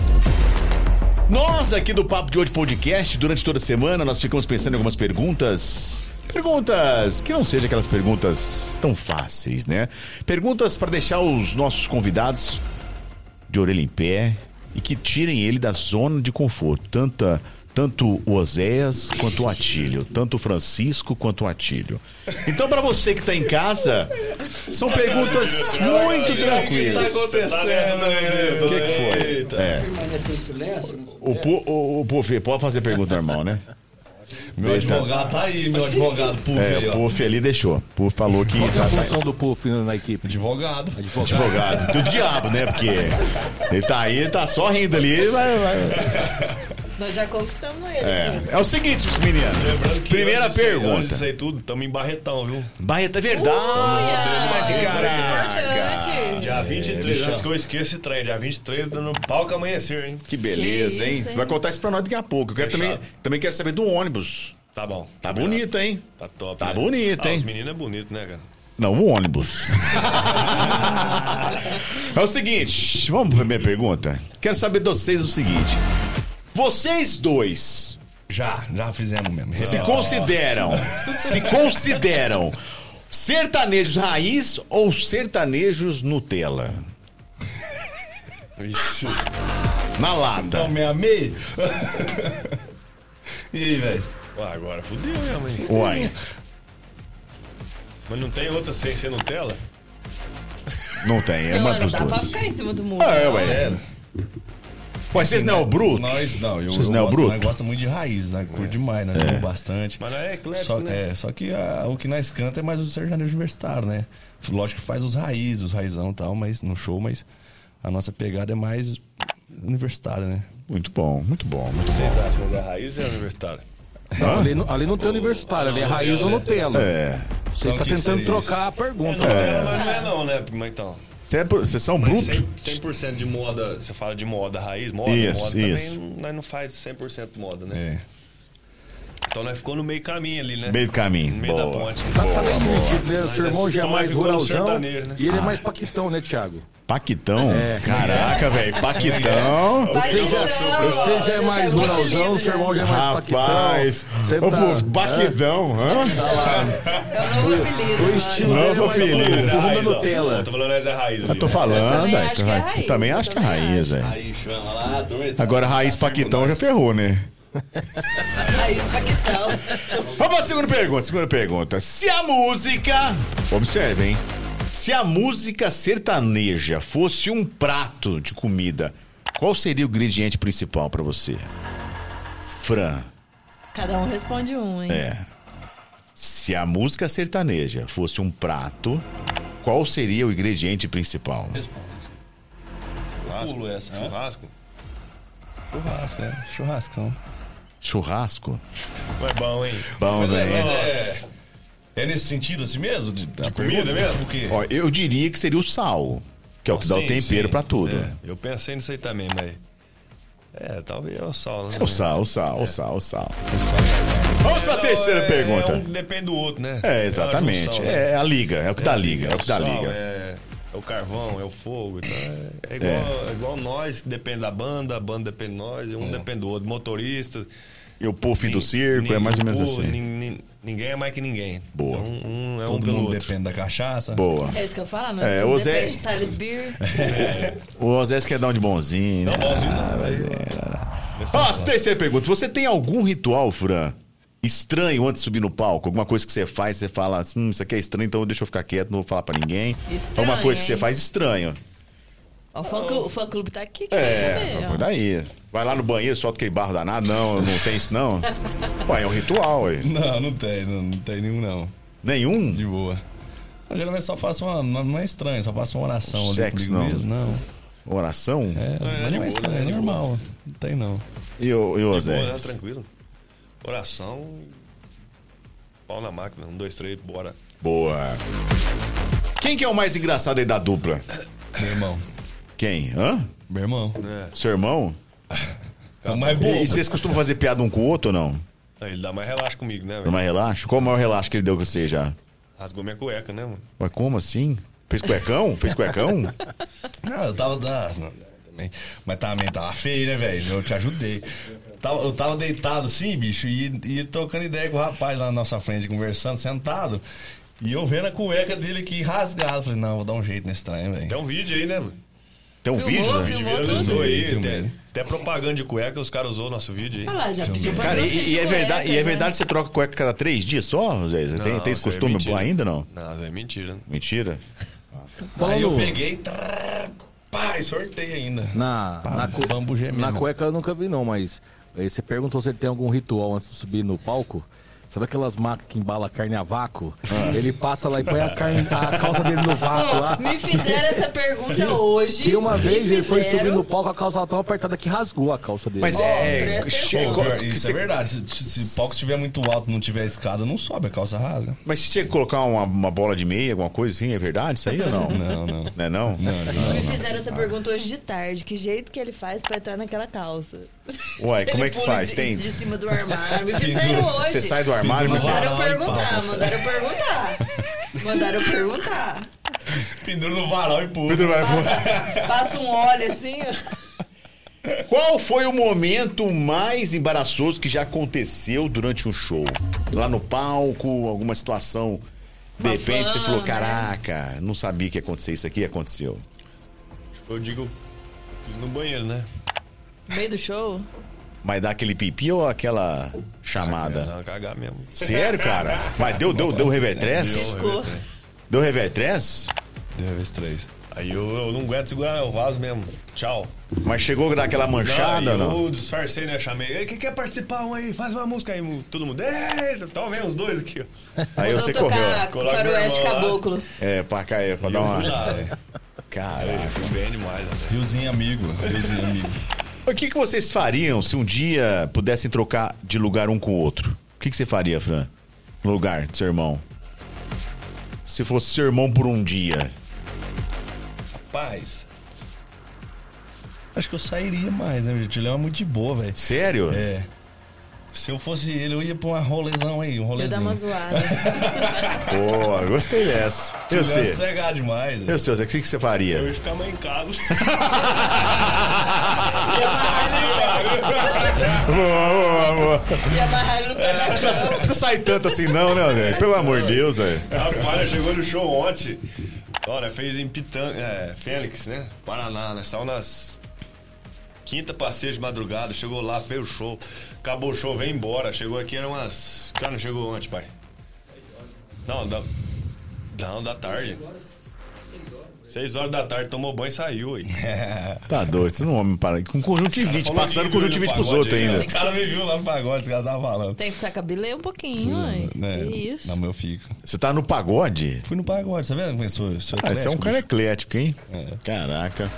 Nós aqui do Papo de Hoje Podcast, durante toda a semana, nós ficamos pensando em algumas perguntas. Perguntas que não sejam aquelas perguntas tão fáceis, né? Perguntas pra deixar os nossos convidados de orelha em pé e que tirem ele da zona de conforto. Tanta, tanto o Oséias quanto o Atílio, tanto o Francisco quanto o Atílio. Então, para você que tá em casa, são perguntas muito
Tá
tranquilas.
Tá né?
né?
O que, que foi? É,
Permanecer em
tá.
silêncio. né?
o, po- o, o Puff, pode fazer pergunta normal, né?
Meu advogado tá aí, meu advogado. Puf,
É,
aí,
o
ó.
Puff ali deixou. Puff falou que.
Qual que é a
tá- tá-
função do Puff na equipe?
Advogado.
advogado. Do diabo, né? Porque ele tá aí, ele tá só rindo ali, vai, vai.
Nós já conquistamos ele.
É, é o seguinte, meus meninos.
Lembrando que
Primeira
hoje isso aí- hoje
pergunta.
Isso aí tudo, tamo em Barretão, viu?
Barreta é verdade, caraca.
Importante.
Dia 23
É, bichão.
anos que eu esqueço esse trem. Dia 23 dando um pau que amanhecer, hein?
Que beleza,
Que
hein?
isso,
Você
hein?
vai contar isso pra nós daqui a pouco. Eu quero também, também quero saber do ônibus.
Tá bom.
Tá bonito, hein?
Tá top.
Tá bonito, hein?
Os meninos é bonito, né, cara?
Não, o ônibus. é o seguinte, vamos pra minha pergunta. Quero saber de vocês o seguinte. Vocês dois
Já, já fizemos mesmo.
se consideram, se consideram sertanejos raiz ou sertanejos Nutella?
Vixe.
Na lata.
Então, me amei. e aí, velho?
Ué, agora fudeu mesmo, hein?
Uai,
Mas não tem outra sem ser Nutella?
não tem, é
Não,
uma
não
dos
dá pra
dois.
ficar em cima do muro. né?
Ah, é, ué.
Sério?
Ué, vocês não é o Bruto?
Nós não, eu,
Vocês
eu
não é o
gosto,
bruto?
nós gosta muito de raiz, né? Curto demais, nós é. bastante.
Mas não é eclético,
só,
né?
É, só que a- o que nós canta é mais o sertanejo universitário, né? Lógico que faz os raízes, os raizão e tal, mas no show, mas a nossa pegada é mais universitária, né?
Muito bom, muito bom, muito bom.
Vocês acham que é raiz ou é universitário?
Não, ali, não- ali não tem universitário, ali é raiz ou Nutella.
É.
Você
Então,
está
o que
tentando
seria
trocar a pergunta.
Nutella, mas não é não, né? Mas então...
Cê é bru- Vocês são
Mas
bruto?
100%, 100% de moda, você fala de moda raiz, moda,
Isso,
moda
isso.
também, nós não faz 100% moda, né?
É.
Então nós ficou no meio caminho ali, né?
Meio do caminho.
No meio da
Boa.
ponte.
Tá, tá bem dividido, né?
Mas
Seu irmão já é
então
mais
ficou no
ruralzão
sertanejo, né?
e ele é mais paquitão, né, Thiago?
Paquitão? Caraca, velho. Paquitão.
Vai
Você já,
tentando,
você já é
você
mais
muito
ruralzão,
lindo,
seu irmão
né?
já é mais
Rapaz.
paquitão. Você
Ô, pô,
tá-
Paquitão, hã?
É o novo apelido.
O estilo
Novo
dele é mais
apelido.
o
Nós é
povo da
raiz, ó.
Nutella.
Eu tô falando nós é raiz
Eu
ali.
tô falando, né?
também
velho.
acho que é raiz.
Eu Também acho que é raiz, velho.
Aí, chama lá, turma.
Agora, raiz Paquitão já ferrou, né?
Raiz Paquetão.
Vamos pra segunda pergunta, segunda pergunta. Se a música. Observe, hein? Se a música sertaneja fosse um prato de comida, qual seria o ingrediente principal pra você? Fran.
Cada um responde um, hein?
É. Se a música sertaneja fosse um prato, qual seria o ingrediente principal?
Pulo essa,
É.
churrasco.
Churrasco, né? Churrascão.
Churrasco?
Não é bom, hein?
Bom, né?
Nossa.
É nesse sentido assim mesmo? Tipo De, de
Tipo
comida mesmo?
Porque...
Tá, Ó, eu diria que seria o sal, que é o que dá o
Sim,
tempero
sim.
pra tudo.
É, eu pensei nisso aí também, mas... É, talvez é o sal, né?
O sal, o sal, o sal, o sal.
sal.
Vamos pra terceira
é,
pergunta.
um depende do outro, né?
É, exatamente.
uma junção, né?
É a liga, é o que dá liga, é o que dá
sal,
liga.
É, é o carvão, é o fogo. Então é, é igual, é igual nós, que depende da banda, a banda depende de nós, um depende do outro. Motorista.
E o puff do
nin-
É. circo, é mais ou menos
pô,
assim.
nin- nin- ninguém é mais que ninguém.
Boa.
Então, um é um
Todo
pelo
mundo
outro.
depende da cachaça.
Boa.
É isso que eu falo, não
É,
é,
o Zé-
depende de Salisbury.
O Osés quer dar um de bonzinho.
Não,
né? é.
bonzinho não, mas-
Nossa, terceira pergunta. Você tem algum ritual, Fran, estranho antes de subir no palco? Alguma coisa que você faz, você fala, assim, hum, isso aqui é estranho, então deixa eu ficar quieto, não vou falar pra ninguém.
Estranho,
Alguma coisa que
hein?
você faz estranho.
Ó, o fã, clu- o fã clube tá aqui, quer
É,
saber? ó.
mas daí. Vai lá no banheiro, solta aquele barro danado. Não, não tem isso não. Pô, é um ritual aí.
Não, não tem, não, não tem nenhum, não.
Nenhum?
De boa. Eu geralmente só faço uma. Não não é estranho, só faço uma oração ali
Sexo,
comigo
não.
mesmo. Não.
Oração?
É, mas não é
né?
estranho, é normal. Não tem, não.
E o, e o
Boa, né?
Osés?
tranquilo. Oração. Pau na máquina. Um, dois, três, bora.
Boa. Quem que é o mais engraçado aí da dupla?
Meu irmão.
Quem? Hã?
Meu irmão.
Seu irmão?
É o mais
E,
bom.
e vocês costumam fazer piada um com o outro ou não?
Aí ele dá mais relaxo comigo, né,
Dá
velho?
mais relaxo? Qual é o maior relaxo que ele deu com você já?
Rasgou minha cueca, né, mano?
Mas como assim? Fez cuecão? Fez cuecão?
Não, Ah, eu tava. da- também. Mas também tava feio, né, velho? Eu te ajudei. Tava- Eu tava deitado assim, bicho, e, e trocando ideia com o rapaz lá na nossa frente, conversando, sentado. E eu vendo a cueca dele aqui rasgada. Falei, não, vou dar um jeito nesse trem,
Tem
velho.
um vídeo aí, né, mano?
Tem um vídeo, né?
filmou
Viralizou
tudo. Filmei,
aí. Até,
filmei.
até propaganda de cueca, os caras usou nosso vídeo aí.
Olha lá, já pediu pra
Cara,
você
e,
de
e é
cueca,
verdade, e é
já.
verdade que você troca cueca cada três dias só, Osés? Tem,
Não,
tem esse
isso aí é
costume
mentira.
ainda não?
Não, isso é mentira.
Mentira.
Falando
Aí eu peguei. trrr, Pá, e sorteio ainda.
na, na, cu-
bambu gêmeo.
na cueca eu nunca vi não, mas aí você perguntou se ele tem algum ritual antes de subir no palco. Sabe aquelas máquinas que embala carne a vácuo?
Ah.
Ele passa lá e põe a, carne, a calça dele no vácuo lá.
Ó, Me fizeram essa pergunta hoje.
E uma
me
vez ele foi
fizeram.
subir no palco, a calça tava tão apertada que rasgou a calça dele.
Mas
presta
é.
atenção.
che-
Pô,
co-
pior, isso é
você-
verdade. Se, se o palco estiver muito alto não tiver escada, não sobe, a calça rasga.
Mas se tinha que colocar uma, uma bola de meia, alguma coisa assim, é verdade isso aí ou não?
Não, não.
Não é não?
Me fizeram essa pergunta hoje de tarde. Que jeito que ele faz pra entrar naquela calça?
Ué,
Se
como
ele
é que
pula
faz?
De,
Tem-
de cima do armário. Me fizeram hoje.
Você sai do armário e
Pendura
me...
Mandaram
no varal e
perguntar,
pau.
mandaram perguntar. Mandaram perguntar.
Pendura no varal e pula.
Pedro vai-
Passa um óleo assim. ó.
Qual foi o momento mais embaraçoso que já aconteceu durante um show? Lá no palco, alguma situação. De
Uma
repente você
fã,
falou:
né?
caraca, não sabia que ia acontecer isso aqui, aconteceu.
Eu digo, fiz no banheiro, né?
No meio do show?
Mas dá aquele pipi ou aquela chamada?
Não, cagar mesmo.
Sério, cara? Mas deu, deu, deu revetress?
Ficou.
Deu revetress?
Deu vez três. Aí eu, eu não aguento segurar meu vaso mesmo. Tchau.
Mas chegou a dar aquela manchada ou
Não, aí
não?
Eu disfarcei, né? Chamei. Ei, quem quer participar? Um aí, faz uma música aí. mu- Todo mundo. Ei, então vem os dois aqui, ó.
Aí
Não
você
tocar
correu.
com
Coloca
faroeste
meu irmão lá.
caboclo.
É, pra cá, é, pra dar
Eu fui
uma.
lá, velho.
Cara.
Eu fui bem demais, né?
Riozinho amigo, riozinho amigo.
O que, que vocês fariam se um dia pudessem trocar de lugar um com o outro? O que, que você faria, Fran? No lugar do seu irmão? Se fosse seu irmão por um dia.
Paz. Acho que eu sairia mais, né, gente? Ele é muito de boa, velho.
Sério?
É. Se eu fosse ele, eu ia pra uma rolezão aí, um
Eu dar uma
rolezinho.
zoada.
Pô, gostei dessa. Eu sei.
cegar demais. velho.
Eu sei, Zé, o que, que você
né? Eu ia
faria?
ficar mais em casa.
Boa, boa, boa.
E amarrar ele no pedaço.
Não precisa sair tanto assim, não, né, Zé? Pelo amor de Deus, Zé.
Rapaz, chegou no show ontem. Olha, fez em Pitanga, é, Fênix, né? Paraná, né? Saiu nas quinta passeio de madrugada, chegou lá, fez o show. Acabou o show, veio embora. Chegou aqui, era umas... Cara, não chegou ontem, pai. Não, da... Não, da tarde. Seis horas da tarde, tomou banho e saiu aí.
Tá doido, você não é um homem para. Com conjuntivite,
Falou
passando
que viu
conjuntivite
no
pros
pagode
outros
aí, né?
ainda.
Os caras me viram lá no pagode, os caras estavam falando.
Tem que ficar cabeleiro um pouquinho,
Hum,
mãe.
né?
É,
Que isso.
Não, mas eu fico.
Você tá no pagode?
Fui no pagode, tá vendo? Sou, sou
Ah, esse é um
eclético,
cara
bicho. É.
eclético, hein? Caraca.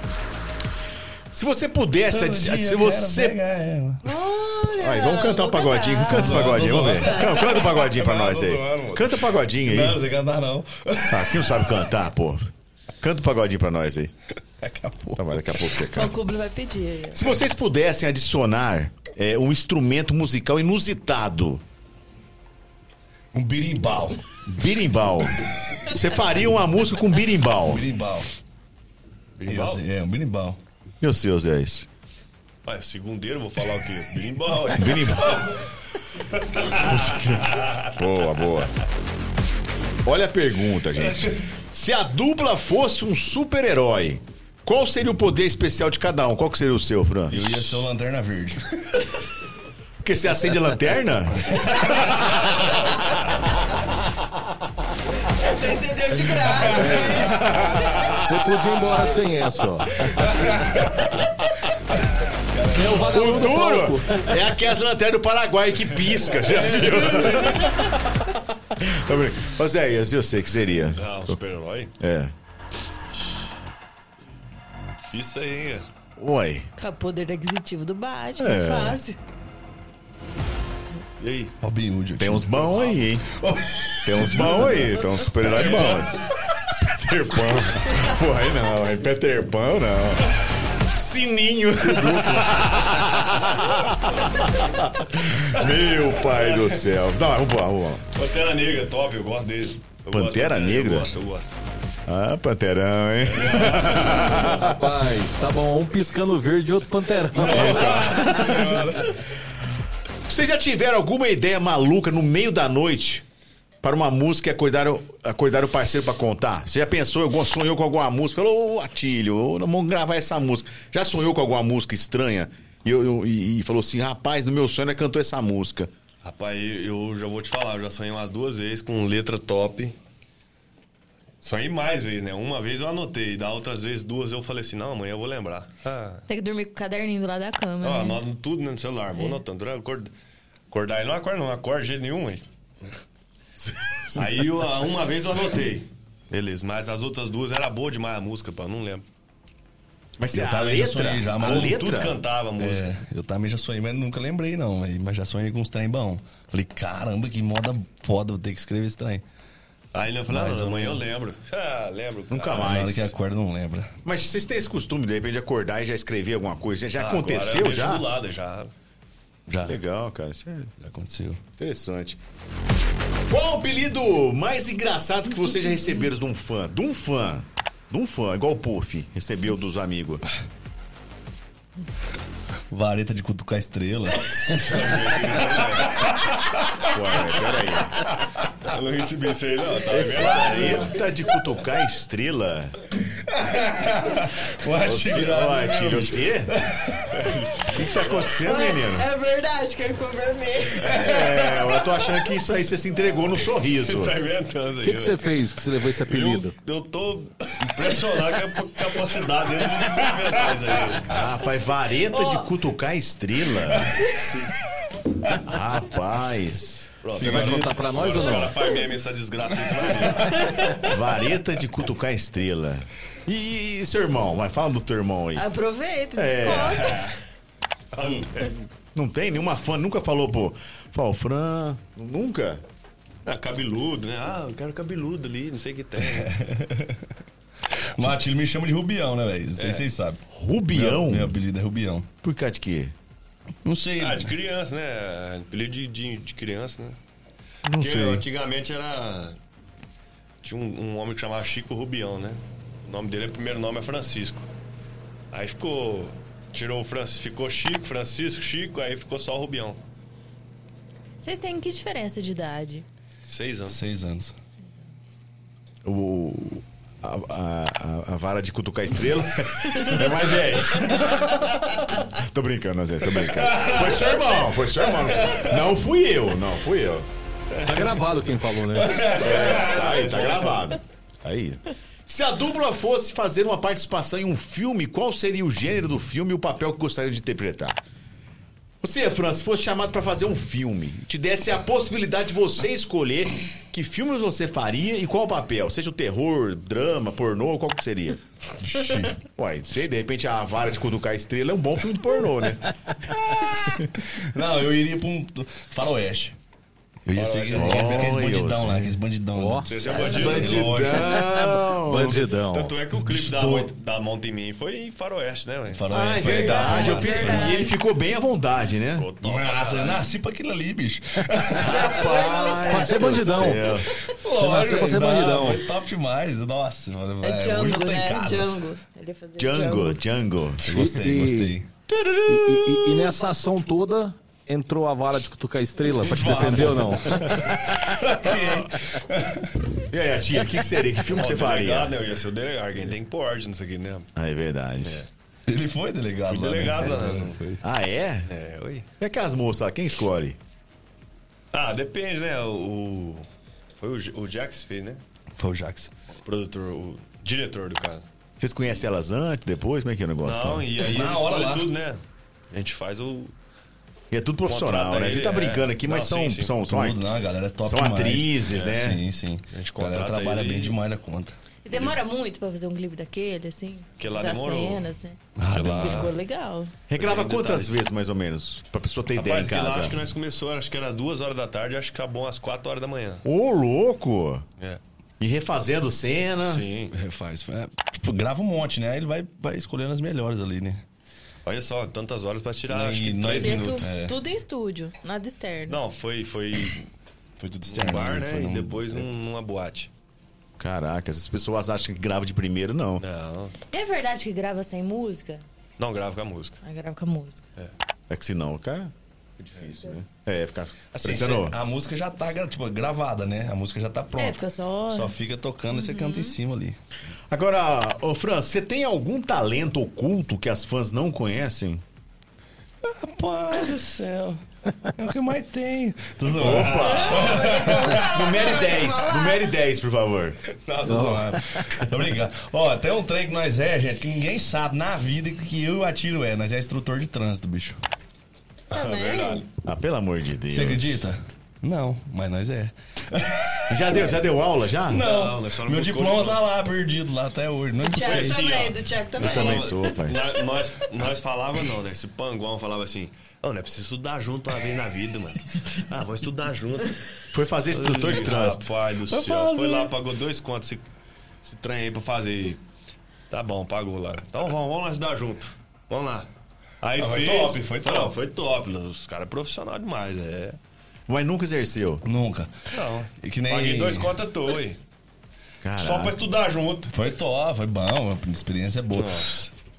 Se você pudesse,
Todo
se,
dia
se
eu
você.
quero pegar ela.
Olha,
Aí, vamos cantar um
vou
pagodinho. Canta o pagodinho, vamos ver. Can- Canta o pagodinho pra
Não,
nós
tô
aí.
zoando, mano.
Canta o pagodinho
Não,
aí.
não sei cantar, não.
Tá, quem não sabe cantar, pô. Canta o pagodinho pra nós aí.
Acabou.
Tá, mas daqui a pouco você
O
canta.
Cubo vai pedir aí.
Se vocês pudessem adicionar é, um instrumento musical inusitado,
Um birimbau.
birimbau, você faria uma música com birimbau.
Birimbau.
Birimbau?
Eu sei, É, um birimbau.
Meu Deus, é isso.
Ah, segundeiro, vou falar o quê? Birimbau. é.
Birimbau. boa, boa. Olha a pergunta, gente. Se a dupla fosse um super-herói, qual seria o poder especial de cada um? Qual que seria o seu, Fran?
Eu ia ser o Lanterna Verde.
Porque você acende a lanterna?
Essa aí você
deu de graça.
Você podia ir embora sem essa, ó. Você é o
O
vagabundo do
duro
palco.
é aquelas lanternas do Paraguai que pisca, já viu? Tô brincando. Ô Zé, Ias, eu sei que seria.
Ah, um super-herói?
É.
Difícil aí, hein?
Uai.
Com o poder aquisitivo do Batman,
É.
fácil.
E aí? Robin
é
Hood.
Tem uns bons aí, hein? Tem uns bons aí, tem uns super-heróis bons. Peter Pan. Pô, aí não, aí Peter Pan não. Sininho. Meu pai do céu. Não, vamos lá, vamos lá.
Pantera Negra, top, eu gosto dele. Eu
Pantera
gosto de
Negra?
Eu gosto, eu gosto.
Ah, Panterão, hein?
Rapaz, tá bom. Um piscando verde e outro panterão.
É. Vocês já tiveram alguma ideia maluca no meio da noite para uma música e acordaram, acordaram o parceiro para contar? Você já pensou, em algum, sonhou com alguma música? Falou, ô Atílio, ô, nós vamos gravar essa música. Já sonhou com alguma música estranha? E, eu- eu- e- e falou assim, rapaz, no meu sonho ele cantou essa música.
Rapaz, eu eu já vou te falar, eu já sonhei umas duas vezes com letra top. Sonhei mais vezes, né? Uma vez eu anotei, da outras vezes duas eu falei assim, não, amanhã eu vou lembrar. Ah,
Tem que dormir com o caderninho do lado da cama,
ó,
né?
anoto tudo né, no celular, vou anotando. Durante- Acorda, acordar ele não acorda, não acorda de jeito nenhum, hein? Aí eu- ah, uma vez eu anotei. Beleza, mas as outras duas era boa demais a música, pá, não lembro.
Mas você
Eu também já sonhei já,
A
mas
letra? Tudo cantava a música.
É, eu também já sonhei, mas nunca lembrei, não. velho. Mas já sonhei com uns trem bom. Falei, caramba, que moda foda, vou ter que escrever esse trem.
Aí ele falou,
Mas
ah,
eu
amanhã eu
não-
lembro. Ah, lembro.
Nunca
cara.
mais.
Na hora que acorda, não lembra.
Mas vocês têm esse costume, de repente, de acordar e já escrever alguma coisa? Já
Ah, agora eu
aconteceu,
deixo
já?
do lado, já.
Já,
Legal, cara, isso é
já aconteceu.
interessante. Qual o apelido mais engraçado que vocês já receberam de um fã? De um fã. De um fã, igual o Puff recebeu dos amigos.
Vareta de cutucar estrela.
Ué,
Eu não recebi isso aí, não. Tá vendo?
peraí. Vareta de cutucar estrela?
Ué,
Você,
tirado,
ó,
né,
Atílio,
bicho?
você? O que que tá acontecendo, menino?
É verdade, quero comer mesmo.
É, eu tô achando que isso aí você se entregou no sorriso.
Tá
Então,
inventando
O
aí.
que que
é-
você fez que você levou esse apelido?
eu, eu tô impressionado com a capacidade dele de inventar isso aí.
Rapaz, vareta de cutucar estrela? Rapaz,
Você vai contar pra nós ou
Os
não?
caras fazem meme essa desgraça. Isso vai ver.
vareta de cutucar estrela. E, e- e seu irmão? Vai, fala do teu irmão aí.
Aproveita,
É.
desconta.
Não tem nenhuma fã, nunca falou, pô. Fala, Fran. Nunca?
Ah, cabeludo, né? Ah, eu quero cabeludo ali, não sei o que tem.
Matilde me chama de Rubião, né, velho? Não sei se vocês sabem.
Rubião?
Meu, meu apelido é Rubião.
Por causa de quê?
Não sei.
Ah, de criança, né? Apelido de, de, de criança, né?
Não
Porque
sei.
antigamente era. Tinha um, um homem que chamava Chico Rubião, né? O nome dele, o primeiro nome é Francisco. Aí ficou. Tirou o Francisco, ficou Chico, Francisco, Chico, aí ficou só o Rubião.
Vocês têm que diferença de idade?
Seis anos.
Seis anos.
O, a, a- a- a vara de cutucar estrela é mais velho. tô brincando, Zé, tô brincando. Foi seu irmão, foi seu irmão. Não fui eu, não fui eu.
Tá gravado quem falou, né?
Tá aí, tá gravado. Aí. Se a dupla fosse fazer uma participação em um filme, qual seria o gênero do filme e o papel que gostaria de interpretar? Você, Fran, se fosse chamado pra fazer um filme, te desse a possibilidade de você escolher que filmes você faria e qual papel? Seja o terror, drama, pornô, qual que seria? Uai, não sei, de repente a vara de cutucar a estrela é um bom filme de pornô, né?
Não, eu iria pra um faroeste. Eu ia ser aquele- aquele- aqueles bandidão lá, aqueles bandidão.
Ó.
Você é bandido.
Bandidão!
Bandidão.
Tanto é que o clipe da,
Doido.
da Monta em Mim foi em Faroeste, né, velho?
Faroeste.
Ah, é
Foi
verdade, eu
legal.
perdi. E ele ficou bem à vontade, né?
Nossa, eu nasci assim pra aquilo ali, bicho.
Pra ser é bandidão. Você nasceu pra ser bandidão.
Foi top demais. Nossa, mano.
É,
velho, hoje eu
Django,
tô em
né?
casa.
Django. Ele ia fazer
Django, Django.
Gostei, gostei.
E, e- e nessa ação toda, entrou a vara de cutucar estrela pra te defender ou não?
E aí, tia, o que, que seria? Que filme
Bom,
que você
delegado,
faria?
né? Eu ia ser o delegado. Alguém tem que pôr ordem nisso aqui, né?
Ah, é verdade.
Ele foi delegado
Fui
lá. né?
delegado lá,
É,
não
foi.
Ah, é?
É, oi.
E aquelas moças lá, quem escolhe?
Ah, depende, né? O. Foi o, J- o Jax que fez, né? Foi o Jax. Produtor, o diretor do caso.
Vocês conhecem elas antes, depois? Como é que é o negócio?
Não, e aí
Na
ele
hora
escolhe
lá.
tudo, né? A gente faz o.
E é tudo profissional,
Contrata
né? A gente tá
ele, é.
brincando aqui, mas
Não,
são,
sim, sim.
são, são,
Tudo, né? A galera é top
são
demais.
atrizes,
É,
né?
Sim, sim.
A gente
A galera
contrata
trabalha
ele
bem
e-
demais na conta.
E demora muito pra fazer um clipe daquele, assim?
Que lá
das
demorou.
cenas, né?
Ah,
Porque ficou legal.
Regrava
tá
Tem
quantas
detalhes.
vezes, mais ou menos? Pra pessoa ter ideia em
Rapaz, que lá acho que
casa.
nós começou, acho que era duas horas da tarde, acho que acabou às quatro horas da manhã.
Ô, louco!
É.
E refazendo cena.
Sim.
Refaz. É, tipo, grava um monte, né? Aí ele vai, vai escolhendo as melhores ali, né?
Olha só, tantas horas pra tirar,
E
acho que
nós-
três
Feito
minutos, é.
tudo em estúdio, nada externo.
Não, foi, foi
Foi tudo
num
externo.
bar,
né?
né?
Foi
E
num-
depois num- numa boate.
é. Caraca, as pessoas acham que grava de primeiro, não.
Não,
É verdade que grava sem música?
não grava com a música.
Ah, grava com a música.
É que se não, cara. É difícil, né? É, fica.
Assim,
pressionou.
cê- a música já tá gra- tipo, gravada, né? A música já tá pronta.
É, fica só- Uhum.
Só fica tocando e você canta em cima ali.
Agora, ô Fran, você tem algum talento oculto que as fãs não conhecem?
Rapaz do céu. É o que mais tem. Tô zoando.
Opa! Numere 10, numere 10, por favor.
Não, tô zoando. Tô brincando. Ó, tem um trem que nós é, gente, que ninguém sabe na vida que eu e o atiro é. Nós é instrutor de trânsito, bicho.
Verdade.
Ah, pelo amor de Deus.
Você acredita? Não, mas nós é.
Já deu, já deu aula já?
Não,
nós só não
meu
buscou
diploma tá
diploma.
lá, perdido lá até hoje. Não
Tiago
sei.
também, do Tiago também.
Eu também sou, pai.
Na- Nós, nós falava não, né? Esse panguão falava assim, não, não é preciso estudar junto uma vez na vida, mano. Ah, vamos estudar junto.
Foi fazer instrutor de
Ih,
trânsito.
Rapaz do céu.
fazer.
Foi lá, pagou dois contos esse, esse trem aí pra fazer. Tá bom, pagou lá. Então vamos, vamos lá ajudar junto. Vamos lá. Aí
Ah, foi
fez.
top, foi top.
Não, foi top. Os caras é profissional demais, é.
Mas nunca exerceu.
Nunca.
Não.
E que nem-
Paguei dois contos à toa, hein?
Caraca.
Só pra estudar junto.
Foi top, foi bom, a experiência é boa.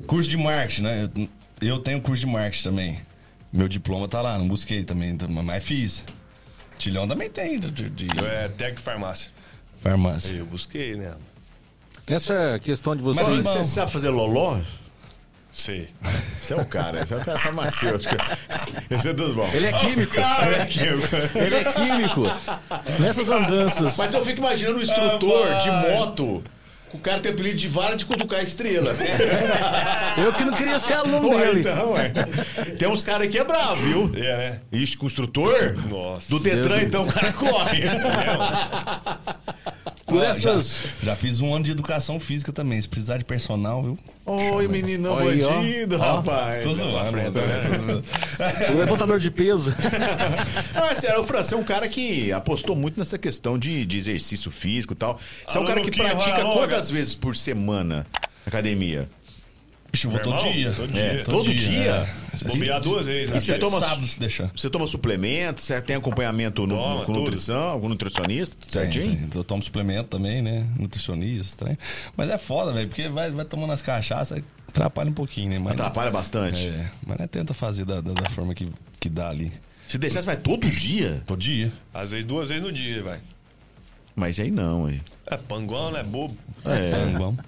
Curso de marketing, né? Eu, eu tenho curso de marketing também. Meu diploma tá lá, não busquei também, t- mas fiz. Tilhão também tem de, de- de
É, Tec Farmácia.
farmácia.
Eu busquei, né?
Essa é questão de vocês.
Mas-
Você sabe fazer loló?
Sei.
Você é o cara, você é o cara farmacêutico. Esse é dos bons.
Ele é químico. Ele é químico. Nessas andanças. Ah,
Mas eu fico imaginando um instrutor de moto. O cara tem apelido de vara de cutucar estrela.
Eu que não queria ser aluno
Ué,
dele.
então, é. Tem uns caras que é bravo, viu?
É, né?
Ixi, construtor?
Nossa.
Do Detran,
Deus
então o cara corre.
Por essas.
Já fiz um ano de educação física também, se precisar de personal, viu?
Oi, menino
Aí, ó.
bandido, rapaz.
Tô zoando.
O levantador de peso.
Ah, sério, o Fran, você é um cara que apostou muito nessa questão de, de exercício físico e tal. Você é um
Alô,
cara que
Luquinha,
pratica
vai logo.
quantas vezes por semana academia?
Bicho, eu vou todo
Irmão,
dia.
todo dia.
É,
Todo dia?
é.
Se Bobear duas vezes, né?
E você
Até
toma
toma-
sábado se deixar.
Você toma suplemento? Você tem acompanhamento no-
Toma,
com
tudo.
nutrição, algum nutricionista? Certinho?
Tem, tem. Eu tomo suplemento também, né? Nutricionista, trem. Mas é foda, velho, porque vai, vai tomando as cachaças, atrapalha um pouquinho, né? Mas
Atrapalha bastante.
É, mas né, tenta fazer da, da, da forma que, que dá ali.
Se deixar, você vai todo dia?
Todo dia.
Às vezes duas vezes no dia, vai.
Mas aí não, aí.
É panguão, né? Bobo.
É. vamos.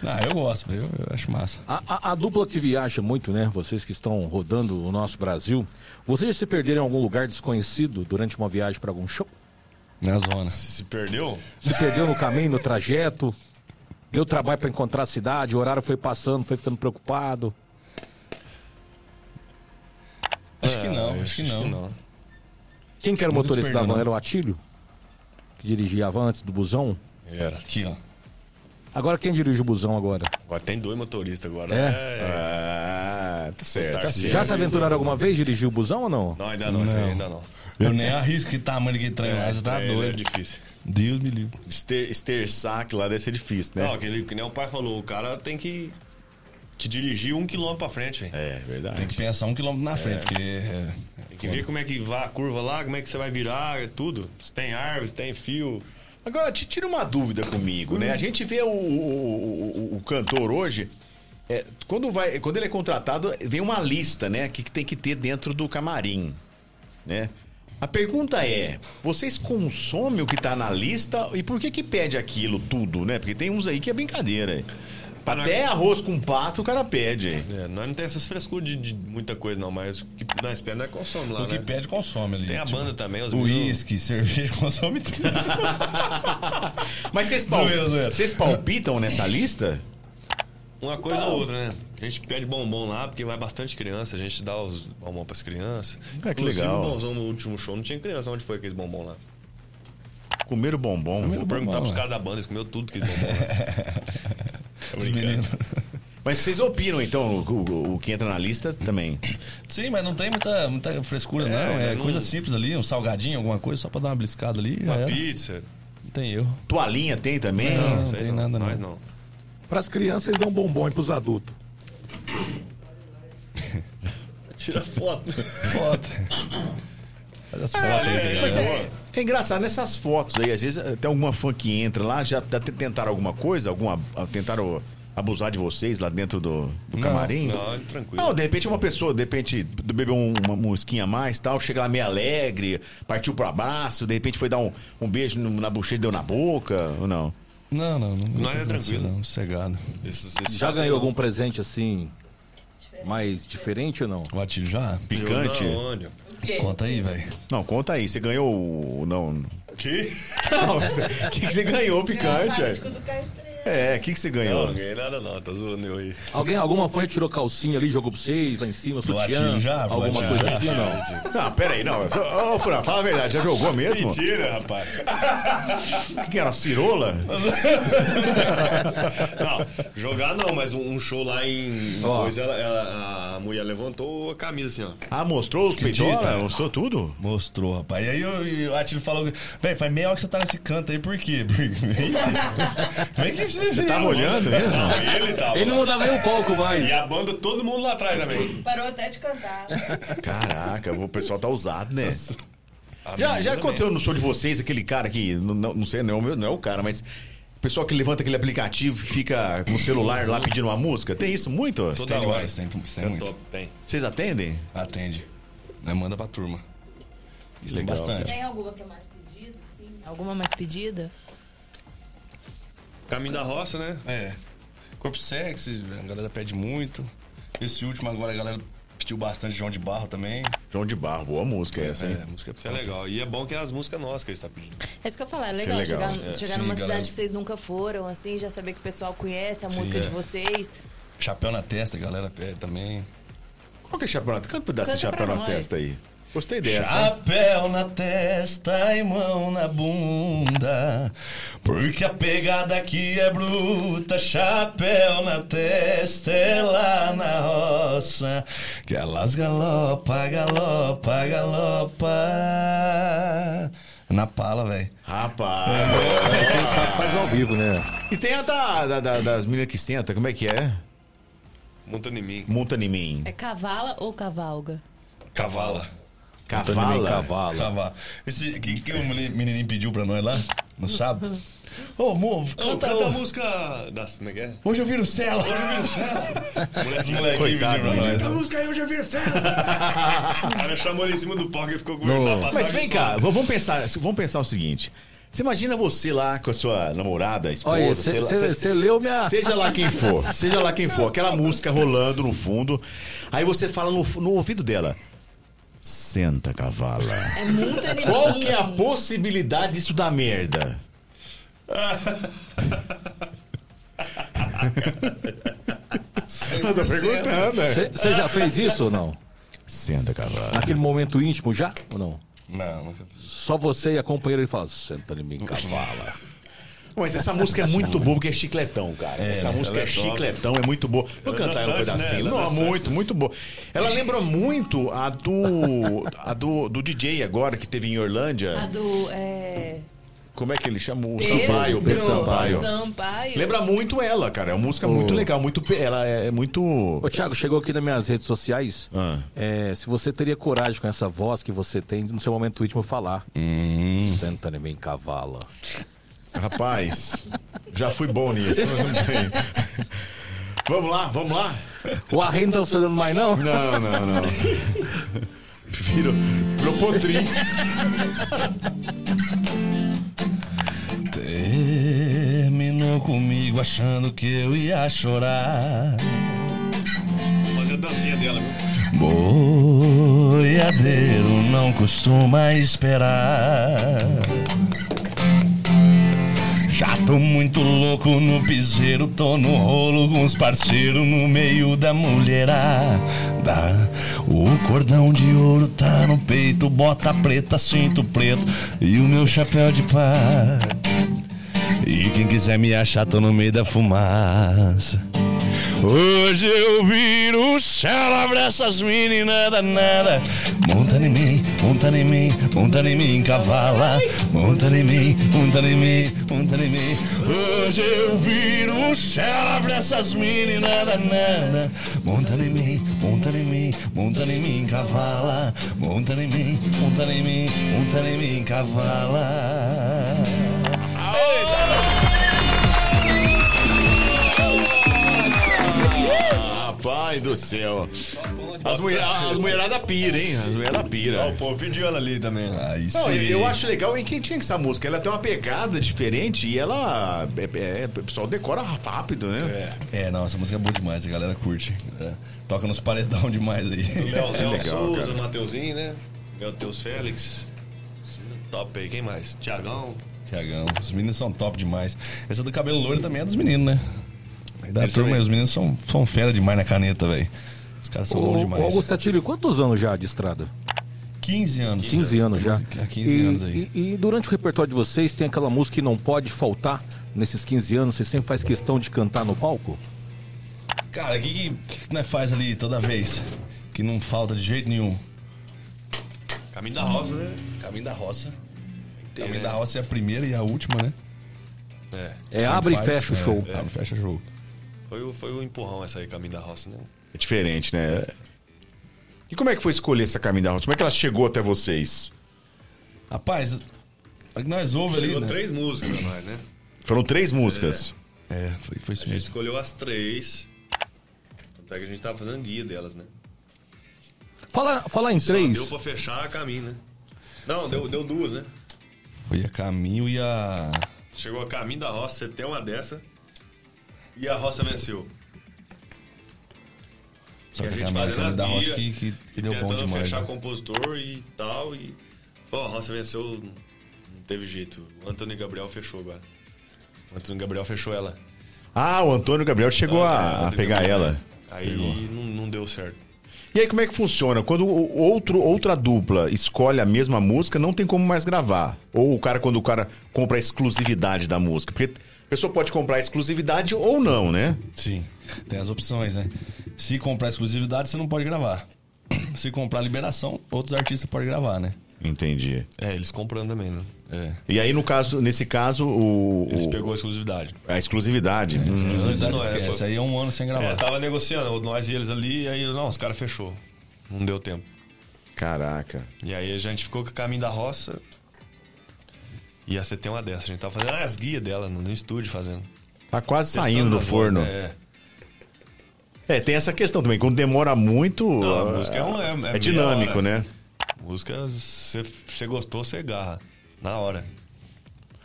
Não, eu gosto, velho, eu, eu acho massa.
A, a- a dupla que viaja muito, né? Vocês que estão rodando o nosso Brasil. Vocês já se perderam em algum lugar desconhecido durante uma viagem para algum show?
Na zona.
Se perdeu,
Se perdeu no caminho, no trajeto? Deu trabalho para encontrar a cidade, o horário foi passando, foi ficando preocupado.
Acho que não,
É,
acho, que não.
Quem que era o motorista da
perdeu,
van?
né?
Era o Atílio? Que dirigia a van antes do busão?
Era.
Aqui, ó.
Agora quem dirige o busão agora?
Agora tem dois motoristas agora. né?
É?
Ah, tá certo.
Taxista.
Já se aventuraram alguma vez dirigir o busão ou não?
Não, ainda não, isso aí ainda não.
Eu nem arrisco que tamanho que trem lá, você tá
É, É
doido.
difícil.
Deus me livre.
Ester, saque lá deve ser difícil, né?
Não, aquele que nem o pai falou, o cara tem que, que dirigir um quilômetro pra frente, velho.
É, verdade.
Tem que pensar um quilômetro na frente, porque. É,
Tem que ver como é que vai a curva lá, como é que você vai virar, é tudo. Se tem árvore, se tem fio.
Agora, te tira uma dúvida comigo,
Hum.
né? A gente vê o, o, o- o cantor hoje. é, quando, vai, quando ele é contratado, vem uma lista, né? Que que tem que ter dentro do camarim, né? A pergunta é, vocês consomem o que tá na lista e por que que pede aquilo tudo, né? Porque tem uns aí que é brincadeira. Até arroz com pato o cara pede, hein?
É, nós não tem essas frescuras de, de muita coisa, não, mas o que nós pede, nós consome lá,
O que
né?
pede, consome ali.
Tem a
tipo,
banda também, os meninos.
Uísque, cerveja, consome tudo.
Mas vocês, pal-
Zoeira, zoeira.
vocês palpitam nessa lista?
Uma coisa ou outra, né? A gente pede bombom lá, porque vai bastante criança, a gente dá os bombom pras crianças.
É, que
Inclusive,
legal.
o bonzão no último show não tinha criança. Onde foi aqueles bombom lá?
Comer o É, bombom.
Vou perguntar
é.
pros caras da banda, eles comeu tudo aqueles bombom lá. Tô
Os
brincando.
meninos.
Mas vocês opinam, então, o, o- o que entra na lista também.
Sim, mas não tem muita, muita frescura, não. É
não-
coisa simples ali, um salgadinho, alguma coisa, só pra dar uma beliscada ali. já
Uma
era.
pizza.
Não tem erro.
Toalhinha tem também?
Não, não
isso aí
tem nada, não.
Nós não.
Pras crianças, eles dão um bombom e pros adultos.
Tira foto.
Foto. Olha as fotos aí, galera.
Mas é, é engraçado, nessas fotos aí, às vezes até alguma fã que entra lá, já até tentaram alguma coisa? Alguma, ah, tentaram abusar de vocês lá dentro do, do camarim?
Não, tranquilo.
Não, de repente uma pessoa, de repente bebeu um- uma musquinha a mais tal, chega lá meio alegre, partiu pro abraço, de repente foi dar um, um beijo no- na bochecha e deu na boca, ou não?
Não, não. Não,
Nós é tranquilo.
Não, sossegado.
Esses- esses-
Já ganhou algum presente assim, mais diferente ou não?
O Atílio já?
Picante?
Não, olha.
Conta aí, velho.
Não, conta aí, você ganhou o. Não.
Que?
tá
Não, você- O que, que você ganhou, picante?
Prático
velho?
do Cá Estrela.
É, o que, que você
Não, não
ganhou?
ganhei nada não, tá zoando eu aí.
Alguém, alguma fã tirou calcinha ali, jogou pra vocês, lá em cima, sutiã?
Atílio já?
alguma
Atílio
coisa
já.
assim ou não?
Não, peraí, não. Ô, ô Fran, fala a verdade, já jogou mesmo? O
Mentira, rapaz.
que, que era? Cirola?
Não, jogar não, mas um, um show lá em...
Ó.
Coisa, ela, ela- a mulher levantou a camisa assim, ó.
Ah, mostrou os peitola?
dita.
Mostrou tudo?
Mostrou, rapaz. E aí eu- e o Atílio falou: Véi, faz meia hora que você tá nesse canto aí, por quê? Vem que- Vem que
Você tava olhando mesmo?
Não, ele tava.
Ele não mandava
um
nem o palco mais.
E a banda, todo mundo lá atrás também.
Parou até de cantar.
Caraca, o pessoal tá usado, né? Já, já aconteceu no show de vocês aquele cara que, não, não não sei, não é, o meu, não é o cara, mas o pessoal que levanta aquele aplicativo e fica com o celular lá pedindo uma música? Tem isso muito?
Toda
Tem
hora. é
demais, tem, tem muito.
Top, tem.
Vocês atendem?
Atende. Né, Manda pra turma. Isso tem
Legal,
bastante.
Tem alguma que é mais pedida, assim? Alguma mais pedida?
Caminho da roça, né?
É. Corpo sexy, a galera pede muito. Esse último agora a galera pediu bastante João de Barro também.
João de Barro, Ah, boa música essa, hein?
É, música
Isso é legal. E é bom que é as músicas nossas que eles estão pedindo.
É isso que eu ia falar, é
Isso é
legal,
legal.
chegar,
É,
chegar
sim,
numa
galera.
cidade que vocês nunca foram, assim, já saber que o pessoal conhece a música
é.
de vocês.
Chapéu na testa, a galera pede também.
Qual que é chapéu na testa? Canta um pedaço de
Canta
chapéu
pra
na
nós.
testa aí. Gostei dessa. hein?
Chapéu na testa e mão na bunda, porque a pegada aqui é bruta. Chapéu na testa é lá na roça, que elas galopa, galopa, galopa. Na pala, velho.
Rapaz.
É, Quem sabe faz ao vivo, né?
E tem a da, da- da- das meninas que senta, como é que é?
Montando em mim.
Monta em mim.
É cavala ou cavalga?
Cavala.
Também
Cavala.
cavalo.
Cavala. Esse que, que o meni- menininho pediu pra nós lá no sábado? Ô, amor,
Ô,
canta,
canta a
ô.
música das... Como é que é?
Hoje eu viro cela. Hoje eu viro
Moleque,
Moleque,
moleque.
Coitado,
menino,
mano.
Canta a música aí, hoje eu viro cena. O cara chamou ele em cima do palco e ficou com
Não.
ele pra
Mas vem
passagem só.
cá, v- vamos pensar, vamos pensar o seguinte. Você imagina você lá com a sua namorada, esposa,
Olha,
sei lá,
você leu minha.
Seja lá quem for, seja lá quem for, aquela música rolando no fundo. Aí você fala no, no ouvido dela: Senta, cavala.
É muito animal.
Qual que é a possibilidade disso dar merda?
tá
Eu tô perguntando, é.
Você já fez isso ou não?
Senta, cavala.
Aquele momento íntimo já ou não?
Não, nunca fiz.
Só você e a companheira ele fala, senta em mim, cavala.
Mas essa música é muito boa porque é chicletão, cara. essa
né?
música
Ela
é
é top.
chicletão, é muito boa. Vou
Ela é
cantar um
dançante,
pedacinho.
né? Ela é
Não,
dançante,
muito, muito boa. Ela lembra muito a do a do, do DJ agora que teve em Orlândia.
A do. É...
Como é que ele chamou? O Sampaio, Pedro, Sampaio.
Sampaio.
Lembra muito ela, cara. É uma música muito legal, muito. pe- Ela é é muito.
Ô, Thiago, chegou aqui nas minhas redes sociais.
Ah.
é, se você teria coragem com essa voz que você tem no seu momento íntimo falar.
Hum.
Senta em mim, cavala.
Rapaz, já fui bom nisso. vamos lá, vamos lá.
O Arren não tá funcionando mais, não?
Não, não, não. Virou, virou potrinho.
Terminou comigo achando que eu ia chorar.
Fazer a dancinha dela, viu?
Boiadeiro não costuma esperar. Já tô muito louco no piseiro, tô no rolo com os parceiros no meio da mulherada. O cordão de ouro tá no peito, bota preta, cinto preto e o meu chapéu de pá. E quem quiser me achar, tô no meio da fumaça. Hoje eu viro o céu, abre essas meninas danada. Monta em mim, monta em mim, monta em mim, cavala. Monta em mim, monta em mim, monta em mim. Hoje eu viro o céu, abre essas meninas danada. Monta em mim, monta em mim, monta em mim, cavala. Monta em mim, monta em mim, monta em mim, cavala.
Ah, pai do céu. As, mulher, as mulherada pira, hein? As mulherada pira. Ah,
Pô, pediu ela ali também.
Aí sim.
Não, eu, eu acho legal em quem tinha essa música. Ela tem uma pegada diferente e ela. É, é, o pessoal decora rápido, né?
É, não, essa música é boa demais, a galera curte. É, toca nos paredão demais aí. É
Léo, Léo
legal,
Souza,
cara.
Mateuzinho, né? Matheus Félix. Top aí, quem mais? Tiagão.
Tiagão, os meninos são top demais. Essa do cabelo loiro também é dos meninos, né? Da
Eles
turma,
também.
os meninos são, são fera demais na caneta, velho. Os caras são bons
Ô,
demais.
ô, Augusto Atílio, quantos anos já de estrada?
15 anos.
15 anos já.
15, 15
E-
anos aí.
E, e durante o repertório de vocês tem aquela música que não pode faltar nesses 15 anos, você sempre faz questão de cantar no palco?
Cara, o que, que, que, que nós faz ali toda vez? Que não falta de jeito nenhum.
Caminho da Rosa, né?
Caminho da Roça.
Tem,
Caminho
né?
da Roça é a primeira e a última, né?
É.
É
Sempre
abre
faz,
e fecha o
é,
show.
Abre e fecha o show.
Foi o, foi o empurrão essa aí, Caminho da Roça, né?
É diferente, né? E como é que foi escolher essa caminho da roça? Como é que ela chegou até vocês?
Rapaz, a que nós ouvimos ali.
Chegou
Né?
três músicas pra nós, né?
Foram três músicas.
É, foi, foi isso
A gente
mesmo.
escolheu as três. Até que a gente tava fazendo guia delas, né?
Falar fala em
Só deu
três.
pra fechar a caminho, né? Não, deu, deu duas, né?
Foi a Caminho e a.
Chegou a caminho da roça, você tem uma dessa. E a roça venceu.
Só
E
que
a
a
gente
Caminho-
fazendo
a
as
Caminho da
guias,
Roça que- que- que
e
deu bom
tentando
demais,
fechar
né?
compositor e tal. E, ó, a roça venceu, não teve jeito. O Antônio Gabriel fechou agora. O Antônio Gabriel fechou ela.
Ah, o Antônio Gabriel chegou a, a
Ah, Antônio
pegar
Gabriel.
ela.
Aí não, não deu certo.
E aí, como é que funciona? Quando o- outro, outra dupla escolhe a mesma música, não tem como mais gravar. Ou o cara, quando o cara compra a exclusividade da música. Porque a pessoa pode comprar a exclusividade ou não, né?
Sim, tem as opções, né? Se comprar exclusividade, você não pode gravar. Se comprar liberação, outros artistas podem gravar, né?
Entendi.
É, eles comprando também, né?
É.
E aí, no caso, nesse caso, o.
Eles
o-
pegou a exclusividade.
A exclusividade. Hum.
Exclusividade
Não, é,
esquece,
foi-
aí é um ano sem
É,
gravar.
tava negociando, nós e eles ali, e aí, não, os caras fechou. Não deu tempo.
Caraca.
E aí a gente ficou com o caminho da roça. E a CT é uma dessa. A gente tava fazendo as guias dela no, no estúdio fazendo.
Tá quase saindo
Testando a
do
voz,
forno.
né?
é. tem essa questão também. Quando demora muito.
Não, a
ah,
música é um- é- é meia
dinâmico,
hora.
né?
É. Música, se você gostou, você garra. Na hora.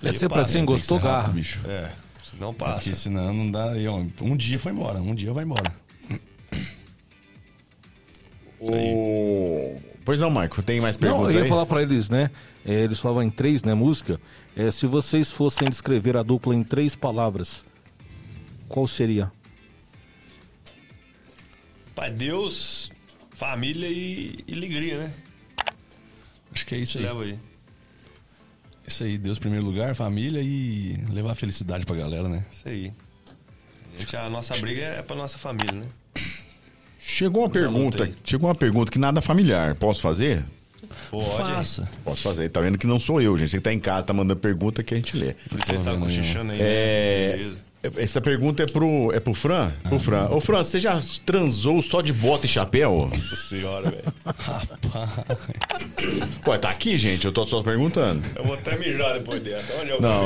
É sempre
passa,
assim,
Tem que
gostou,
ser rápido,
garra.
bicho.
É. Não
É porque
passa.
senão não dá. e, ó, Um dia foi embora, um dia vai embora.
O... Pois não, Marco. Tem mais
Não,
perguntas
eu ia
aí?
falar pra eles, né? é, eles falavam em três, né? Música. É, se vocês fossem descrever a dupla em três palavras, qual seria?
Pai, Deus, família e, e alegria, né?
Acho que é isso
Te
aí.
leva aí.
Isso aí, Deus em primeiro lugar, família e levar a felicidade pra galera, né?
Isso aí. A, gente- a nossa briga é pra nossa família, né?
Chegou uma pergunta.
anotei.
Chegou uma pergunta que nada familiar. Posso fazer?
Pode.
Faça.
Posso fazer. Tá vendo que não sou eu, gente. Você que tá em casa, tá mandando pergunta que a gente lê.
Por isso vocês estavam tá cochichando aí.
É,
Né? Beleza.
Essa pergunta é pro, é pro Fran? Pro Fran. Ô, Fran, você já transou só de bota e chapéu?
Nossa senhora, velho.
Ué, tá aqui, gente. Eu tô só perguntando.
Eu vou até mijar depois dessa. Olha eu-
Não.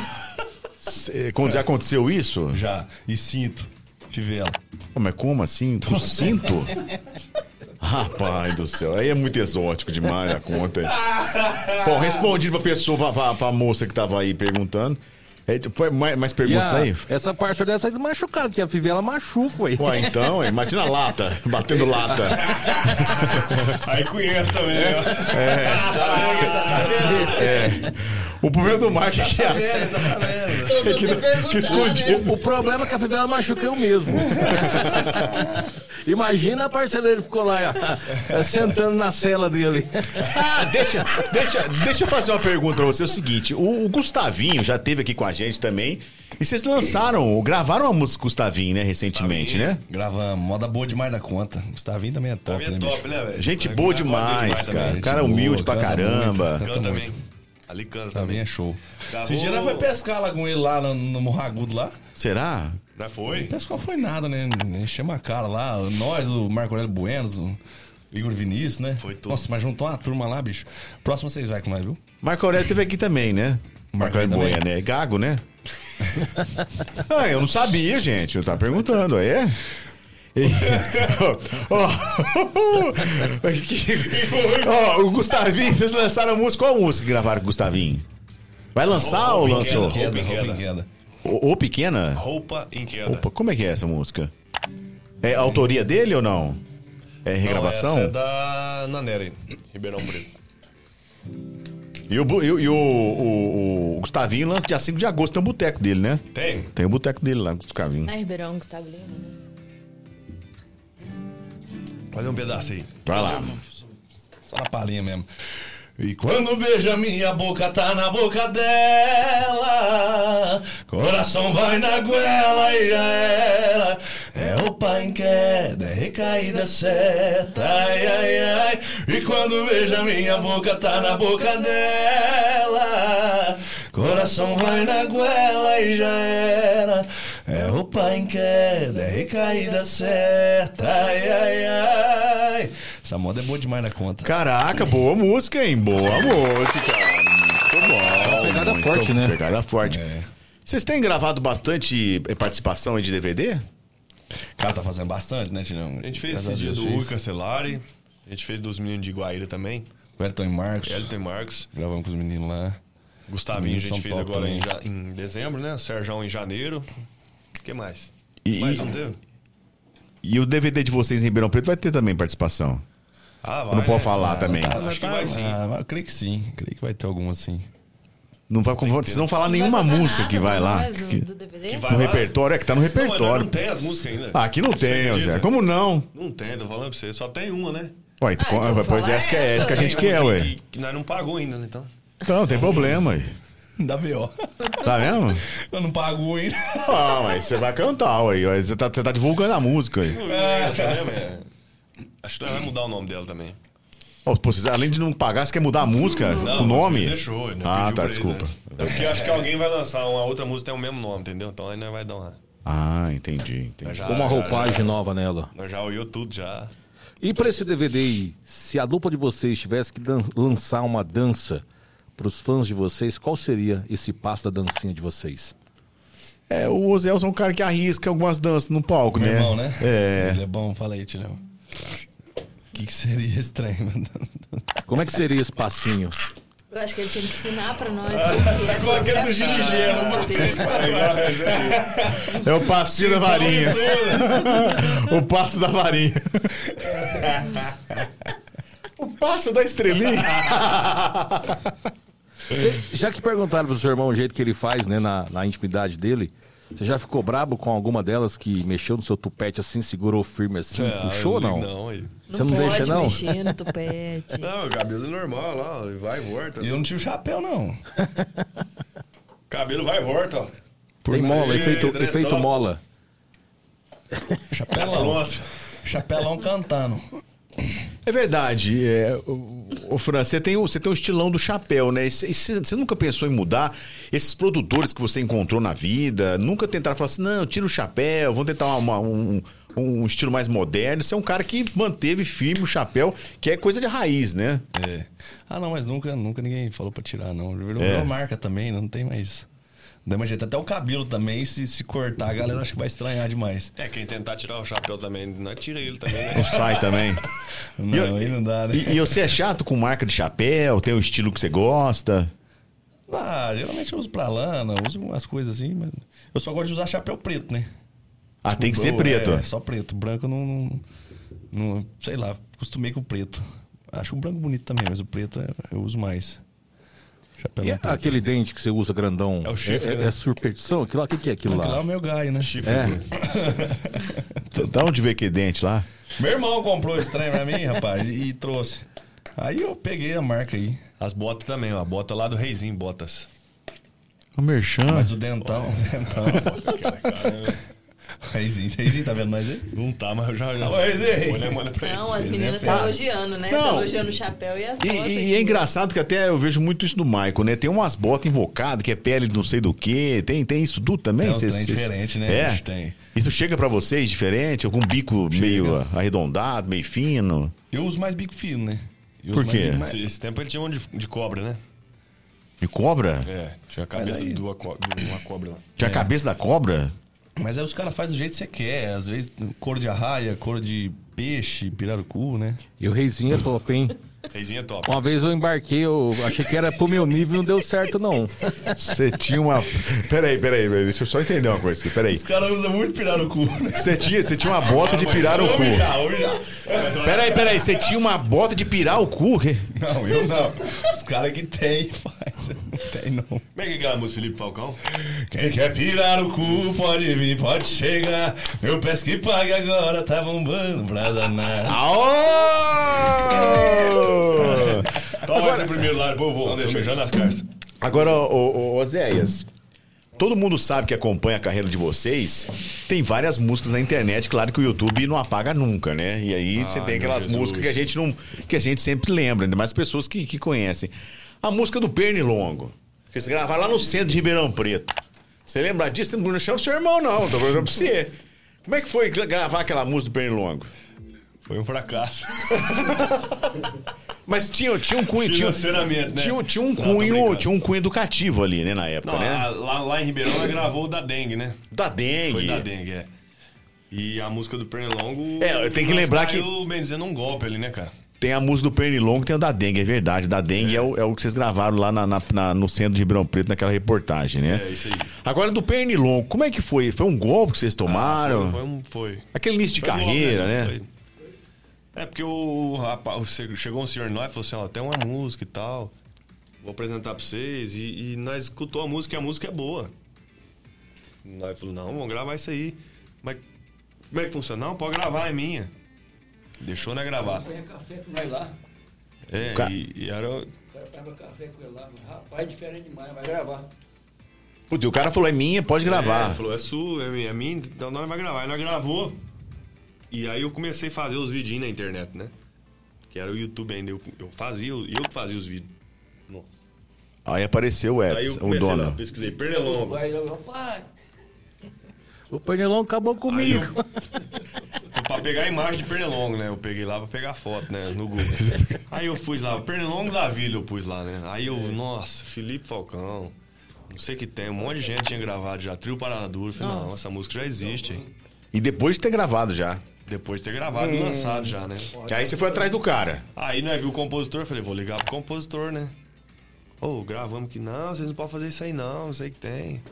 Cê- Quando já aconteceu isso?
Já. E cinto. Fivela.
Pô, mas como assim? Do cinto? Rapaz do céu, aí é muito exótico demais a conta. Bom, respondido pra pessoa, pra, pra- pra moça que tava aí perguntando. É, tipo, é, mais, mais perguntas aí?
Essa parte deve sair machucada, que a fivela machuca, ué.
Ué, então, é, imagina a lata, batendo lata.
Aí conheço também, tá né?
É. O problema do Mike é que a-
Tá sabendo.
é que, que escondido.
O problema é que a fivela machuca eu mesmo. Imagina a parceira dele ficou lá, ó, sentando na cela dele.
Ah, deixa, deixa, deixa eu fazer uma pergunta pra você. É o seguinte, o, o Gustavinho já esteve aqui com a gente também. E vocês lançaram, gravaram a música Gustavinho, né, recentemente, né?
Gravamos, moda boa demais da conta. Gustavinho também é top,
Também é
né,
top,
bicho?
né, velho?
Gente
É,
boa
é
demais,
também.
cara.
gente
Cara é
boa,
humilde pra
canta
caramba.
muito,
Canta
canta
também.
muito.
Ali canta
Gustavinho
também.
é show.
Gravou-
Esse dia nós foi pescar lá com ele lá no, no Morragudo lá.
Será?
Já foi?
Pescar foi nada, né? Enchemos a cara lá. Nós, o Marco Aurélio Buenos, o Igor Vinícius, né?
Foi tudo.
Nossa, mas juntou uma turma lá, bicho. Próximo vocês vai com nós, viu?
Marco Aurélio esteve aqui também, né? Marco Aurélio
também.
Boia, né? Gago, né? ah, eu não sabia, gente. Eu tava perguntando, é? E- Ó, que- ó, o Gustavinho, vocês lançaram a música. Qual música que gravaram com o Gustavinho? Vai lançar ou lançou?
Queda,
Roupa em
queda.
queda. queda.
Ô, ô, pequena?
Roupa em queda.
Opa, como é que é essa música? É a autoria dele ou não? É
Não,
regravação?
Essa é da Nanera, Ribeirão Preto.
E, o, Bu- e o- e o- o- o Gustavinho lança dia 5 de agosto, tem um boteco dele, né?
Tem?
Tem o boteco dele lá, Gustavinho.
Na Ribeirão, Gustavo Lima.
Fazer um pedaço aí.
Vai lá.
Só na palhinha mesmo. E quando beija minha boca, tá na boca dela. Coração vai na goela e já era. É opa em queda, é recaída certa. Ai, ai, ai. E quando beija minha boca, tá na boca dela. Coração vai na goela e já era. É opa em queda, é recaída certa. Ai, ai, ai. Essa moda é boa demais na conta.
Caraca, boa música, hein? Boa música. Muito bom.
pegada
muito
forte, né?
Pegada forte.
É.
Vocês têm gravado bastante eh, participação aí de DVD?
cara tá fazendo bastante, né, Tirão?
A gente fez esse dia do Hugo Cancelari. A gente fez dos meninos de Guaíra também.
O Elton e Marcos.
Elton e Marcos.
Gravamos com os meninos lá.
Gustavinho a
Os meninos de São
gente fez
Paulo
agora em,
também.
ja- em dezembro, né? Serjão em janeiro. O que mais?
E,
mais
e-
não teve?
e o DVD de vocês em Ribeirão Preto vai ter também participação.
Ah, vai,
Não pode
né?
falar também.
tá,
Acho que vai sim.
Ah, mas eu creio que sim. Creio que vai ter assim. alguma sim.
Não vai, vocês não falar
Não
nenhuma
vai botar
música
nada
que vai
pra
lá.
nós No,
que-
do DVD?
Que vai
no
lá?
repertório, é que tá no
Não, mas nós
repertório.
não tem as músicas ainda.
Ah, aqui não
Você
tem, ô
acredita?
Zé. Como não?
Não tem, tô falando pra você. Só tem uma, né?
Ué, então,
então
ah, pois
fala
é, essa que é
essa, né?
essa que a gente
Tem
quer,
uma
ué.
Que, que nós não pagou ainda, né? Então.
Então, não tem problema aí.
Da B.O.
Tá mesmo?
eu não pago ainda.
Ah, mas você vai cantar, ué. ué, Você tá, você tá divulgando a música aí.
Acho, né, velho? Acho que nós vamos mudar o nome dela também.
Ó, pô, vocês, além de não pagar, você quer mudar a música?
Não,
o nome?
Deixou, né?
Ah,
Pediu
tá,
pra eles
desculpa.
antes. É Porque eu acho que alguém vai lançar uma outra música que tem o mesmo nome, entendeu? Então aí nós vai dar uma.
Ah, entendi, entendi.
Já,
Uma
já-
roupagem nova nela.
Nós já olhou tudo já.
E pra esse DVD aí, se a dupla de vocês tivesse que dan- lançar uma dança pros fãs de vocês, qual seria esse passo da dancinha de vocês?
Um
É, o Ozelson é um cara que arrisca algumas danças no palco,
Meu
né?
irmão, né?
É.
Ele é bom, fala aí, Tirão. O que, que seria estranho, mano?
Como é que seria esse passinho?
Eu acho que ele tinha que ensinar pra nós.
Ah,
Tá colocando do
É o passinho
então,
da varinha.
um-
o passo da varinha. o passo da estrelinha.
Cê- já que perguntaram pro seu irmão o jeito que ele faz, né, na, na intimidade dele, você já ficou brabo com alguma delas que mexeu no seu tupete assim, segurou firme assim, puxou ou
Ah,
não?
Não, aí.
Você não
Tá
deixa, não?
né?
mexer no tupete.
Não, o cabelo é normal lá, ó, ele vai e volta.
Eu não tiro chapéu, não.
O cabelo vai e volta, ó.
Tem mola,
Sim,
efeito,
dreadlock.
efeito mola.
Chapelão.
Pronto.
Chapelão cantando.
É verdade. É, o, o Fran, você tem, o- você tem o estilão do chapéu, né? E cê- e cê- Você nunca pensou em mudar esses produtores que você encontrou na vida? Nunca tentaram falar assim, não, tira o chapéu, vamos tentar uma- uma- um, um estilo mais moderno. Você é um cara que manteve firme o chapéu, que é coisa de raiz, né?
É. Ah, não, mas nunca, nunca ninguém falou pra tirar, não. Virou
É.
virou marca também, não tem mais. Não tem mais jeito. Até o cabelo também, se, se cortar, a galera acha que vai estranhar demais.
É, quem tentar tirar o chapéu também, nós tira ele também, né?
Não sai também.
Não,
eu-
aí não dá, né?
E, e você é chato com marca de chapéu? Tem o estilo que você gosta?
Ah, geralmente eu uso pra lana, uso umas coisas assim, mas. Eu só gosto de usar chapéu preto, né?
Ah, tem que ser
Boa,
preto.
É, só preto. Branco eu não, não, não- Sei lá, acostumei com o preto. Acho o branco bonito também, mas o preto é- eu uso mais. Chapéu
E é
preto.
aquele dente que você usa grandão?
É o chifre,
É,
né?
é superstição? Aquilo lá, o que, que é aquilo
Aquele lá é
lá?
o meu gaio, né? Chifre.
É,
Dá onde vê que dente lá?
Meu irmão comprou esse trem pra mim, rapaz, e, e trouxe. Aí eu peguei a marca aí.
As botas também, ó. A bota lá do Reizinho, botas.
O merchan.
Mas o dentão, o dentão. Reizinho, Reizinho, tá vendo nós aí?
Não tá, mas eu já. já
Ô, Reizinho!
Olha, manda pra ele.
Não, as
Eles
meninas
nem
estão
ferram.
elogiando, né?
Não.
Estão elogiando o chapéu e as
E,
botas.
e-
aqui.
e é engraçado que até eu vejo muito isso do Michael, né? Tem umas botas invocadas, que é pele de não sei do que, tem, tem isso tudo também?
Tem uns
Cês-
É um trem
cês-
diferente, né?
É.
Bicho, tem.
Isso chega pra vocês diferente? Algum bico meio arredondado, meio fino?
Eu uso mais bico fino, né? Eu
Por
uso mais
quê?
bico mais-
Esse, esse tempo ele tinha um de, de cobra, né?
De cobra?
É, tinha a cabeça
aí-
de uma co- de uma cobra lá.
É.
Tinha a cabeça da cobra?
Mas aí os caras fazem do jeito que você quer. Às vezes, cor de arraia, cor de peixe, pirarucu, né?
e o reizinho é top, hein?
Reizinho é top.
Uma vez eu embarquei, eu achei que era pro meu nível e não deu certo, não.
Você tinha uma. Peraí, peraí, peraí, deixa eu só entender uma coisa aqui, peraí.
Os caras usam muito pirarucu, né?
Você tinha, você tinha uma bota de pirar o
Homem
cu.
já, homem já.
Peraí, peraí, você tinha uma bota de pirar o cu?
Não, eu não. Os caras que tem, faz. Eu Não tem, não.
Como é que é aquela música, Felipe Falcão?
Quem quer pirar o cu, pode vir, pode chegar. Meu pés que paga agora tá bombando pra danar.
Aô!
Qual vai ser o primeiro lá? Depois eu vou. Tô mijando nas cartas.
Tá Agora, ô, ô, ô, Zéias, todo mundo sabe que acompanha a carreira de vocês. Tem várias músicas na internet, claro que o YouTube não apaga nunca, né? E
Ah,
aí você tem aquelas músicas que a gente não, que a gente sempre lembra, ainda mais pessoas que, que conhecem. A música do Pernilongo, que vocês gravaram lá no centro de Ribeirão Preto. Você lembra disso? Não chama o seu irmão, não. Tô perguntando pra você. Como é que foi gra- gravar aquela música do Pernilongo?
Foi um fracasso.
Mas tinha, tinha um cunho. Tinha,
Financeiramente, né?
tinha um- tinha um
Não, tô brincando.
cunho, tinha um cunho educativo ali, né, na época,
Não,
né?
a- lá, lá em Ribeirão ela gravou o da dengue, né?
Da dengue.
Foi da dengue, é. E a música do Pernilongo.
É, eu tenho que lembrar que-
caiu, bem dizendo, um golpe ali, né, cara?
Tem a música do Pernilongo, tem a da Dengue, é verdade. Da Dengue é, o, é o que vocês gravaram lá na- na- na- no centro de Ribeirão Preto, naquela reportagem, né?
É, isso aí. Ah,
Agora, do Pernilongo, como é que foi? Foi um golpe que vocês tomaram?
Foi, foi um. Foi.
Aquele início de
Foi golpe,
carreira, né?
Foi. É, porque o rapaz. o se- Chegou um senhor em nós e falou assim: ó, tem uma música e tal. Vou apresentar pra vocês. E, e nós escutou a música e a música é boa. Nós falou: não, vamos gravar isso aí. Mas como é que funciona? Não, pode gravar, é minha. Deixou nós gravar.
Apanha café com nós lá.
É,
Ca-
e, e era.
O cara tava café com ele lá. mas, Rapaz, é diferente demais, vai gravar.
Putz, o cara falou, é minha, pode
um- É,
gravar.
falou, é sua, é minha, é minha, então nós vai gravar. E nós gravou. E aí eu comecei a fazer os vidinhos na internet, né? Que era o YouTube ainda. Eu, eu fazia, eu que fazia os vídeos. Nossa.
Aí apareceu o
Aí eu
Edson, o
comecei lá,
dono.
pesquisei Pernilongo.
Vai, eu, rapaz,
O pernilongo acabou
Aí eu,
comigo.
pra pegar a imagem de Pernilongo, né? Eu peguei lá pra pegar a foto, né? No Google. Aí eu fui lá, Pernilongo da Vila eu pus lá, né? Aí eu, nossa, Felipe Falcão. Não sei o que tem, um monte de gente tinha gravado já. Trio Parada Dura. Eu Falei, não, essa música já existe. hein?
E depois de ter gravado já. Hum.
Depois de ter gravado e lançado já, né?
É. Aí você foi atrás do cara.
Aí nós viu o compositor, falei, vou ligar pro compositor, né? Ô, gravamos que não, vocês não podem fazer isso aí não, não sei o que tem.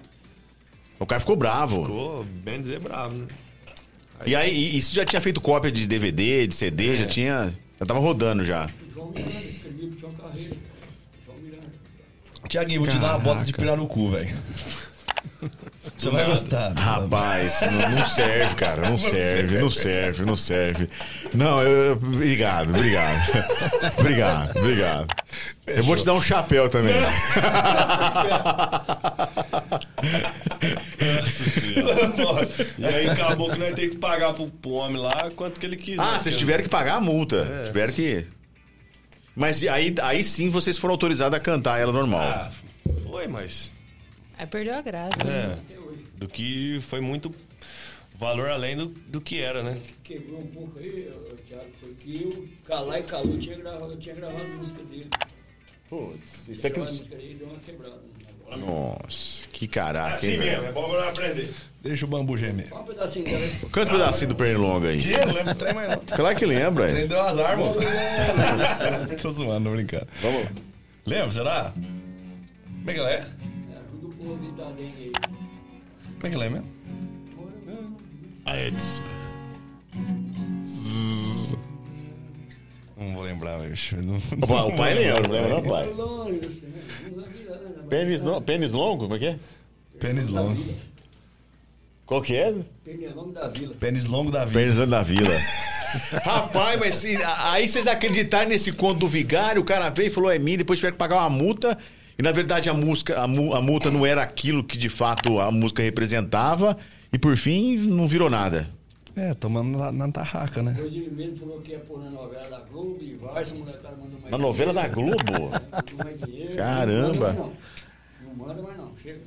O cara ficou bravo.
Ficou, bem dizer, bravo, né?
E aí, e isso já tinha feito cópia de DVD, de CD,
É.
já tinha. Já tava rodando já.
o João Miranda escreveu pro João Carreiro. João Miranda.
Tiaguinho, vou te dar uma bota de
Tá
pirarucu, velho. Você vai gostar.
Rapaz, não, não serve, cara. Não serve, não serve, não serve. Não, eu, eu- obrigado, obrigado. Obrigado, obrigado. Eu vou te dar um chapéu também.
e aí acabou que nós temos que pagar pro, pro homem lá quanto que ele quiser.
Ah, vocês tiveram que pagar a multa. Tiveram que. Mas e aí, aí sim vocês foram autorizados a cantar ela normal.
Ah, foi, mas.
Aí perdeu a graça. né?
É, do que foi muito valor além do, do que era, né?
Quebrou um pouco aí, ô, ô, Thiago, foi que eu, Calai Calu, tinha gravado, eu tinha gravado a música dele.
Putz, é
Isso aqui... A música aí deu uma quebrada.
Nossa, Ah, que caraca, hein,
Assim mesmo,
velho?
é bom pra aprender.
Deixa o bambu gemer.
Só um pedacinho dela.
Canta um pedacinho do Pernilongo aí.
Eu não lembro desse trem mais não.
Claro que lembra.
Ele
hein?
deu azar, né? mano. Tô zoando, tô brincando. Vamos. Lembra, será? Como é que ela é?
Ajuda o povo a evitar dengue aí.
Como é que ela é mesmo? é
Aedes.
Não vou lembrar, bicho. Não-
O pai, o pai
não
lembra,
lembro,
lembra não,
né?
pai?
Longe, você, né? Não vai virar, né? Vai
Pênis, no, pênis longo, como é que é?
Pênis longo.
Qual que é?
Pernilongo da Vila.
Pênis longo da vida.
Pênis da vila.
Rapaz, mas se- a- aí vocês acreditaram nesse conto do vigário, o cara veio e falou é mim, depois tiveram que pagar uma multa. E na verdade a música, a, mu- a multa não era aquilo que de fato a música representava, e por fim não virou nada.
É, tomando na, na tarraca, né?
Hoje ele mesmo falou que ia pôr na novela da Globo e vai, essa molecada mandou mais né?
Na novela da Globo.
Mandou mais dinheiro.
Caramba.
Não manda mais não. Não manda mais não, chega.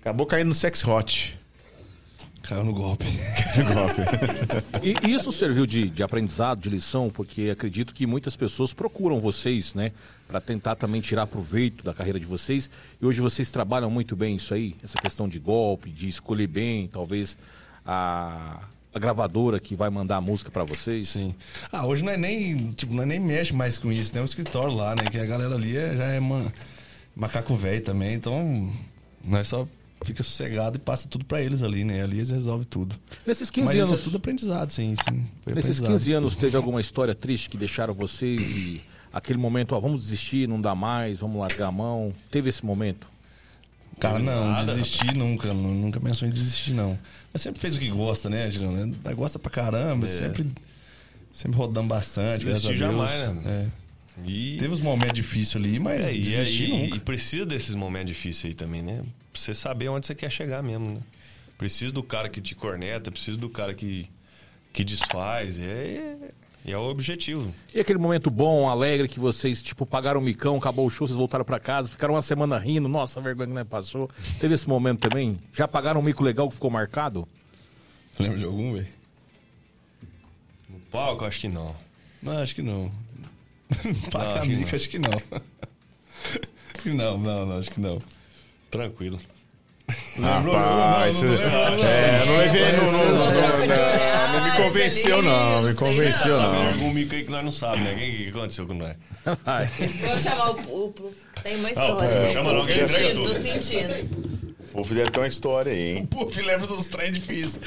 Acabou caindo no sex hot.
Caiu no golpe.
E isso serviu de, de aprendizado, de lição, porque acredito que muitas pessoas procuram vocês, né? Pra tentar também tirar proveito da carreira de vocês. E hoje vocês trabalham muito bem isso aí, essa questão de golpe, de escolher bem, talvez a, a gravadora que vai mandar a música pra vocês.
Sim. Ah, hoje não é nem. Tipo, não é nem mexe mais com isso. Tem um escritório lá, né? Que a galera ali é- já é ma- macaco velho também, então. Nós só fica sossegado e passa tudo pra eles ali, né? Ali eles resolvem tudo.
Nesses
Mas
15
isso é
anos,
tudo aprendizado, sim. sim. Foi
nesses
aprendizado.
15 anos teve alguma história triste que deixaram vocês e aquele momento, ó, vamos desistir, não dá mais, vamos largar a mão. Teve esse momento?
Cara, Tá, não, desistir nunca. nu- Nunca pensou em desistir, não. Mas sempre fez o que gosta, né, Gilão? né? Gosta pra
É.
caramba, sempre. Sempre rodando bastante, graças a Deus.
Desistir jamais,
né?
E,
Teve uns momentos difíceis ali, mas
é, e,
desistir
e-
nunca.
e precisa desses momentos difíceis aí também, né? Pra você saber onde você quer chegar mesmo, né? Precisa do cara que te corneta, precisa do cara que, que desfaz. É, é, é o objetivo.
E aquele momento bom, alegre, que vocês, tipo, pagaram o micão, acabou o show, vocês voltaram pra casa, ficaram uma semana rindo, nossa, a vergonha que não passou. Teve esse momento também? Já pagaram um mico legal que ficou marcado?
Lembra de algum, velho?
No palco, acho que não.
Não, acho que não. Paga
acho que
amigo,
não.
acho que não. Acho que não, não, não, acho que não.
Tranquilo.
Rapaz,
Não, não, não, não, não, não.
É, não levei, não,
é
Não
me convenceu, não, me convenceu,
Sabe de algum mico aí que nós não sabemos, né? O que, que aconteceu com nós?
Vou chamar o, o- o- Tem uma
Ah, o povo
história. né?
chama não, que
Tô
ele entrega
sentindo, tô
tudo.
sentindo.
O povo deve ter uma história aí, hein?
Pô, filho, lembra dos trem difíceis.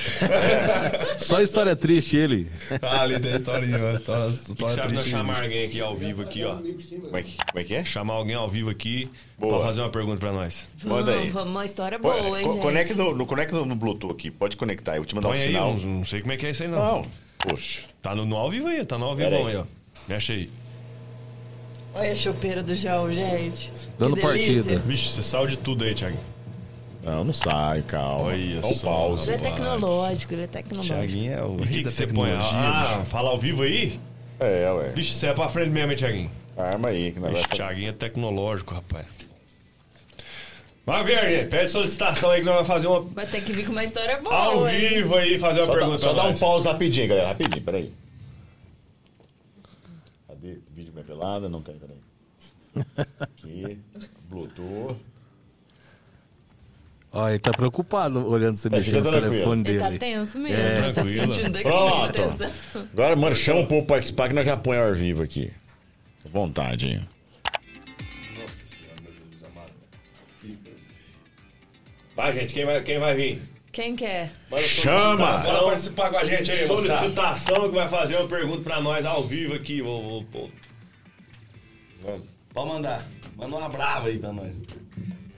Só história triste ele.
ah, ali tem a historinha, uma história,
Que
história
sabe nós
triste.
chamar alguém aqui ao vivo aqui, ó.
Como é que, como é, que é?
Chamar alguém ao vivo aqui
Boa.
pra fazer uma pergunta pra nós.
Manda aí.
Vamos, uma história
Pô,
boa, hein,
co-
gente?
conecta, no, no- conecta no Bluetooth aqui, pode conectar, eu vou te mandar
Põe
um
aí,
sinal.
uns- não sei como é que é isso aí não.
Não, poxa.
Tá no, no ao vivo aí, tá no ao vivo
Pera
aí.
aí.
ó. Mexe aí.
Olha a chopeira do João, gente.
Dando
Que delícia.
partida.
Vixe, você saiu de tudo aí, Thiago.
Não, não sai, calma.
Olha
Olha o
só,
pause.
Ele é
Rapaz.
tecnológico, ele é tecnológico.
Thiaguinho é o
E o
rei
que,
da
que você põe?
tecnologia,
Ah,
bicho.
falar ao vivo aí?
É, ué.
Vixe, você é pra frente mesmo, hein, Thiaguinho?
Arma aí, que
Vixe,
negócio.
Thiaguinho é tecnológico, rapaz. Mas, Verne, pede solicitação aí que nós vamos fazer uma.
Vai ter que vir com uma história boa,
Ao
hein?
vivo aí, fazer uma
Só, dá,
pergunta
só
pra
dá um
nós.
pause rapidinho, galera. Rapidinho, peraí. Cadê? Vídeo minha pelada? Não tem, peraí. Aqui. Bluetooth.
Ó, ele tá preocupado olhando você mexer
fica
no
tranquilo.
telefone
Ele tá
dele.
tenso mesmo.
É.
tá
Tranquilo.
sentindo daqui
Pronto.
tensão.
Agora, mano, chama o povo participar que nós já põe ao vivo aqui. Fica à vontade, hein?
Vai, gente, quem vai, quem vai vir?
Quem quer?
Chama!
Bora participar com a gente aí,
moçada.
Solicitação que vai fazer uma pergunta pra nós ao vivo aqui. Vou, vou, vou. Vamos.
Pode mandar. Manda uma brava aí pra nós.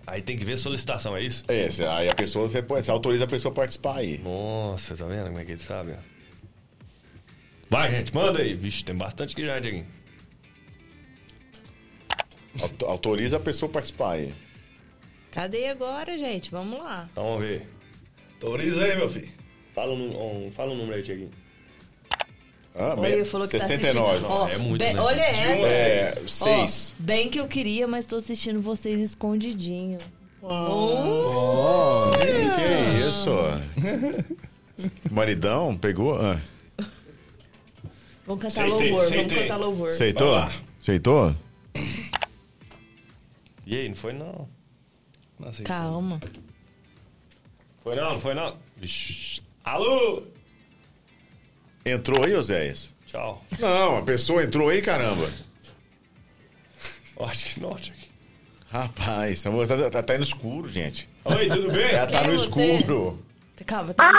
Aí tem que ver solicitação, é isso?
É, cê- aí a pessoa, você, põe- você autoriza a pessoa a participar aí.
Nossa, tá vendo como é que ele sabe? ó? Vai, gente, manda aí. Vixe, tem bastante aqui já, Dieguinho.
Auto- Autoriza a pessoa a participar aí.
Cadê agora, gente? Vamos lá.
Então vamos ver.
Autoriza aí, meu filho.
Fala um, nú- um- fala um número aí, Dieguinho.
Ah,
Olha,
me-
ele falou que tá
69.
assistindo. Ó,
É muito,
bem-
né?
Olha essa.
É,
gente.
seis.
Ó, bem que eu queria, mas tô assistindo vocês escondidinho.
Ah.
Que é isso? Maridão, pegou? Ah,
Vamos cantar
Aceitei,
louvor,
aceitei.
vamos cantar louvor.
Aceitou? Aceitou?
E aí, não foi não? Não sei.
Calma.
Foi não, não foi não. Vixe. Alô?
Entrou aí, Oséias?
Tchau.
Não, a pessoa entrou aí, caramba.
Eu acho que não, Dieguinho.
Rapaz, a moça tá, tá, tá no escuro, gente.
Oi, tudo bem?
Ela tá
Quem
no
é você?
escuro.
Calma,
Ah,
tá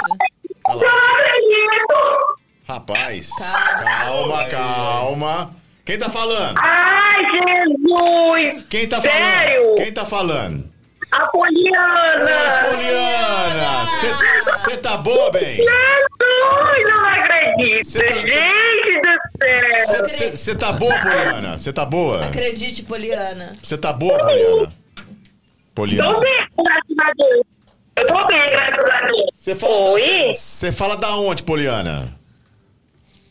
Rapaz,
Calma.
calma, calma. Quem tá falando?
Ai, Jesus!
Quem tá falando?
Sério?
Quem tá falando?
Apoliana!
Poliana, você tá boa, bem?
Jesus, não acredito!
Cê tá- cê-
Gente do céu!
Você tá boa, Poliana? Você tá boa?
Acredite, Poliana.
Você tá boa, Poliana?
Tô
Poliana.
bem, graças a Deus! Eu tô bem, graças a Deus!
Você fala,
Oi?
Você fala da onde, Poliana?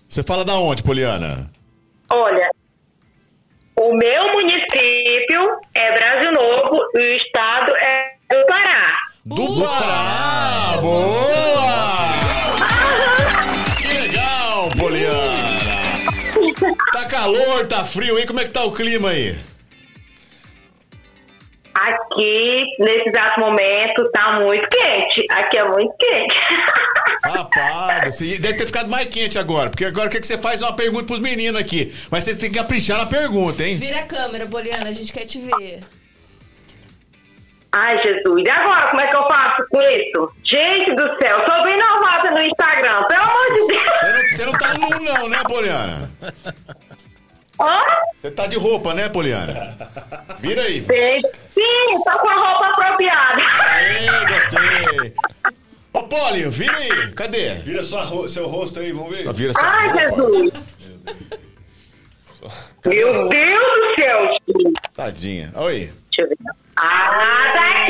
Você fala da onde, Poliana?
Olha, o meu município é Brasil Novo e o estado é do Pará.
Do Pará! Boa! Que legal, Poliana! Tá calor, tá frio, hein? Como é que tá o clima aí?
Aqui, nesse exato momento, tá muito quente. Aqui é muito quente.
Rapaz, você deve ter ficado mais quente agora, porque agora o que que você faz é uma pergunta pros meninos aqui. Mas você tem que caprichar na pergunta, hein?
Vira a câmera, Poliana, a gente quer te ver.
Ai, Jesus. E agora, como é que eu faço com isso? Gente do céu, sou bem novata no Instagram, pelo amor de Deus.
Você não, você não tá nu, não, né, Poliana?
Hã?
Você tá de roupa, né, Poliana? Vira aí.
Gente, sim, tô com a roupa apropriada.
Aê, gostei. Ô, Poli, vira aí. Cadê?
Vira sua, ro- seu rosto aí, vamos ver.
Vira só.
Ai, Jesus. Meu Deus do céu, gente.
Tadinha. Oi.
Deixa eu ver. Ah, tá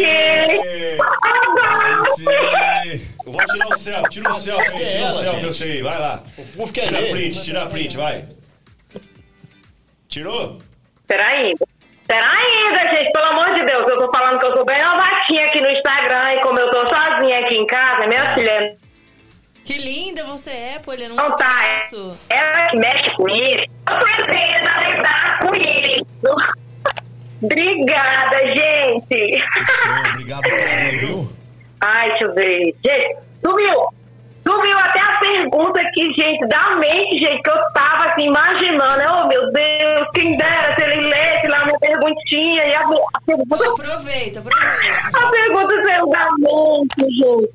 aqui!
Aí sim. Vamos tirar o selfie, tira o selfie aí, tira o
ela,
selfie,
gente?
eu sei, vai lá.
povo quer
Tira a
ver.
print, tira a print, vai. Tirou?
Será ainda? Será ainda, gente? Pelo amor de Deus, eu tô falando que eu sou bem novatinha aqui no Instagram e como eu tô sozinha aqui em casa, minha filha
Que linda você é, Poliana. Um
não tá.
abraço.
Ela que mexe com isso. Eu preciso lidar com isso. Obrigada, gente.
Obrigado, carinho, viu?
Ai, deixa eu ver. Gente, sumiu. Sumiu até a pergunta aqui, gente, da mente, gente, que eu tava assim, imaginando. Oh, meu Deus, quem dera se ele lesse lá uma perguntinha e a, a pergunta.
Aproveita, aproveita.
A pergunta saiu da mente, gente.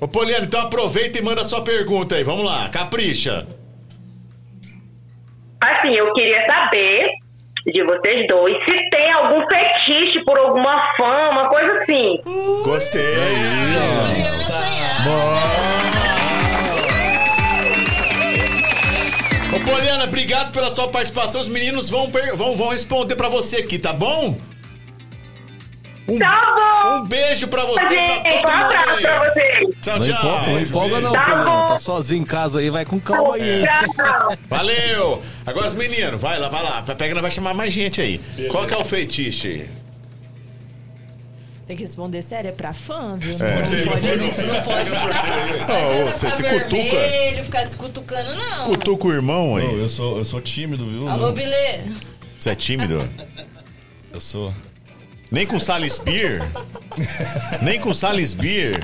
Ô, Poliana, então aproveita e manda a sua pergunta aí. Vamos lá, capricha.
Assim, eu queria saber de vocês dois se tem algum fetiche por alguma fã, uma coisa assim.
Gostei.
Poliana Sanhar.
Ô, Poliana, obrigado pela sua participação. Os meninos vão, per- vão, vão responder pra você aqui, tá bom?
Tá bom,
Um beijo pra você e pra todo
gente. Um abraço
mundo
pra
aí.
vocês.
Tchau,
Não empolga, não,
tchau.
empolga não,
Tá
Pedrinho.
bom.
Tá sozinho em casa aí, vai com calma aí.
Tá
hein?
Tchau.
É.
Valeu. Agora os meninos, vai lá, vai lá. Pega, vai chamar mais gente aí. Qual que é o feitiço?
Tem que responder sério, é pra fã, viu?
É.
Não pode, não pode ficar. Não
Ô,
adianta
você
ficar
se cutuca.
vermelho, ficar se cutucando, não.
Cutuca o irmão
Ô,
aí.
eu, sou, eu sou tímido, viu?
Alô, Bilê.
Você é tímido?
Eu sou.
Nem com Sales Beer. Nem com Sales Beer.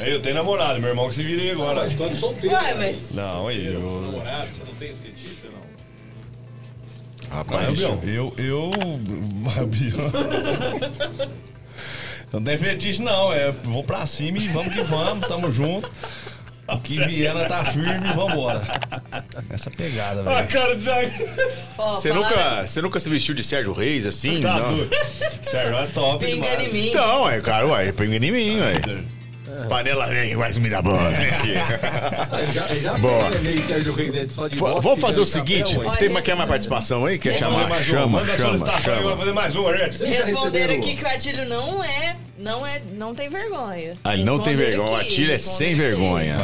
Aí, Eu tenho namorado, meu irmão que se vira aí agora.
Mas quando solteiro.
Ué, mas
Não, aí, eu.
Namorado, você não tem esse fetiche, não?
Rapaz,
Vai, Bião.
eu. Eu. Bião. não tem fetiche, não. É, vou pra cima e vamos que vamos, tamo junto. O que vier, nós tá firme e vambora. Essa pegada, velho.
cara de
ó,
Você
falaram-
nunca, você nunca se vestiu de Sérgio Reis assim?
Tá
não?
doido. Sérgio é top,
Pinga em
demais. É.
mim.
Então, é, cara, ué, pega em mim, ué. Panela vem, vai me dar bola.
Já, já
Boa.
fez, né, meio Sérgio Reis, né, só de
V-
bosta,
Vamos fazer o
tirando
seguinte:
chapéu, hein?
tem mais, quer mais participação aí? Quer
Vamos fazer
chamar?
um?
mais uma.
Chama,
Manda a
chama,
solicitação aí, vai
chama.
fazer mais uma, gente.
já
Responderam
receberam-
aqui que o Atílio não é, não é, não tem vergonha.
Ah, ele não tem
Responderam
vergonha. O
aqui,
Atilha é sem
responderam aqui.
vergonha.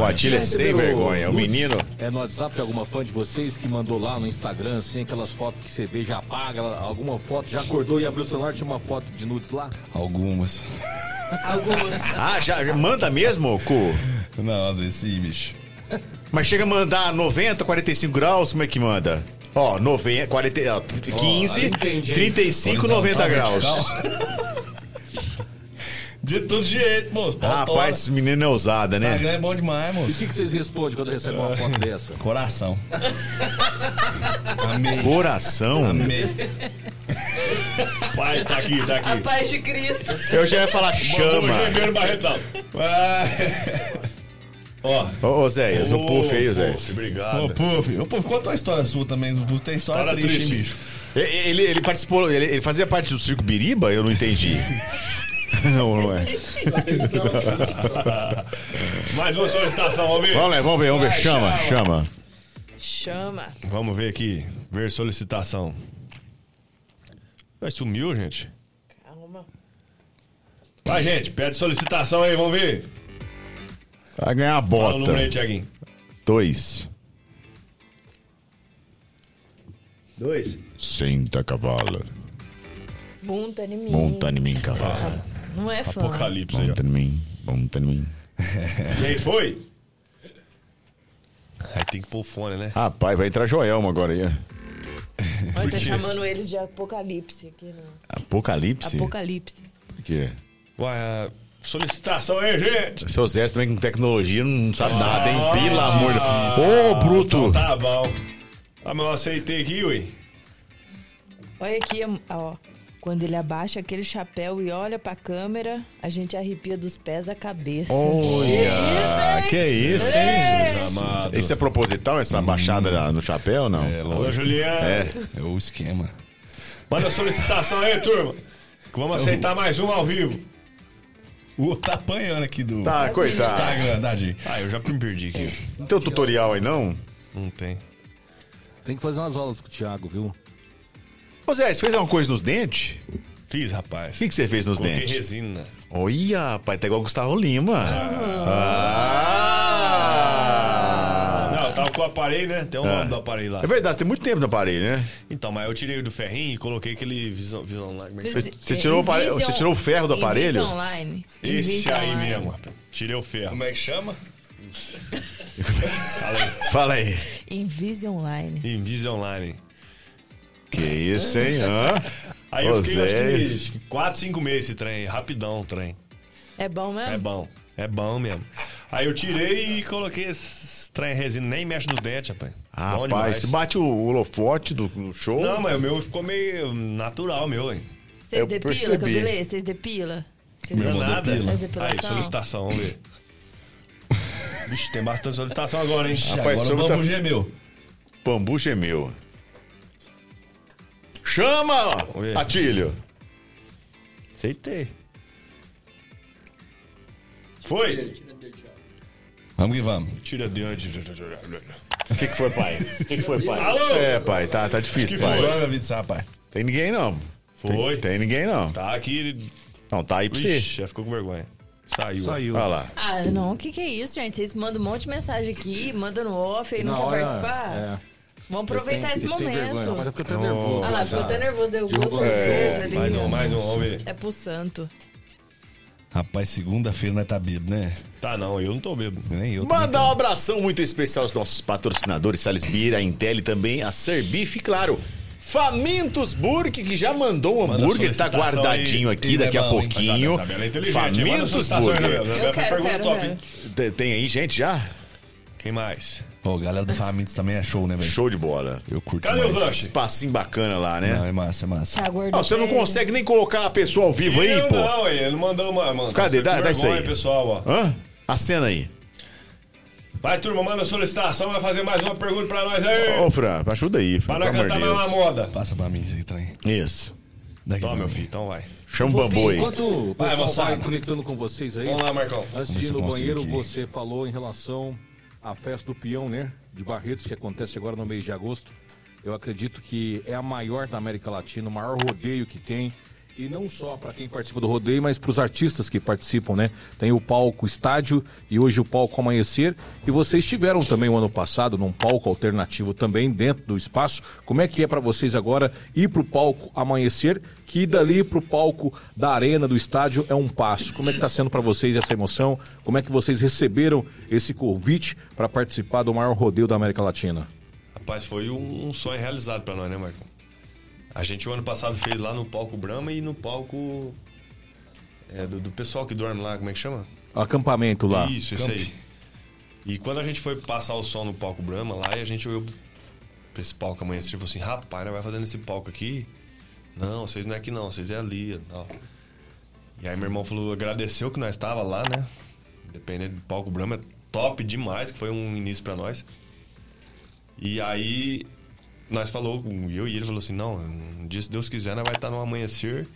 O Atilha é sem
Receberam
vergonha. O
nudes,
menino.
É no WhatsApp de alguma fã de vocês que mandou lá no Instagram, assim, aquelas fotos que você vê, já apaga, ela- alguma foto, já acordou e abriu o celular, tinha uma foto de nudes lá?
Algumas.
Algumas.
Ah, já já manda mesmo, cu?
Não, às vezes sim, bicho.
Mas chega a mandar 90, 45 graus, como é que manda? Ó, 90, 40, ó, 15,
entendi, hein?
35, 90 graus.
De todo jeito, moço. Pau tora.
Rapaz, esse menino é ousada, né?
Instagram é bom demais,
E o
moço.
que, que vocês respondem quando recebem uma foto dessa?
Coração. Amei.
Coração.
Amei. Pai, tá aqui, tá
A
aqui.
paz de Cristo.
Eu já ia falar chama.
Vamos rever o Barretão. Ah, Ó,
Ô, ô Zé, esse é um puff aí, Zé.
Obrigado.
Ô, Puff, ô, Puff, conta uma história sua também. Puff, Tem história,
História
triste,
triste.
hein, bicho?
Tá E- Ele, ele participou, ele, ele fazia parte do circo Biriba? Eu não entendi. Não, não é.
Mais uma solicitação, Almir.
Vamos lá, vamos ver, vamos ver. Chama, chama.
Chama.
Vamos ver aqui. Ver solicitação. Vai, sumiu, gente?
Calma.
Vai, gente, pede solicitação aí, vamos ver.
Vai ganhar a
Fala o número aí,
bota.
Tiaguinho.
Dois.
Dois.
Senta, cavalo.
Monta em mim.
Monta em mim, cavalo.
Não é fã.
Apocalipse aí, ó.
Monta em mim, monta em mim.
E aí, foi? Aí tem que pôr o fone, né?
Rapaz, vai entrar Joelma agora aí.
Olha, tá
quê?
chamando eles de apocalipse aqui, não.
Apocalipse?
Apocalipse.
Por quê?
Uai, a solicitação aí, gente. Ah,
Seu Zé também com tecnologia não sabe nada, hein? Pelo amor de Deus. Ô,
Então
Bruto!
tá bom. Ah, mas eu aceitei aqui, ui.
Olha aqui, ó. Quando ele abaixa aquele chapéu e olha pra câmera, a gente arrepia dos pés à cabeça. É
Olha! Que isso, hein? Jesus amado. Isso é proposital, essa baixada na- no chapéu, não?
É,
Ô,
lógico.
Juliano.
É o esquema.
Manda solicitação aí, turma. Que vamos aceitar mais um ao vivo.
O tá apanhando aqui do
é
Tá, coitado.
Instagram, Dadinho.
Ah, eu já me perdi aqui.
Não tem um tutorial aí, não?
Não tem.
Tem que fazer umas aulas com o Thiago, viu?
Ô, Zé, você fez alguma coisa nos dentes?
Fiz,
O
rapaz.
que, que você fez nos
Coloquei
dentes?
resina.
Olha, rapaz, tá igual o Gustavo Lima. Ah.
Não, eu tava com o aparelho, né? Tem o nome
Ah.
do aparelho lá.
É verdade, tem muito tempo no aparelho, né?
Então, mas eu tirei do ferrinho e coloquei aquele visão, visão lá. como é que
Você,
você tirou o aparelho- você tirou o ferro do aparelho?
online.
é? Esse
Invisa
aí
online.
mesmo, rapaz. Tirei o ferro.
Como é que chama?
Fala aí.
Invisa online.
Invisa online.
Que isso, hein? Hã?
Aí
Ô,
eu fiquei,
Zé.
acho que, 4, 5 meses esse trem. aí. Rapidão o trem.
É bom mesmo?
É bom. É bom mesmo. Aí eu tirei e coloquei esse trem resina. Nem mexe nos dentes, rapaz.
Ah,
Bom
rapaz, se
demais.
bate o holofote do, no show.
Não, mas o meu ficou meio natural, meu, hein?
Vocês
Eu
depilam,
percebi.
cabelê? Vocês depilam? Vocês
Não é
depilam?
nada.
Faz
Ah,
Aí,
depilação?
solicitação, vamos ver. Vixe, tem bastante solicitação agora, hein?
Rapaz,
Agora o
sobre
bambu gemeu.
Bambu gemeu. Chama,
Oi.
Atílio.
Aceitei. Foi?
Tira, tira dele, Thiago.
Vamos que vamos.
Tira diante.
O que, que foi, pai? O que, que foi, pai?
Alô?
É, pai, tá, tá difícil, pai.
Zoa a vida desse rapaz.
Tem ninguém, não.
Foi.
Tem, tem ninguém, não.
Tá aqui.
Não, tá aí pra você.
Ixi, já ficou com vergonha. Saiu.
Saiu.
Olha lá.
Ah, não, o que, que é isso, gente? Vocês mandam um monte de mensagem aqui, mandam no off, aí não
Na
quer
hora,
participar.
é.
Vamos aproveitar
Eles têm-
esse
eles têm vergonha. Agora
momento.
fica até nervoso.
Olha lá, ficou
já.
até nervoso, derrubou a
Derrubou a
cerveja ali.
Mais um, mais um, vamos ver.
É pro santo.
Rapaz, segunda-feira nós tá bêbado, né?
Tá, não, eu não tô bêbado.
Nem eu.
Mandar um abração muito especial aos nossos patrocinadores, Salisbury, a Intel e também a Serbif, claro. Famintos Burger, que já mandou o
Manda
hambúrguer, tá
solicitação
guardadinho
aí.
aqui,
Ele é
daqui a
bom, hein?
pouquinho.
Mas a Isabela é inteligente, hein? Manda
Famintos
solicitações, né,
Burger.
Isabela?
Eu quero,
Pergunta
quero,
top,
quero.
hein?
Tem- Tem aí, gente, já?
Quem mais?
Ô, galera do Famintos também é show, né, velho?
Show de bola.
Eu curto
Cadê o
demais.
Rush?
Espacinho bacana lá,
Não,
né?
é massa, é massa.
Tá gordo.
Ah, você não
velho.
consegue nem colocar a pessoa ao vivo aí,
eu
pô.
Não, ele não mandou uma. Mano,
Cadê?
Você
Dá-
que
dá isso
vergonha,
aí.
pessoal, ó.
Hã? A cena aí.
Vai, turma, manda solicitação, vai fazer mais uma pergunta pra nós aí.
Ô, Fran, ajuda aí.
pra
Pelo amor
nós
de
cantar mais uma
Deus.
moda.
Passa pra mim esse trem.
Isso.
Daqui
Toma,
pra
meu
mim.
filho, então vai.
Chama o bambu aí.
Enquanto o pessoal
moçada.
vai conectando com vocês aí,
Vamos lá, Marcão.
antes
Vamos ver
de ir
se
no
eu consigo
banheiro,
aqui.
você falou em relação à festa do peão, né? De Barretos, que acontece agora no mês de agosto. Eu acredito que é a maior da América Latina, o maior rodeio que tem. E não só para quem participa do rodeio, mas para os artistas que participam, né? Tem o palco estádio e hoje o palco amanhecer. E vocês tiveram também o ano passado num palco alternativo também dentro do espaço. Como é que é para vocês agora ir para o palco amanhecer? Que dali para o palco da arena do estádio é um passo. Como é que está sendo para vocês essa emoção? Como é que vocês receberam esse convite para participar do maior rodeio da América Latina?
Rapaz, foi um, um sonho realizado pra nós, né, Marcão? A gente o ano passado fez lá no palco Brahma e no palco. é, do, do pessoal que dorme lá, como é que chama?
Acampamento lá.
Isso, esse aí. E quando a gente foi passar o som no palco Brahma lá, e a gente olhou pra esse palco amanhã, tipo assim, rapaz, né, vai fazendo esse palco aqui. Não, vocês não é aqui não, vocês é ali e tal. E aí meu irmão falou, agradeceu que nós estava lá, né? Independente do palco Brahma, é top demais, que foi um início pra nós. E aí nós falou, eu e ele falou assim, não, um dia se Deus quiser, nós vai estar no amanhecer.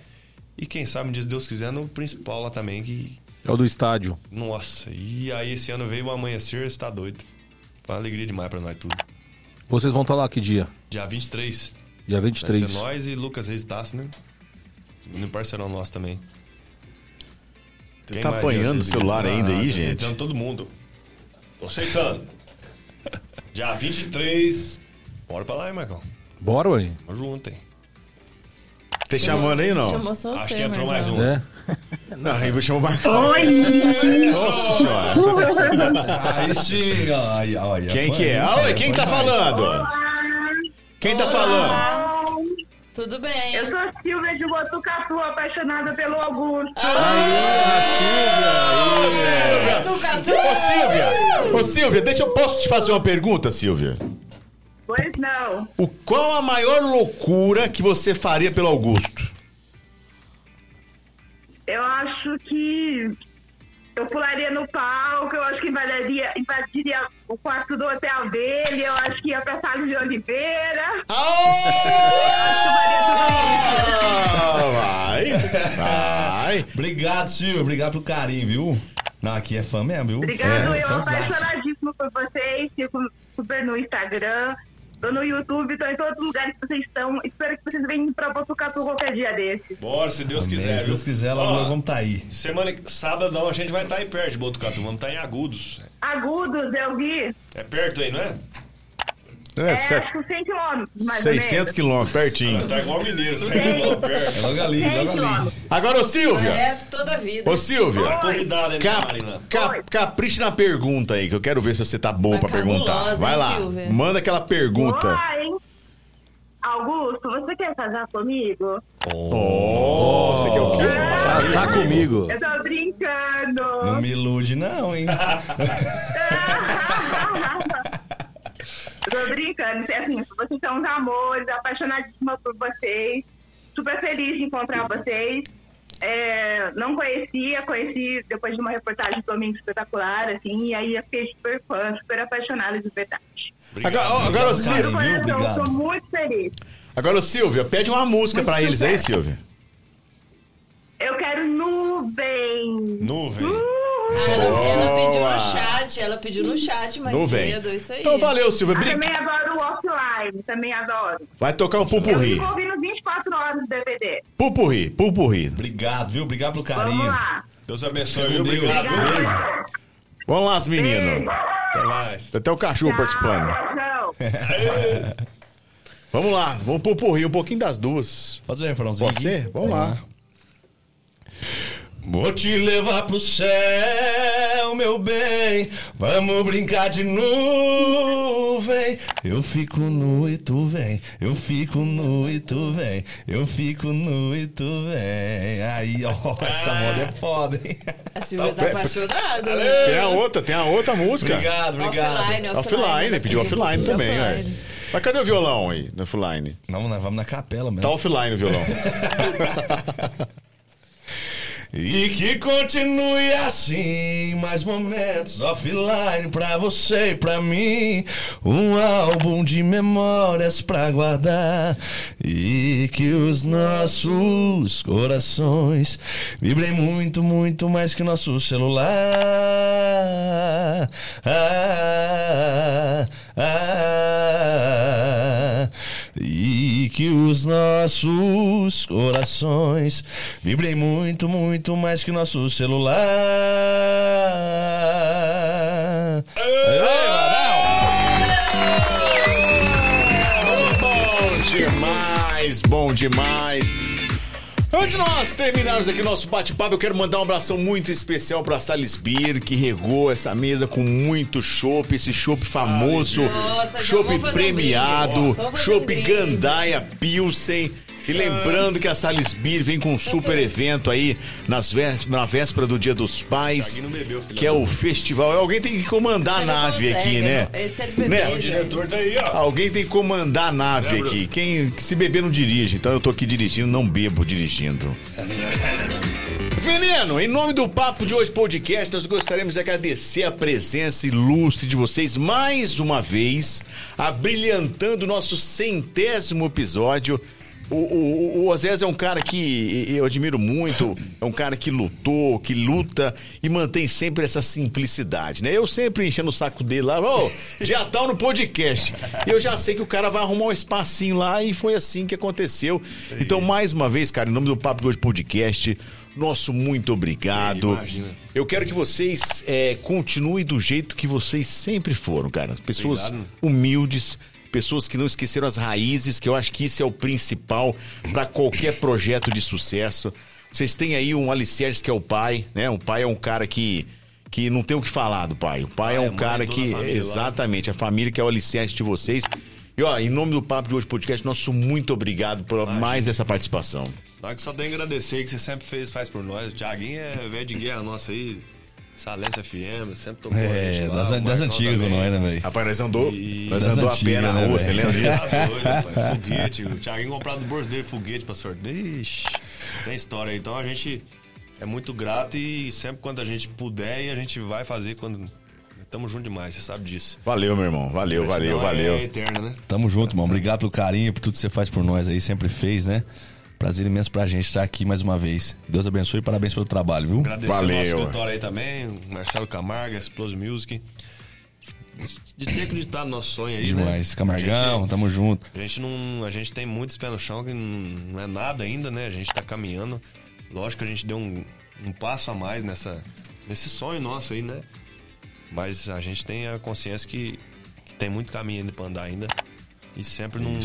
E quem sabe um dia se Deus quiser no principal lá também, que
É o do estádio.
nossa, e aí esse ano veio o amanhecer, você tá doido. Foi uma alegria demais pra nós tudo.
Vocês vão estar lá que dia?
Dia 23.
Dia
Vai
23.
ser nós e Lucas Reis Tasso, né? No parceirão nosso também. Quem
tá
mais
apanhando
vocês
o celular
ligam?
ainda aí,
tô
gente?
Aceitando todo mundo. Tô aceitando. Dia 23. Bora pra lá, hein, Marcão?
Bora, ué.
Tamo junto, hein?
Tá chamando aí, não?
Chamou só
Acho
você,
que entrou mais
Marcão.
um.
É?
Não, aí vou chamar o Marcão.
Oi!
Nossa senhora.
Aí sim, ai, ai,
Quem que é? Ah, oi, quem tá falando? Quem tá falando?
Tudo bem.
Eu sou Silvia de Botucatu, apaixonada pelo Augusto.
Ô, Silvia!
Tucatu!
Ô, Silvia! Ô, Silvia, deixa eu... Posso te fazer uma pergunta, Silvia?
Pois não.
O, qual a maior loucura que você faria pelo Augusto?
Eu acho que eu pularia no palco, eu acho que invadiria, invadiria o quarto do hotel dele, eu acho que ia pra Salles de Oliveira.
Ah, vai! Vai!
Obrigado, Silvio. Obrigado pelo carinho, viu? Não, aqui é fã mesmo, viu?
Obrigado,
é,
eu
fãzaço.
apaixonadíssimo por vocês, fico super no Instagram, tô no YouTube, tô em todos os lugares que vocês estão. Espero que vocês venham pra Botucatu qualquer dia desses.
Bora, se Deus
Amém.
quiser.
Se
viu?
Deus quiser, logo,
Ó,
logo vamos tá aí.
Semana, que- sábado a gente vai estar aí perto de Botucatu. Vamos estar em Agudos.
Agudos, eu vi,
É perto aí, não é?
é,
É, cê-
acho que 100 quilômetros, mais ou
600
menos.
quilômetros, pertinho.
Tá igual mineiro, sai logo
É
perto.
logo ali, logo ali.
quilômetros.
Agora, ô Silvia!
Reto toda a É, vida.
Ô Silvia!
Tá convidado, hein,
Cap,
Marina?
cap, capricha na pergunta aí, que eu quero ver se você tá bom
Tá
pra perguntar.
cabulosa,
Vai
hein,
lá,
Silvia?
manda aquela pergunta.
Olá, hein? Augusto, você quer casar comigo?
Oh, você quer o quê?
Casar comigo.
Eu tô brincando.
Não me ilude, não, hein?
Eu tô brincando. É Assim, vocês são uns amores, apaixonadíssima por vocês. Super feliz de encontrar vocês. É, não conhecia, conheci depois de uma reportagem do Domingo Espetacular, assim, e aí eu fiquei super fã, super apaixonada de verdade.
Agora, ó, agora, ô,
Obrigado,
Sil-
Do
Viu?
coração,
Obrigado.
eu sou muito feliz.
agora, ô, Silvia, pede uma música pra eles aí, Silvia.
Eu quero nuvem.
Nuvem.
Ela, ela pediu
Boa.
no chat, ela pediu no chat mais
Nuvem.
cedo, isso aí.
Então valeu, Silvia.
Ah,
Brin-
também adoro o offline, também adoro.
Vai tocar um
Eu
pupurri.
fico ouvindo 24 horas do DVD.
Pupurri, pupurri.
Obrigado, viu? Obrigado pelo
Vamos
carinho.
lá.
Deus abençoe,
Meu
viu?
Deus.
Obrigado.
Beijo.
Vamos lá, os meninos.
Até mais.
Tem até o cachorro participando.
Tchau.
Vamos lá, vamos pupurri um pouquinho das duas.
Fazer um refrãozinho.
Pode ser?
aqui?
Vamos lá.
Vou te levar pro céu, meu bem. Vamos brincar de nuvem. Eu fico nu e tu vem. Eu fico nu e tu vem. Eu fico nu e tu vem. Aí, ó, essa
Ah.
moda é foda, hein?
A Silvia tá, apaixonada. né?
Tem a outra, tem a outra música.
Obrigado, obrigado.
Offline,
Offline, né? pediu offline também, ué.
Offline.
Mas cadê o violão aí no offline?
Não, nós vamos na capela mesmo.
Tá offline o violão.
E que continue assim, mais momentos offline pra você e pra mim. Um álbum de memórias pra guardar. E que os nossos corações vibrem muito, muito mais que o nosso celular. Ah, ah, e que os nossos corações vibrem muito, muito mais que nosso celular. Ei, Varal!
Bom demais, bom demais. Antes de nós terminarmos aqui nosso bate-papo, eu quero mandar um abração muito especial pra Sales Beer, que regou essa mesa com muito chopp, esse chopp famoso,
Nossa, já
chopp
vamos fazer um brinde.
premiado,
Vamos fazer um
chopp
brinde.
Gandaia Pilsen. E lembrando que a Salisbury vem com um super evento aí nas vés- na véspera do Dia dos Pais, que é o festival. Alguém tem que comandar a
Você não
nave aqui,
consegue,
né?
não. Esse é de bebê,
Né?
gente.
tá aí, ó.
Alguém tem que comandar a nave aqui. Quem se beber não dirige, então eu tô aqui dirigindo, não bebo dirigindo. Mas, Menino, em nome do Papo de Hoje Podcast, nós gostaríamos de agradecer a presença ilustre de vocês mais uma vez, abrilhantando o nosso centésimo episódio. O, o, o- o Osés é um cara que eu admiro muito, é um cara que lutou, que luta e mantém sempre essa simplicidade, né? Eu sempre enchendo o saco dele lá, ô, dia tal no podcast. Eu já sei que o cara vai arrumar um espacinho lá e foi assim que aconteceu. Então, mais uma vez, cara, em nome do Papo de Hoje Podcast, nosso muito obrigado. Eu quero que vocês é, continuem do jeito que vocês sempre foram, cara. Pessoas humildes, pessoas que não esqueceram as raízes, que eu acho que isso é o principal para qualquer projeto de sucesso. Vocês têm aí um alicerce que é o pai, né? O pai é um cara que, que não tem o que falar do pai. O pai é um cara que. Exatamente, a família que é o alicerce de vocês. E ó, em nome do Papo de Hoje Podcast, nosso muito obrigado por mais essa participação.
Tá que só tem que agradecer que você sempre fez, faz por nós. O Thiaguinho é velho de guerra nossa aí. Salência FM, sempre tocou. a
É,
gente lá,
das,
o
das
Marcão
antigas com
também.
nós, né, velho?
Rapaz, nós andou,
E
nós
das
andou a pé
antigas,
na
né,
rua, você
velho?
lembra disso?
Tá doido, rapaz. Foguete. O Thiaguinho comprado do bolso dele foguete pra sorteio. Ixi, tem história aí. Então a gente é muito grato e sempre quando a gente puder e a gente vai fazer quando. Tamo junto demais, você sabe disso.
Valeu, meu irmão. Valeu, valeu,
Senão é
valeu.
eterno, né?
Tamo junto, mano. Obrigado pelo carinho, por tudo que você faz por nós aí, sempre fez, né? Prazer imenso pra gente estar aqui mais uma vez. Que Deus abençoe e parabéns pelo trabalho, viu?
Agradecer
Valeu.
o nosso escritório aí também, o Marcelo Camargo, Explose Music. De ter acreditado no nosso sonho aí,
Demais.
né?
Camargão, tamo junto.
A gente, a gente não. A gente tem muitos pés no chão que não não é nada ainda, né? A gente tá caminhando. Lógico que a gente deu um, um passo a mais nessa, nesse sonho nosso aí, né? Mas a gente tem a consciência que, que tem muito caminho ainda pra andar ainda. E sempre num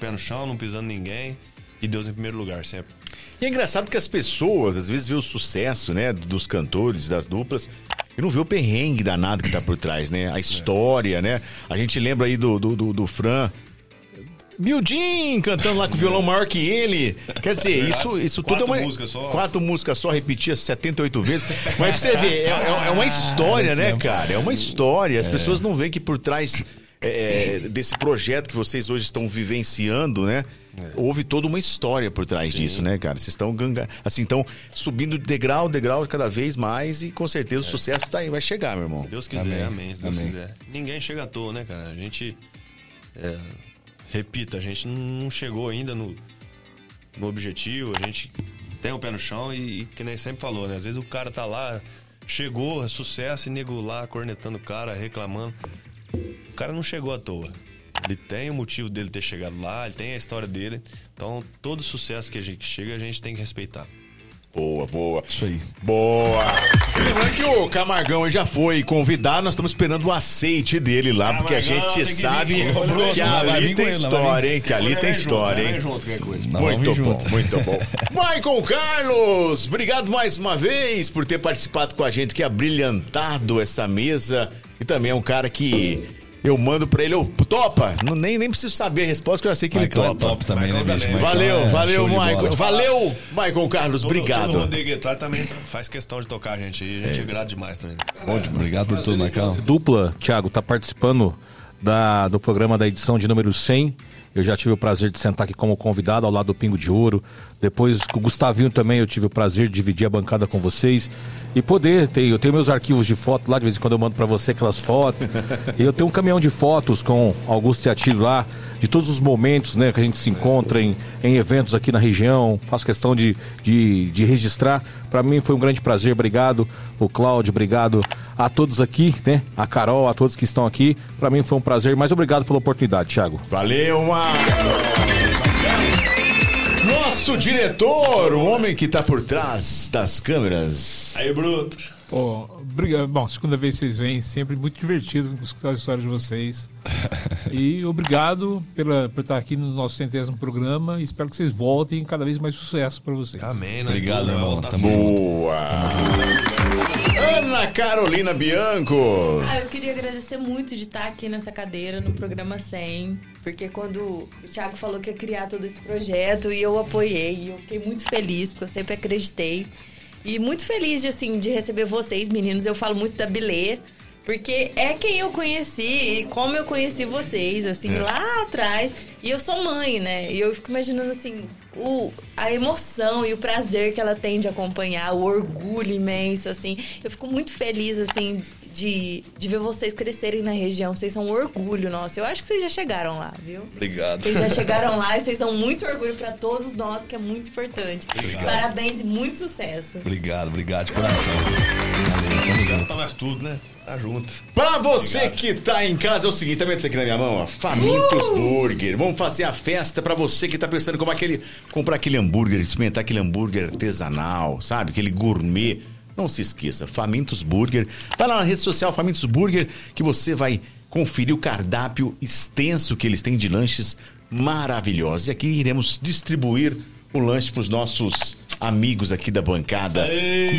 pé no chão, não pisando ninguém. E Deus em primeiro lugar, sempre.
E é engraçado que as pessoas, às vezes, vê o sucesso, né, dos cantores, das duplas, e não vê o perrengue danado que tá por trás, né? A história, né? A gente lembra aí do, do, do, do Fran. Mildinho cantando lá com o violão maior que ele. Quer dizer, isso, isso tudo é uma.
Quatro músicas só.
Quatro músicas só, repetia 78 vezes. Mas você vê, é, é-
Ah,
é uma história, né, cara? É uma história. As pessoas não veem que por trás é, desse projeto que vocês hoje estão vivenciando, né?
É.
Houve toda uma história por trás disso, né, cara? Vocês estão ganga... assim, estão subindo degrau, degrau cada vez mais e com certeza o sucesso tá aí, vai chegar, meu irmão.
Deus quiser, amém. É. se Deus
Amém.
quiser. Ninguém chega à toa, né, cara? A gente. é, repito, a gente não chegou ainda no, no objetivo, a gente tem o pé no chão e, e que nem sempre falou, né? Às vezes o cara tá lá, chegou, é sucesso, e nego lá, cornetando o cara, reclamando. O cara não chegou à toa. Ele tem o motivo dele ter chegado lá, ele tem a história dele. Então, todo sucesso que a gente chega, a gente tem que respeitar.
Boa, boa.
Isso aí.
Boa! Lembrando que o Camargão ele já foi convidado, nós estamos esperando o aceite dele lá, porque a
Camargão,
gente
tem que vir
sabe
com ele.
que
Vai vir
ali
com
tem
ele, vai
história,
vir.
hein? Que ali tem história, hein?
Junto, qualquer coisa.
Não,
muito
vamos
bom,
junto.
muito bom. Michael Carlos, obrigado mais uma vez por ter participado com a gente, que abrilhantado essa mesa. E também é um cara que eu mando pra ele, eu topa! Não, nem, nem preciso saber a resposta, que eu já sei que
Michael
ele
é
topa.
top também, né, bicho? Michael
Valeu,
é
valeu,
show de bola.
Michael. Valeu, Michael Carlos, obrigado.
Todo mundo de guitarra também faz questão de tocar a gente. E a gente é. grata demais também.
Obrigado por tudo, Marcão.
Dupla, Thiago, tá participando da, do programa da edição de número 100. Eu já tive o prazer de sentar aqui como convidado ao lado do Pingo de Ouro. Depois com o Gustavinho também eu tive o prazer de dividir a bancada com vocês. E poder, ter, eu tenho meus arquivos de foto lá, de vez em quando eu mando pra você aquelas fotos. e eu tenho um caminhão de fotos com Augusto Teatiro lá, de todos os momentos né, que a gente se encontra em, em eventos aqui na região. Faço questão de, de, de registrar. Pra mim foi um grande prazer. Obrigado, o Cláudio, obrigado a todos aqui, né? A Carol, a todos que estão aqui. Pra mim foi um prazer, mas obrigado pela oportunidade, Thiago.
Valeu, Marcos! Nosso diretor, o homem que tá por trás das câmeras.
Aí, Bruto.
Pô, obrigado. Bom, segunda vez que vocês vêm, sempre muito divertido escutar as histórias de vocês. E obrigado pela, por estar aqui no nosso centésimo programa. E espero que vocês voltem e
né?
é cada vez mais sucesso para vocês.
Amém.
assim.
Obrigado, irmão. Tamo
bom.
Boa! Ana Carolina Bianco.
Ah, eu queria agradecer muito de estar aqui nessa cadeira no programa 100, porque quando o Thiago falou que ia criar todo esse projeto e eu apoiei, e eu fiquei muito feliz, porque eu sempre acreditei. E muito feliz de assim de receber vocês, meninos. Eu falo muito da Bilê, porque é quem eu conheci e como eu conheci vocês, assim, lá atrás. E eu sou mãe, né? E eu fico imaginando assim, o, a emoção e o prazer que ela tem de acompanhar, o orgulho imenso, assim. Eu fico muito feliz, assim, de, de ver vocês crescerem na região. Vocês são um orgulho nosso. Eu acho que vocês já chegaram lá, viu?
Obrigado.
Vocês já chegaram lá e vocês dão muito orgulho pra todos nós, que é muito importante. Parabéns e muito sucesso.
Obrigado, obrigado de coração. Valeu, tamo junto. Tá mais tudo, né? Tá junto.
Pra você que tá em casa, é o seguinte, tá vendo isso aqui na minha mão? ó? Famintos Burger. Vamos fazer a festa pra você que tá pensando em comprar aquele, comprar aquele hambúrguer, experimentar aquele hambúrguer artesanal, sabe? Aquele gourmet. Não se esqueça, Famintos Burger. Vai lá na rede social Famintos Burger que você vai conferir o cardápio extenso que eles têm de lanches maravilhosos. E aqui iremos distribuir o lanche pros nossos amigos aqui da bancada. Tá.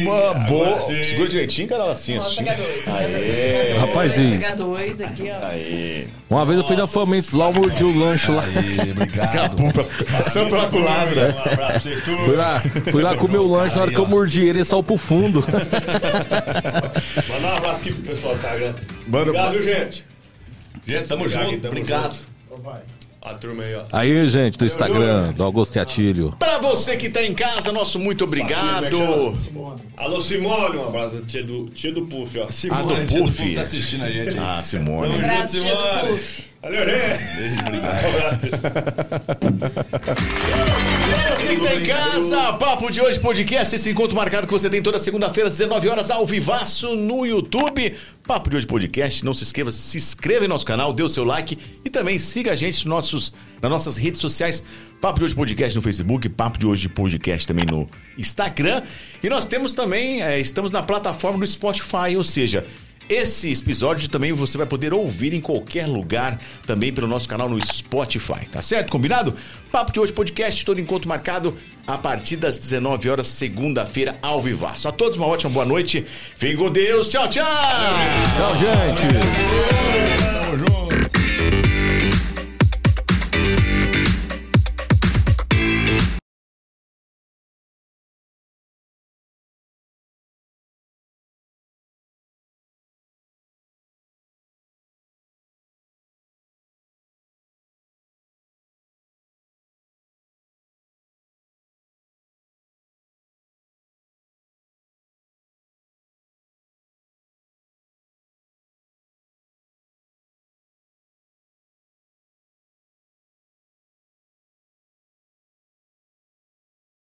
Uma boa. Segura direitinho, Carol, assim,
Ó,
assim.
pega dois.
Aê.
Rapazinho.
Pega dois aqui, ó.
Aê.
Uma vez eu fui na Famintos lá, eu mordi o lanche lá.
Aí, obrigado.
Escapou pra... né? Saiu pela culatra.
Um abraço pra vocês tudo.
Fui lá, fui lá comer o lanche, na hora que eu mordi ele, ele saiu pro fundo.
Mandar um abraço aqui pro pessoal do Instagram.
Manda- um
Obrigado, viu, gente? Gente, tamo
Obrigado,
junto.
tamo
obrigado.
Vai.
A turma aí, ó.
Aí, gente, do Instagram, do Augusto Atilho.
Pra você que tá em casa, nosso muito obrigado.
Alô, é Simone, um abraço. Tia do, tia do Puff, ó.
Ah, do
Simone, tia
Puff.
tá assistindo a gente aí.
Ah, Simone.
Abraço, tia do
Simone.
Puff.
Valeu, gente. Obrigado.
Você que tá em casa, papo de hoje podcast, esse encontro marcado que você tem toda segunda-feira, 19 horas, ao vivaço no YouTube. Papo de hoje podcast, não se esqueça, se inscreva em nosso canal, dê o seu like e também siga a gente nos nossos, nas nossas redes sociais. Papo de hoje podcast no Facebook, Papo de hoje podcast também no Instagram. E nós temos também, eh, estamos na plataforma do Spotify, ou seja, Esse episódio também você vai poder ouvir em qualquer lugar, também pelo nosso canal no Spotify, tá certo? Combinado? Papo de hoje, podcast, todo encontro marcado a partir das 19 horas, segunda-feira, ao vivaço. A todos uma ótima boa noite. Fiquem com Deus. Tchau, tchau!
Tchau, gente.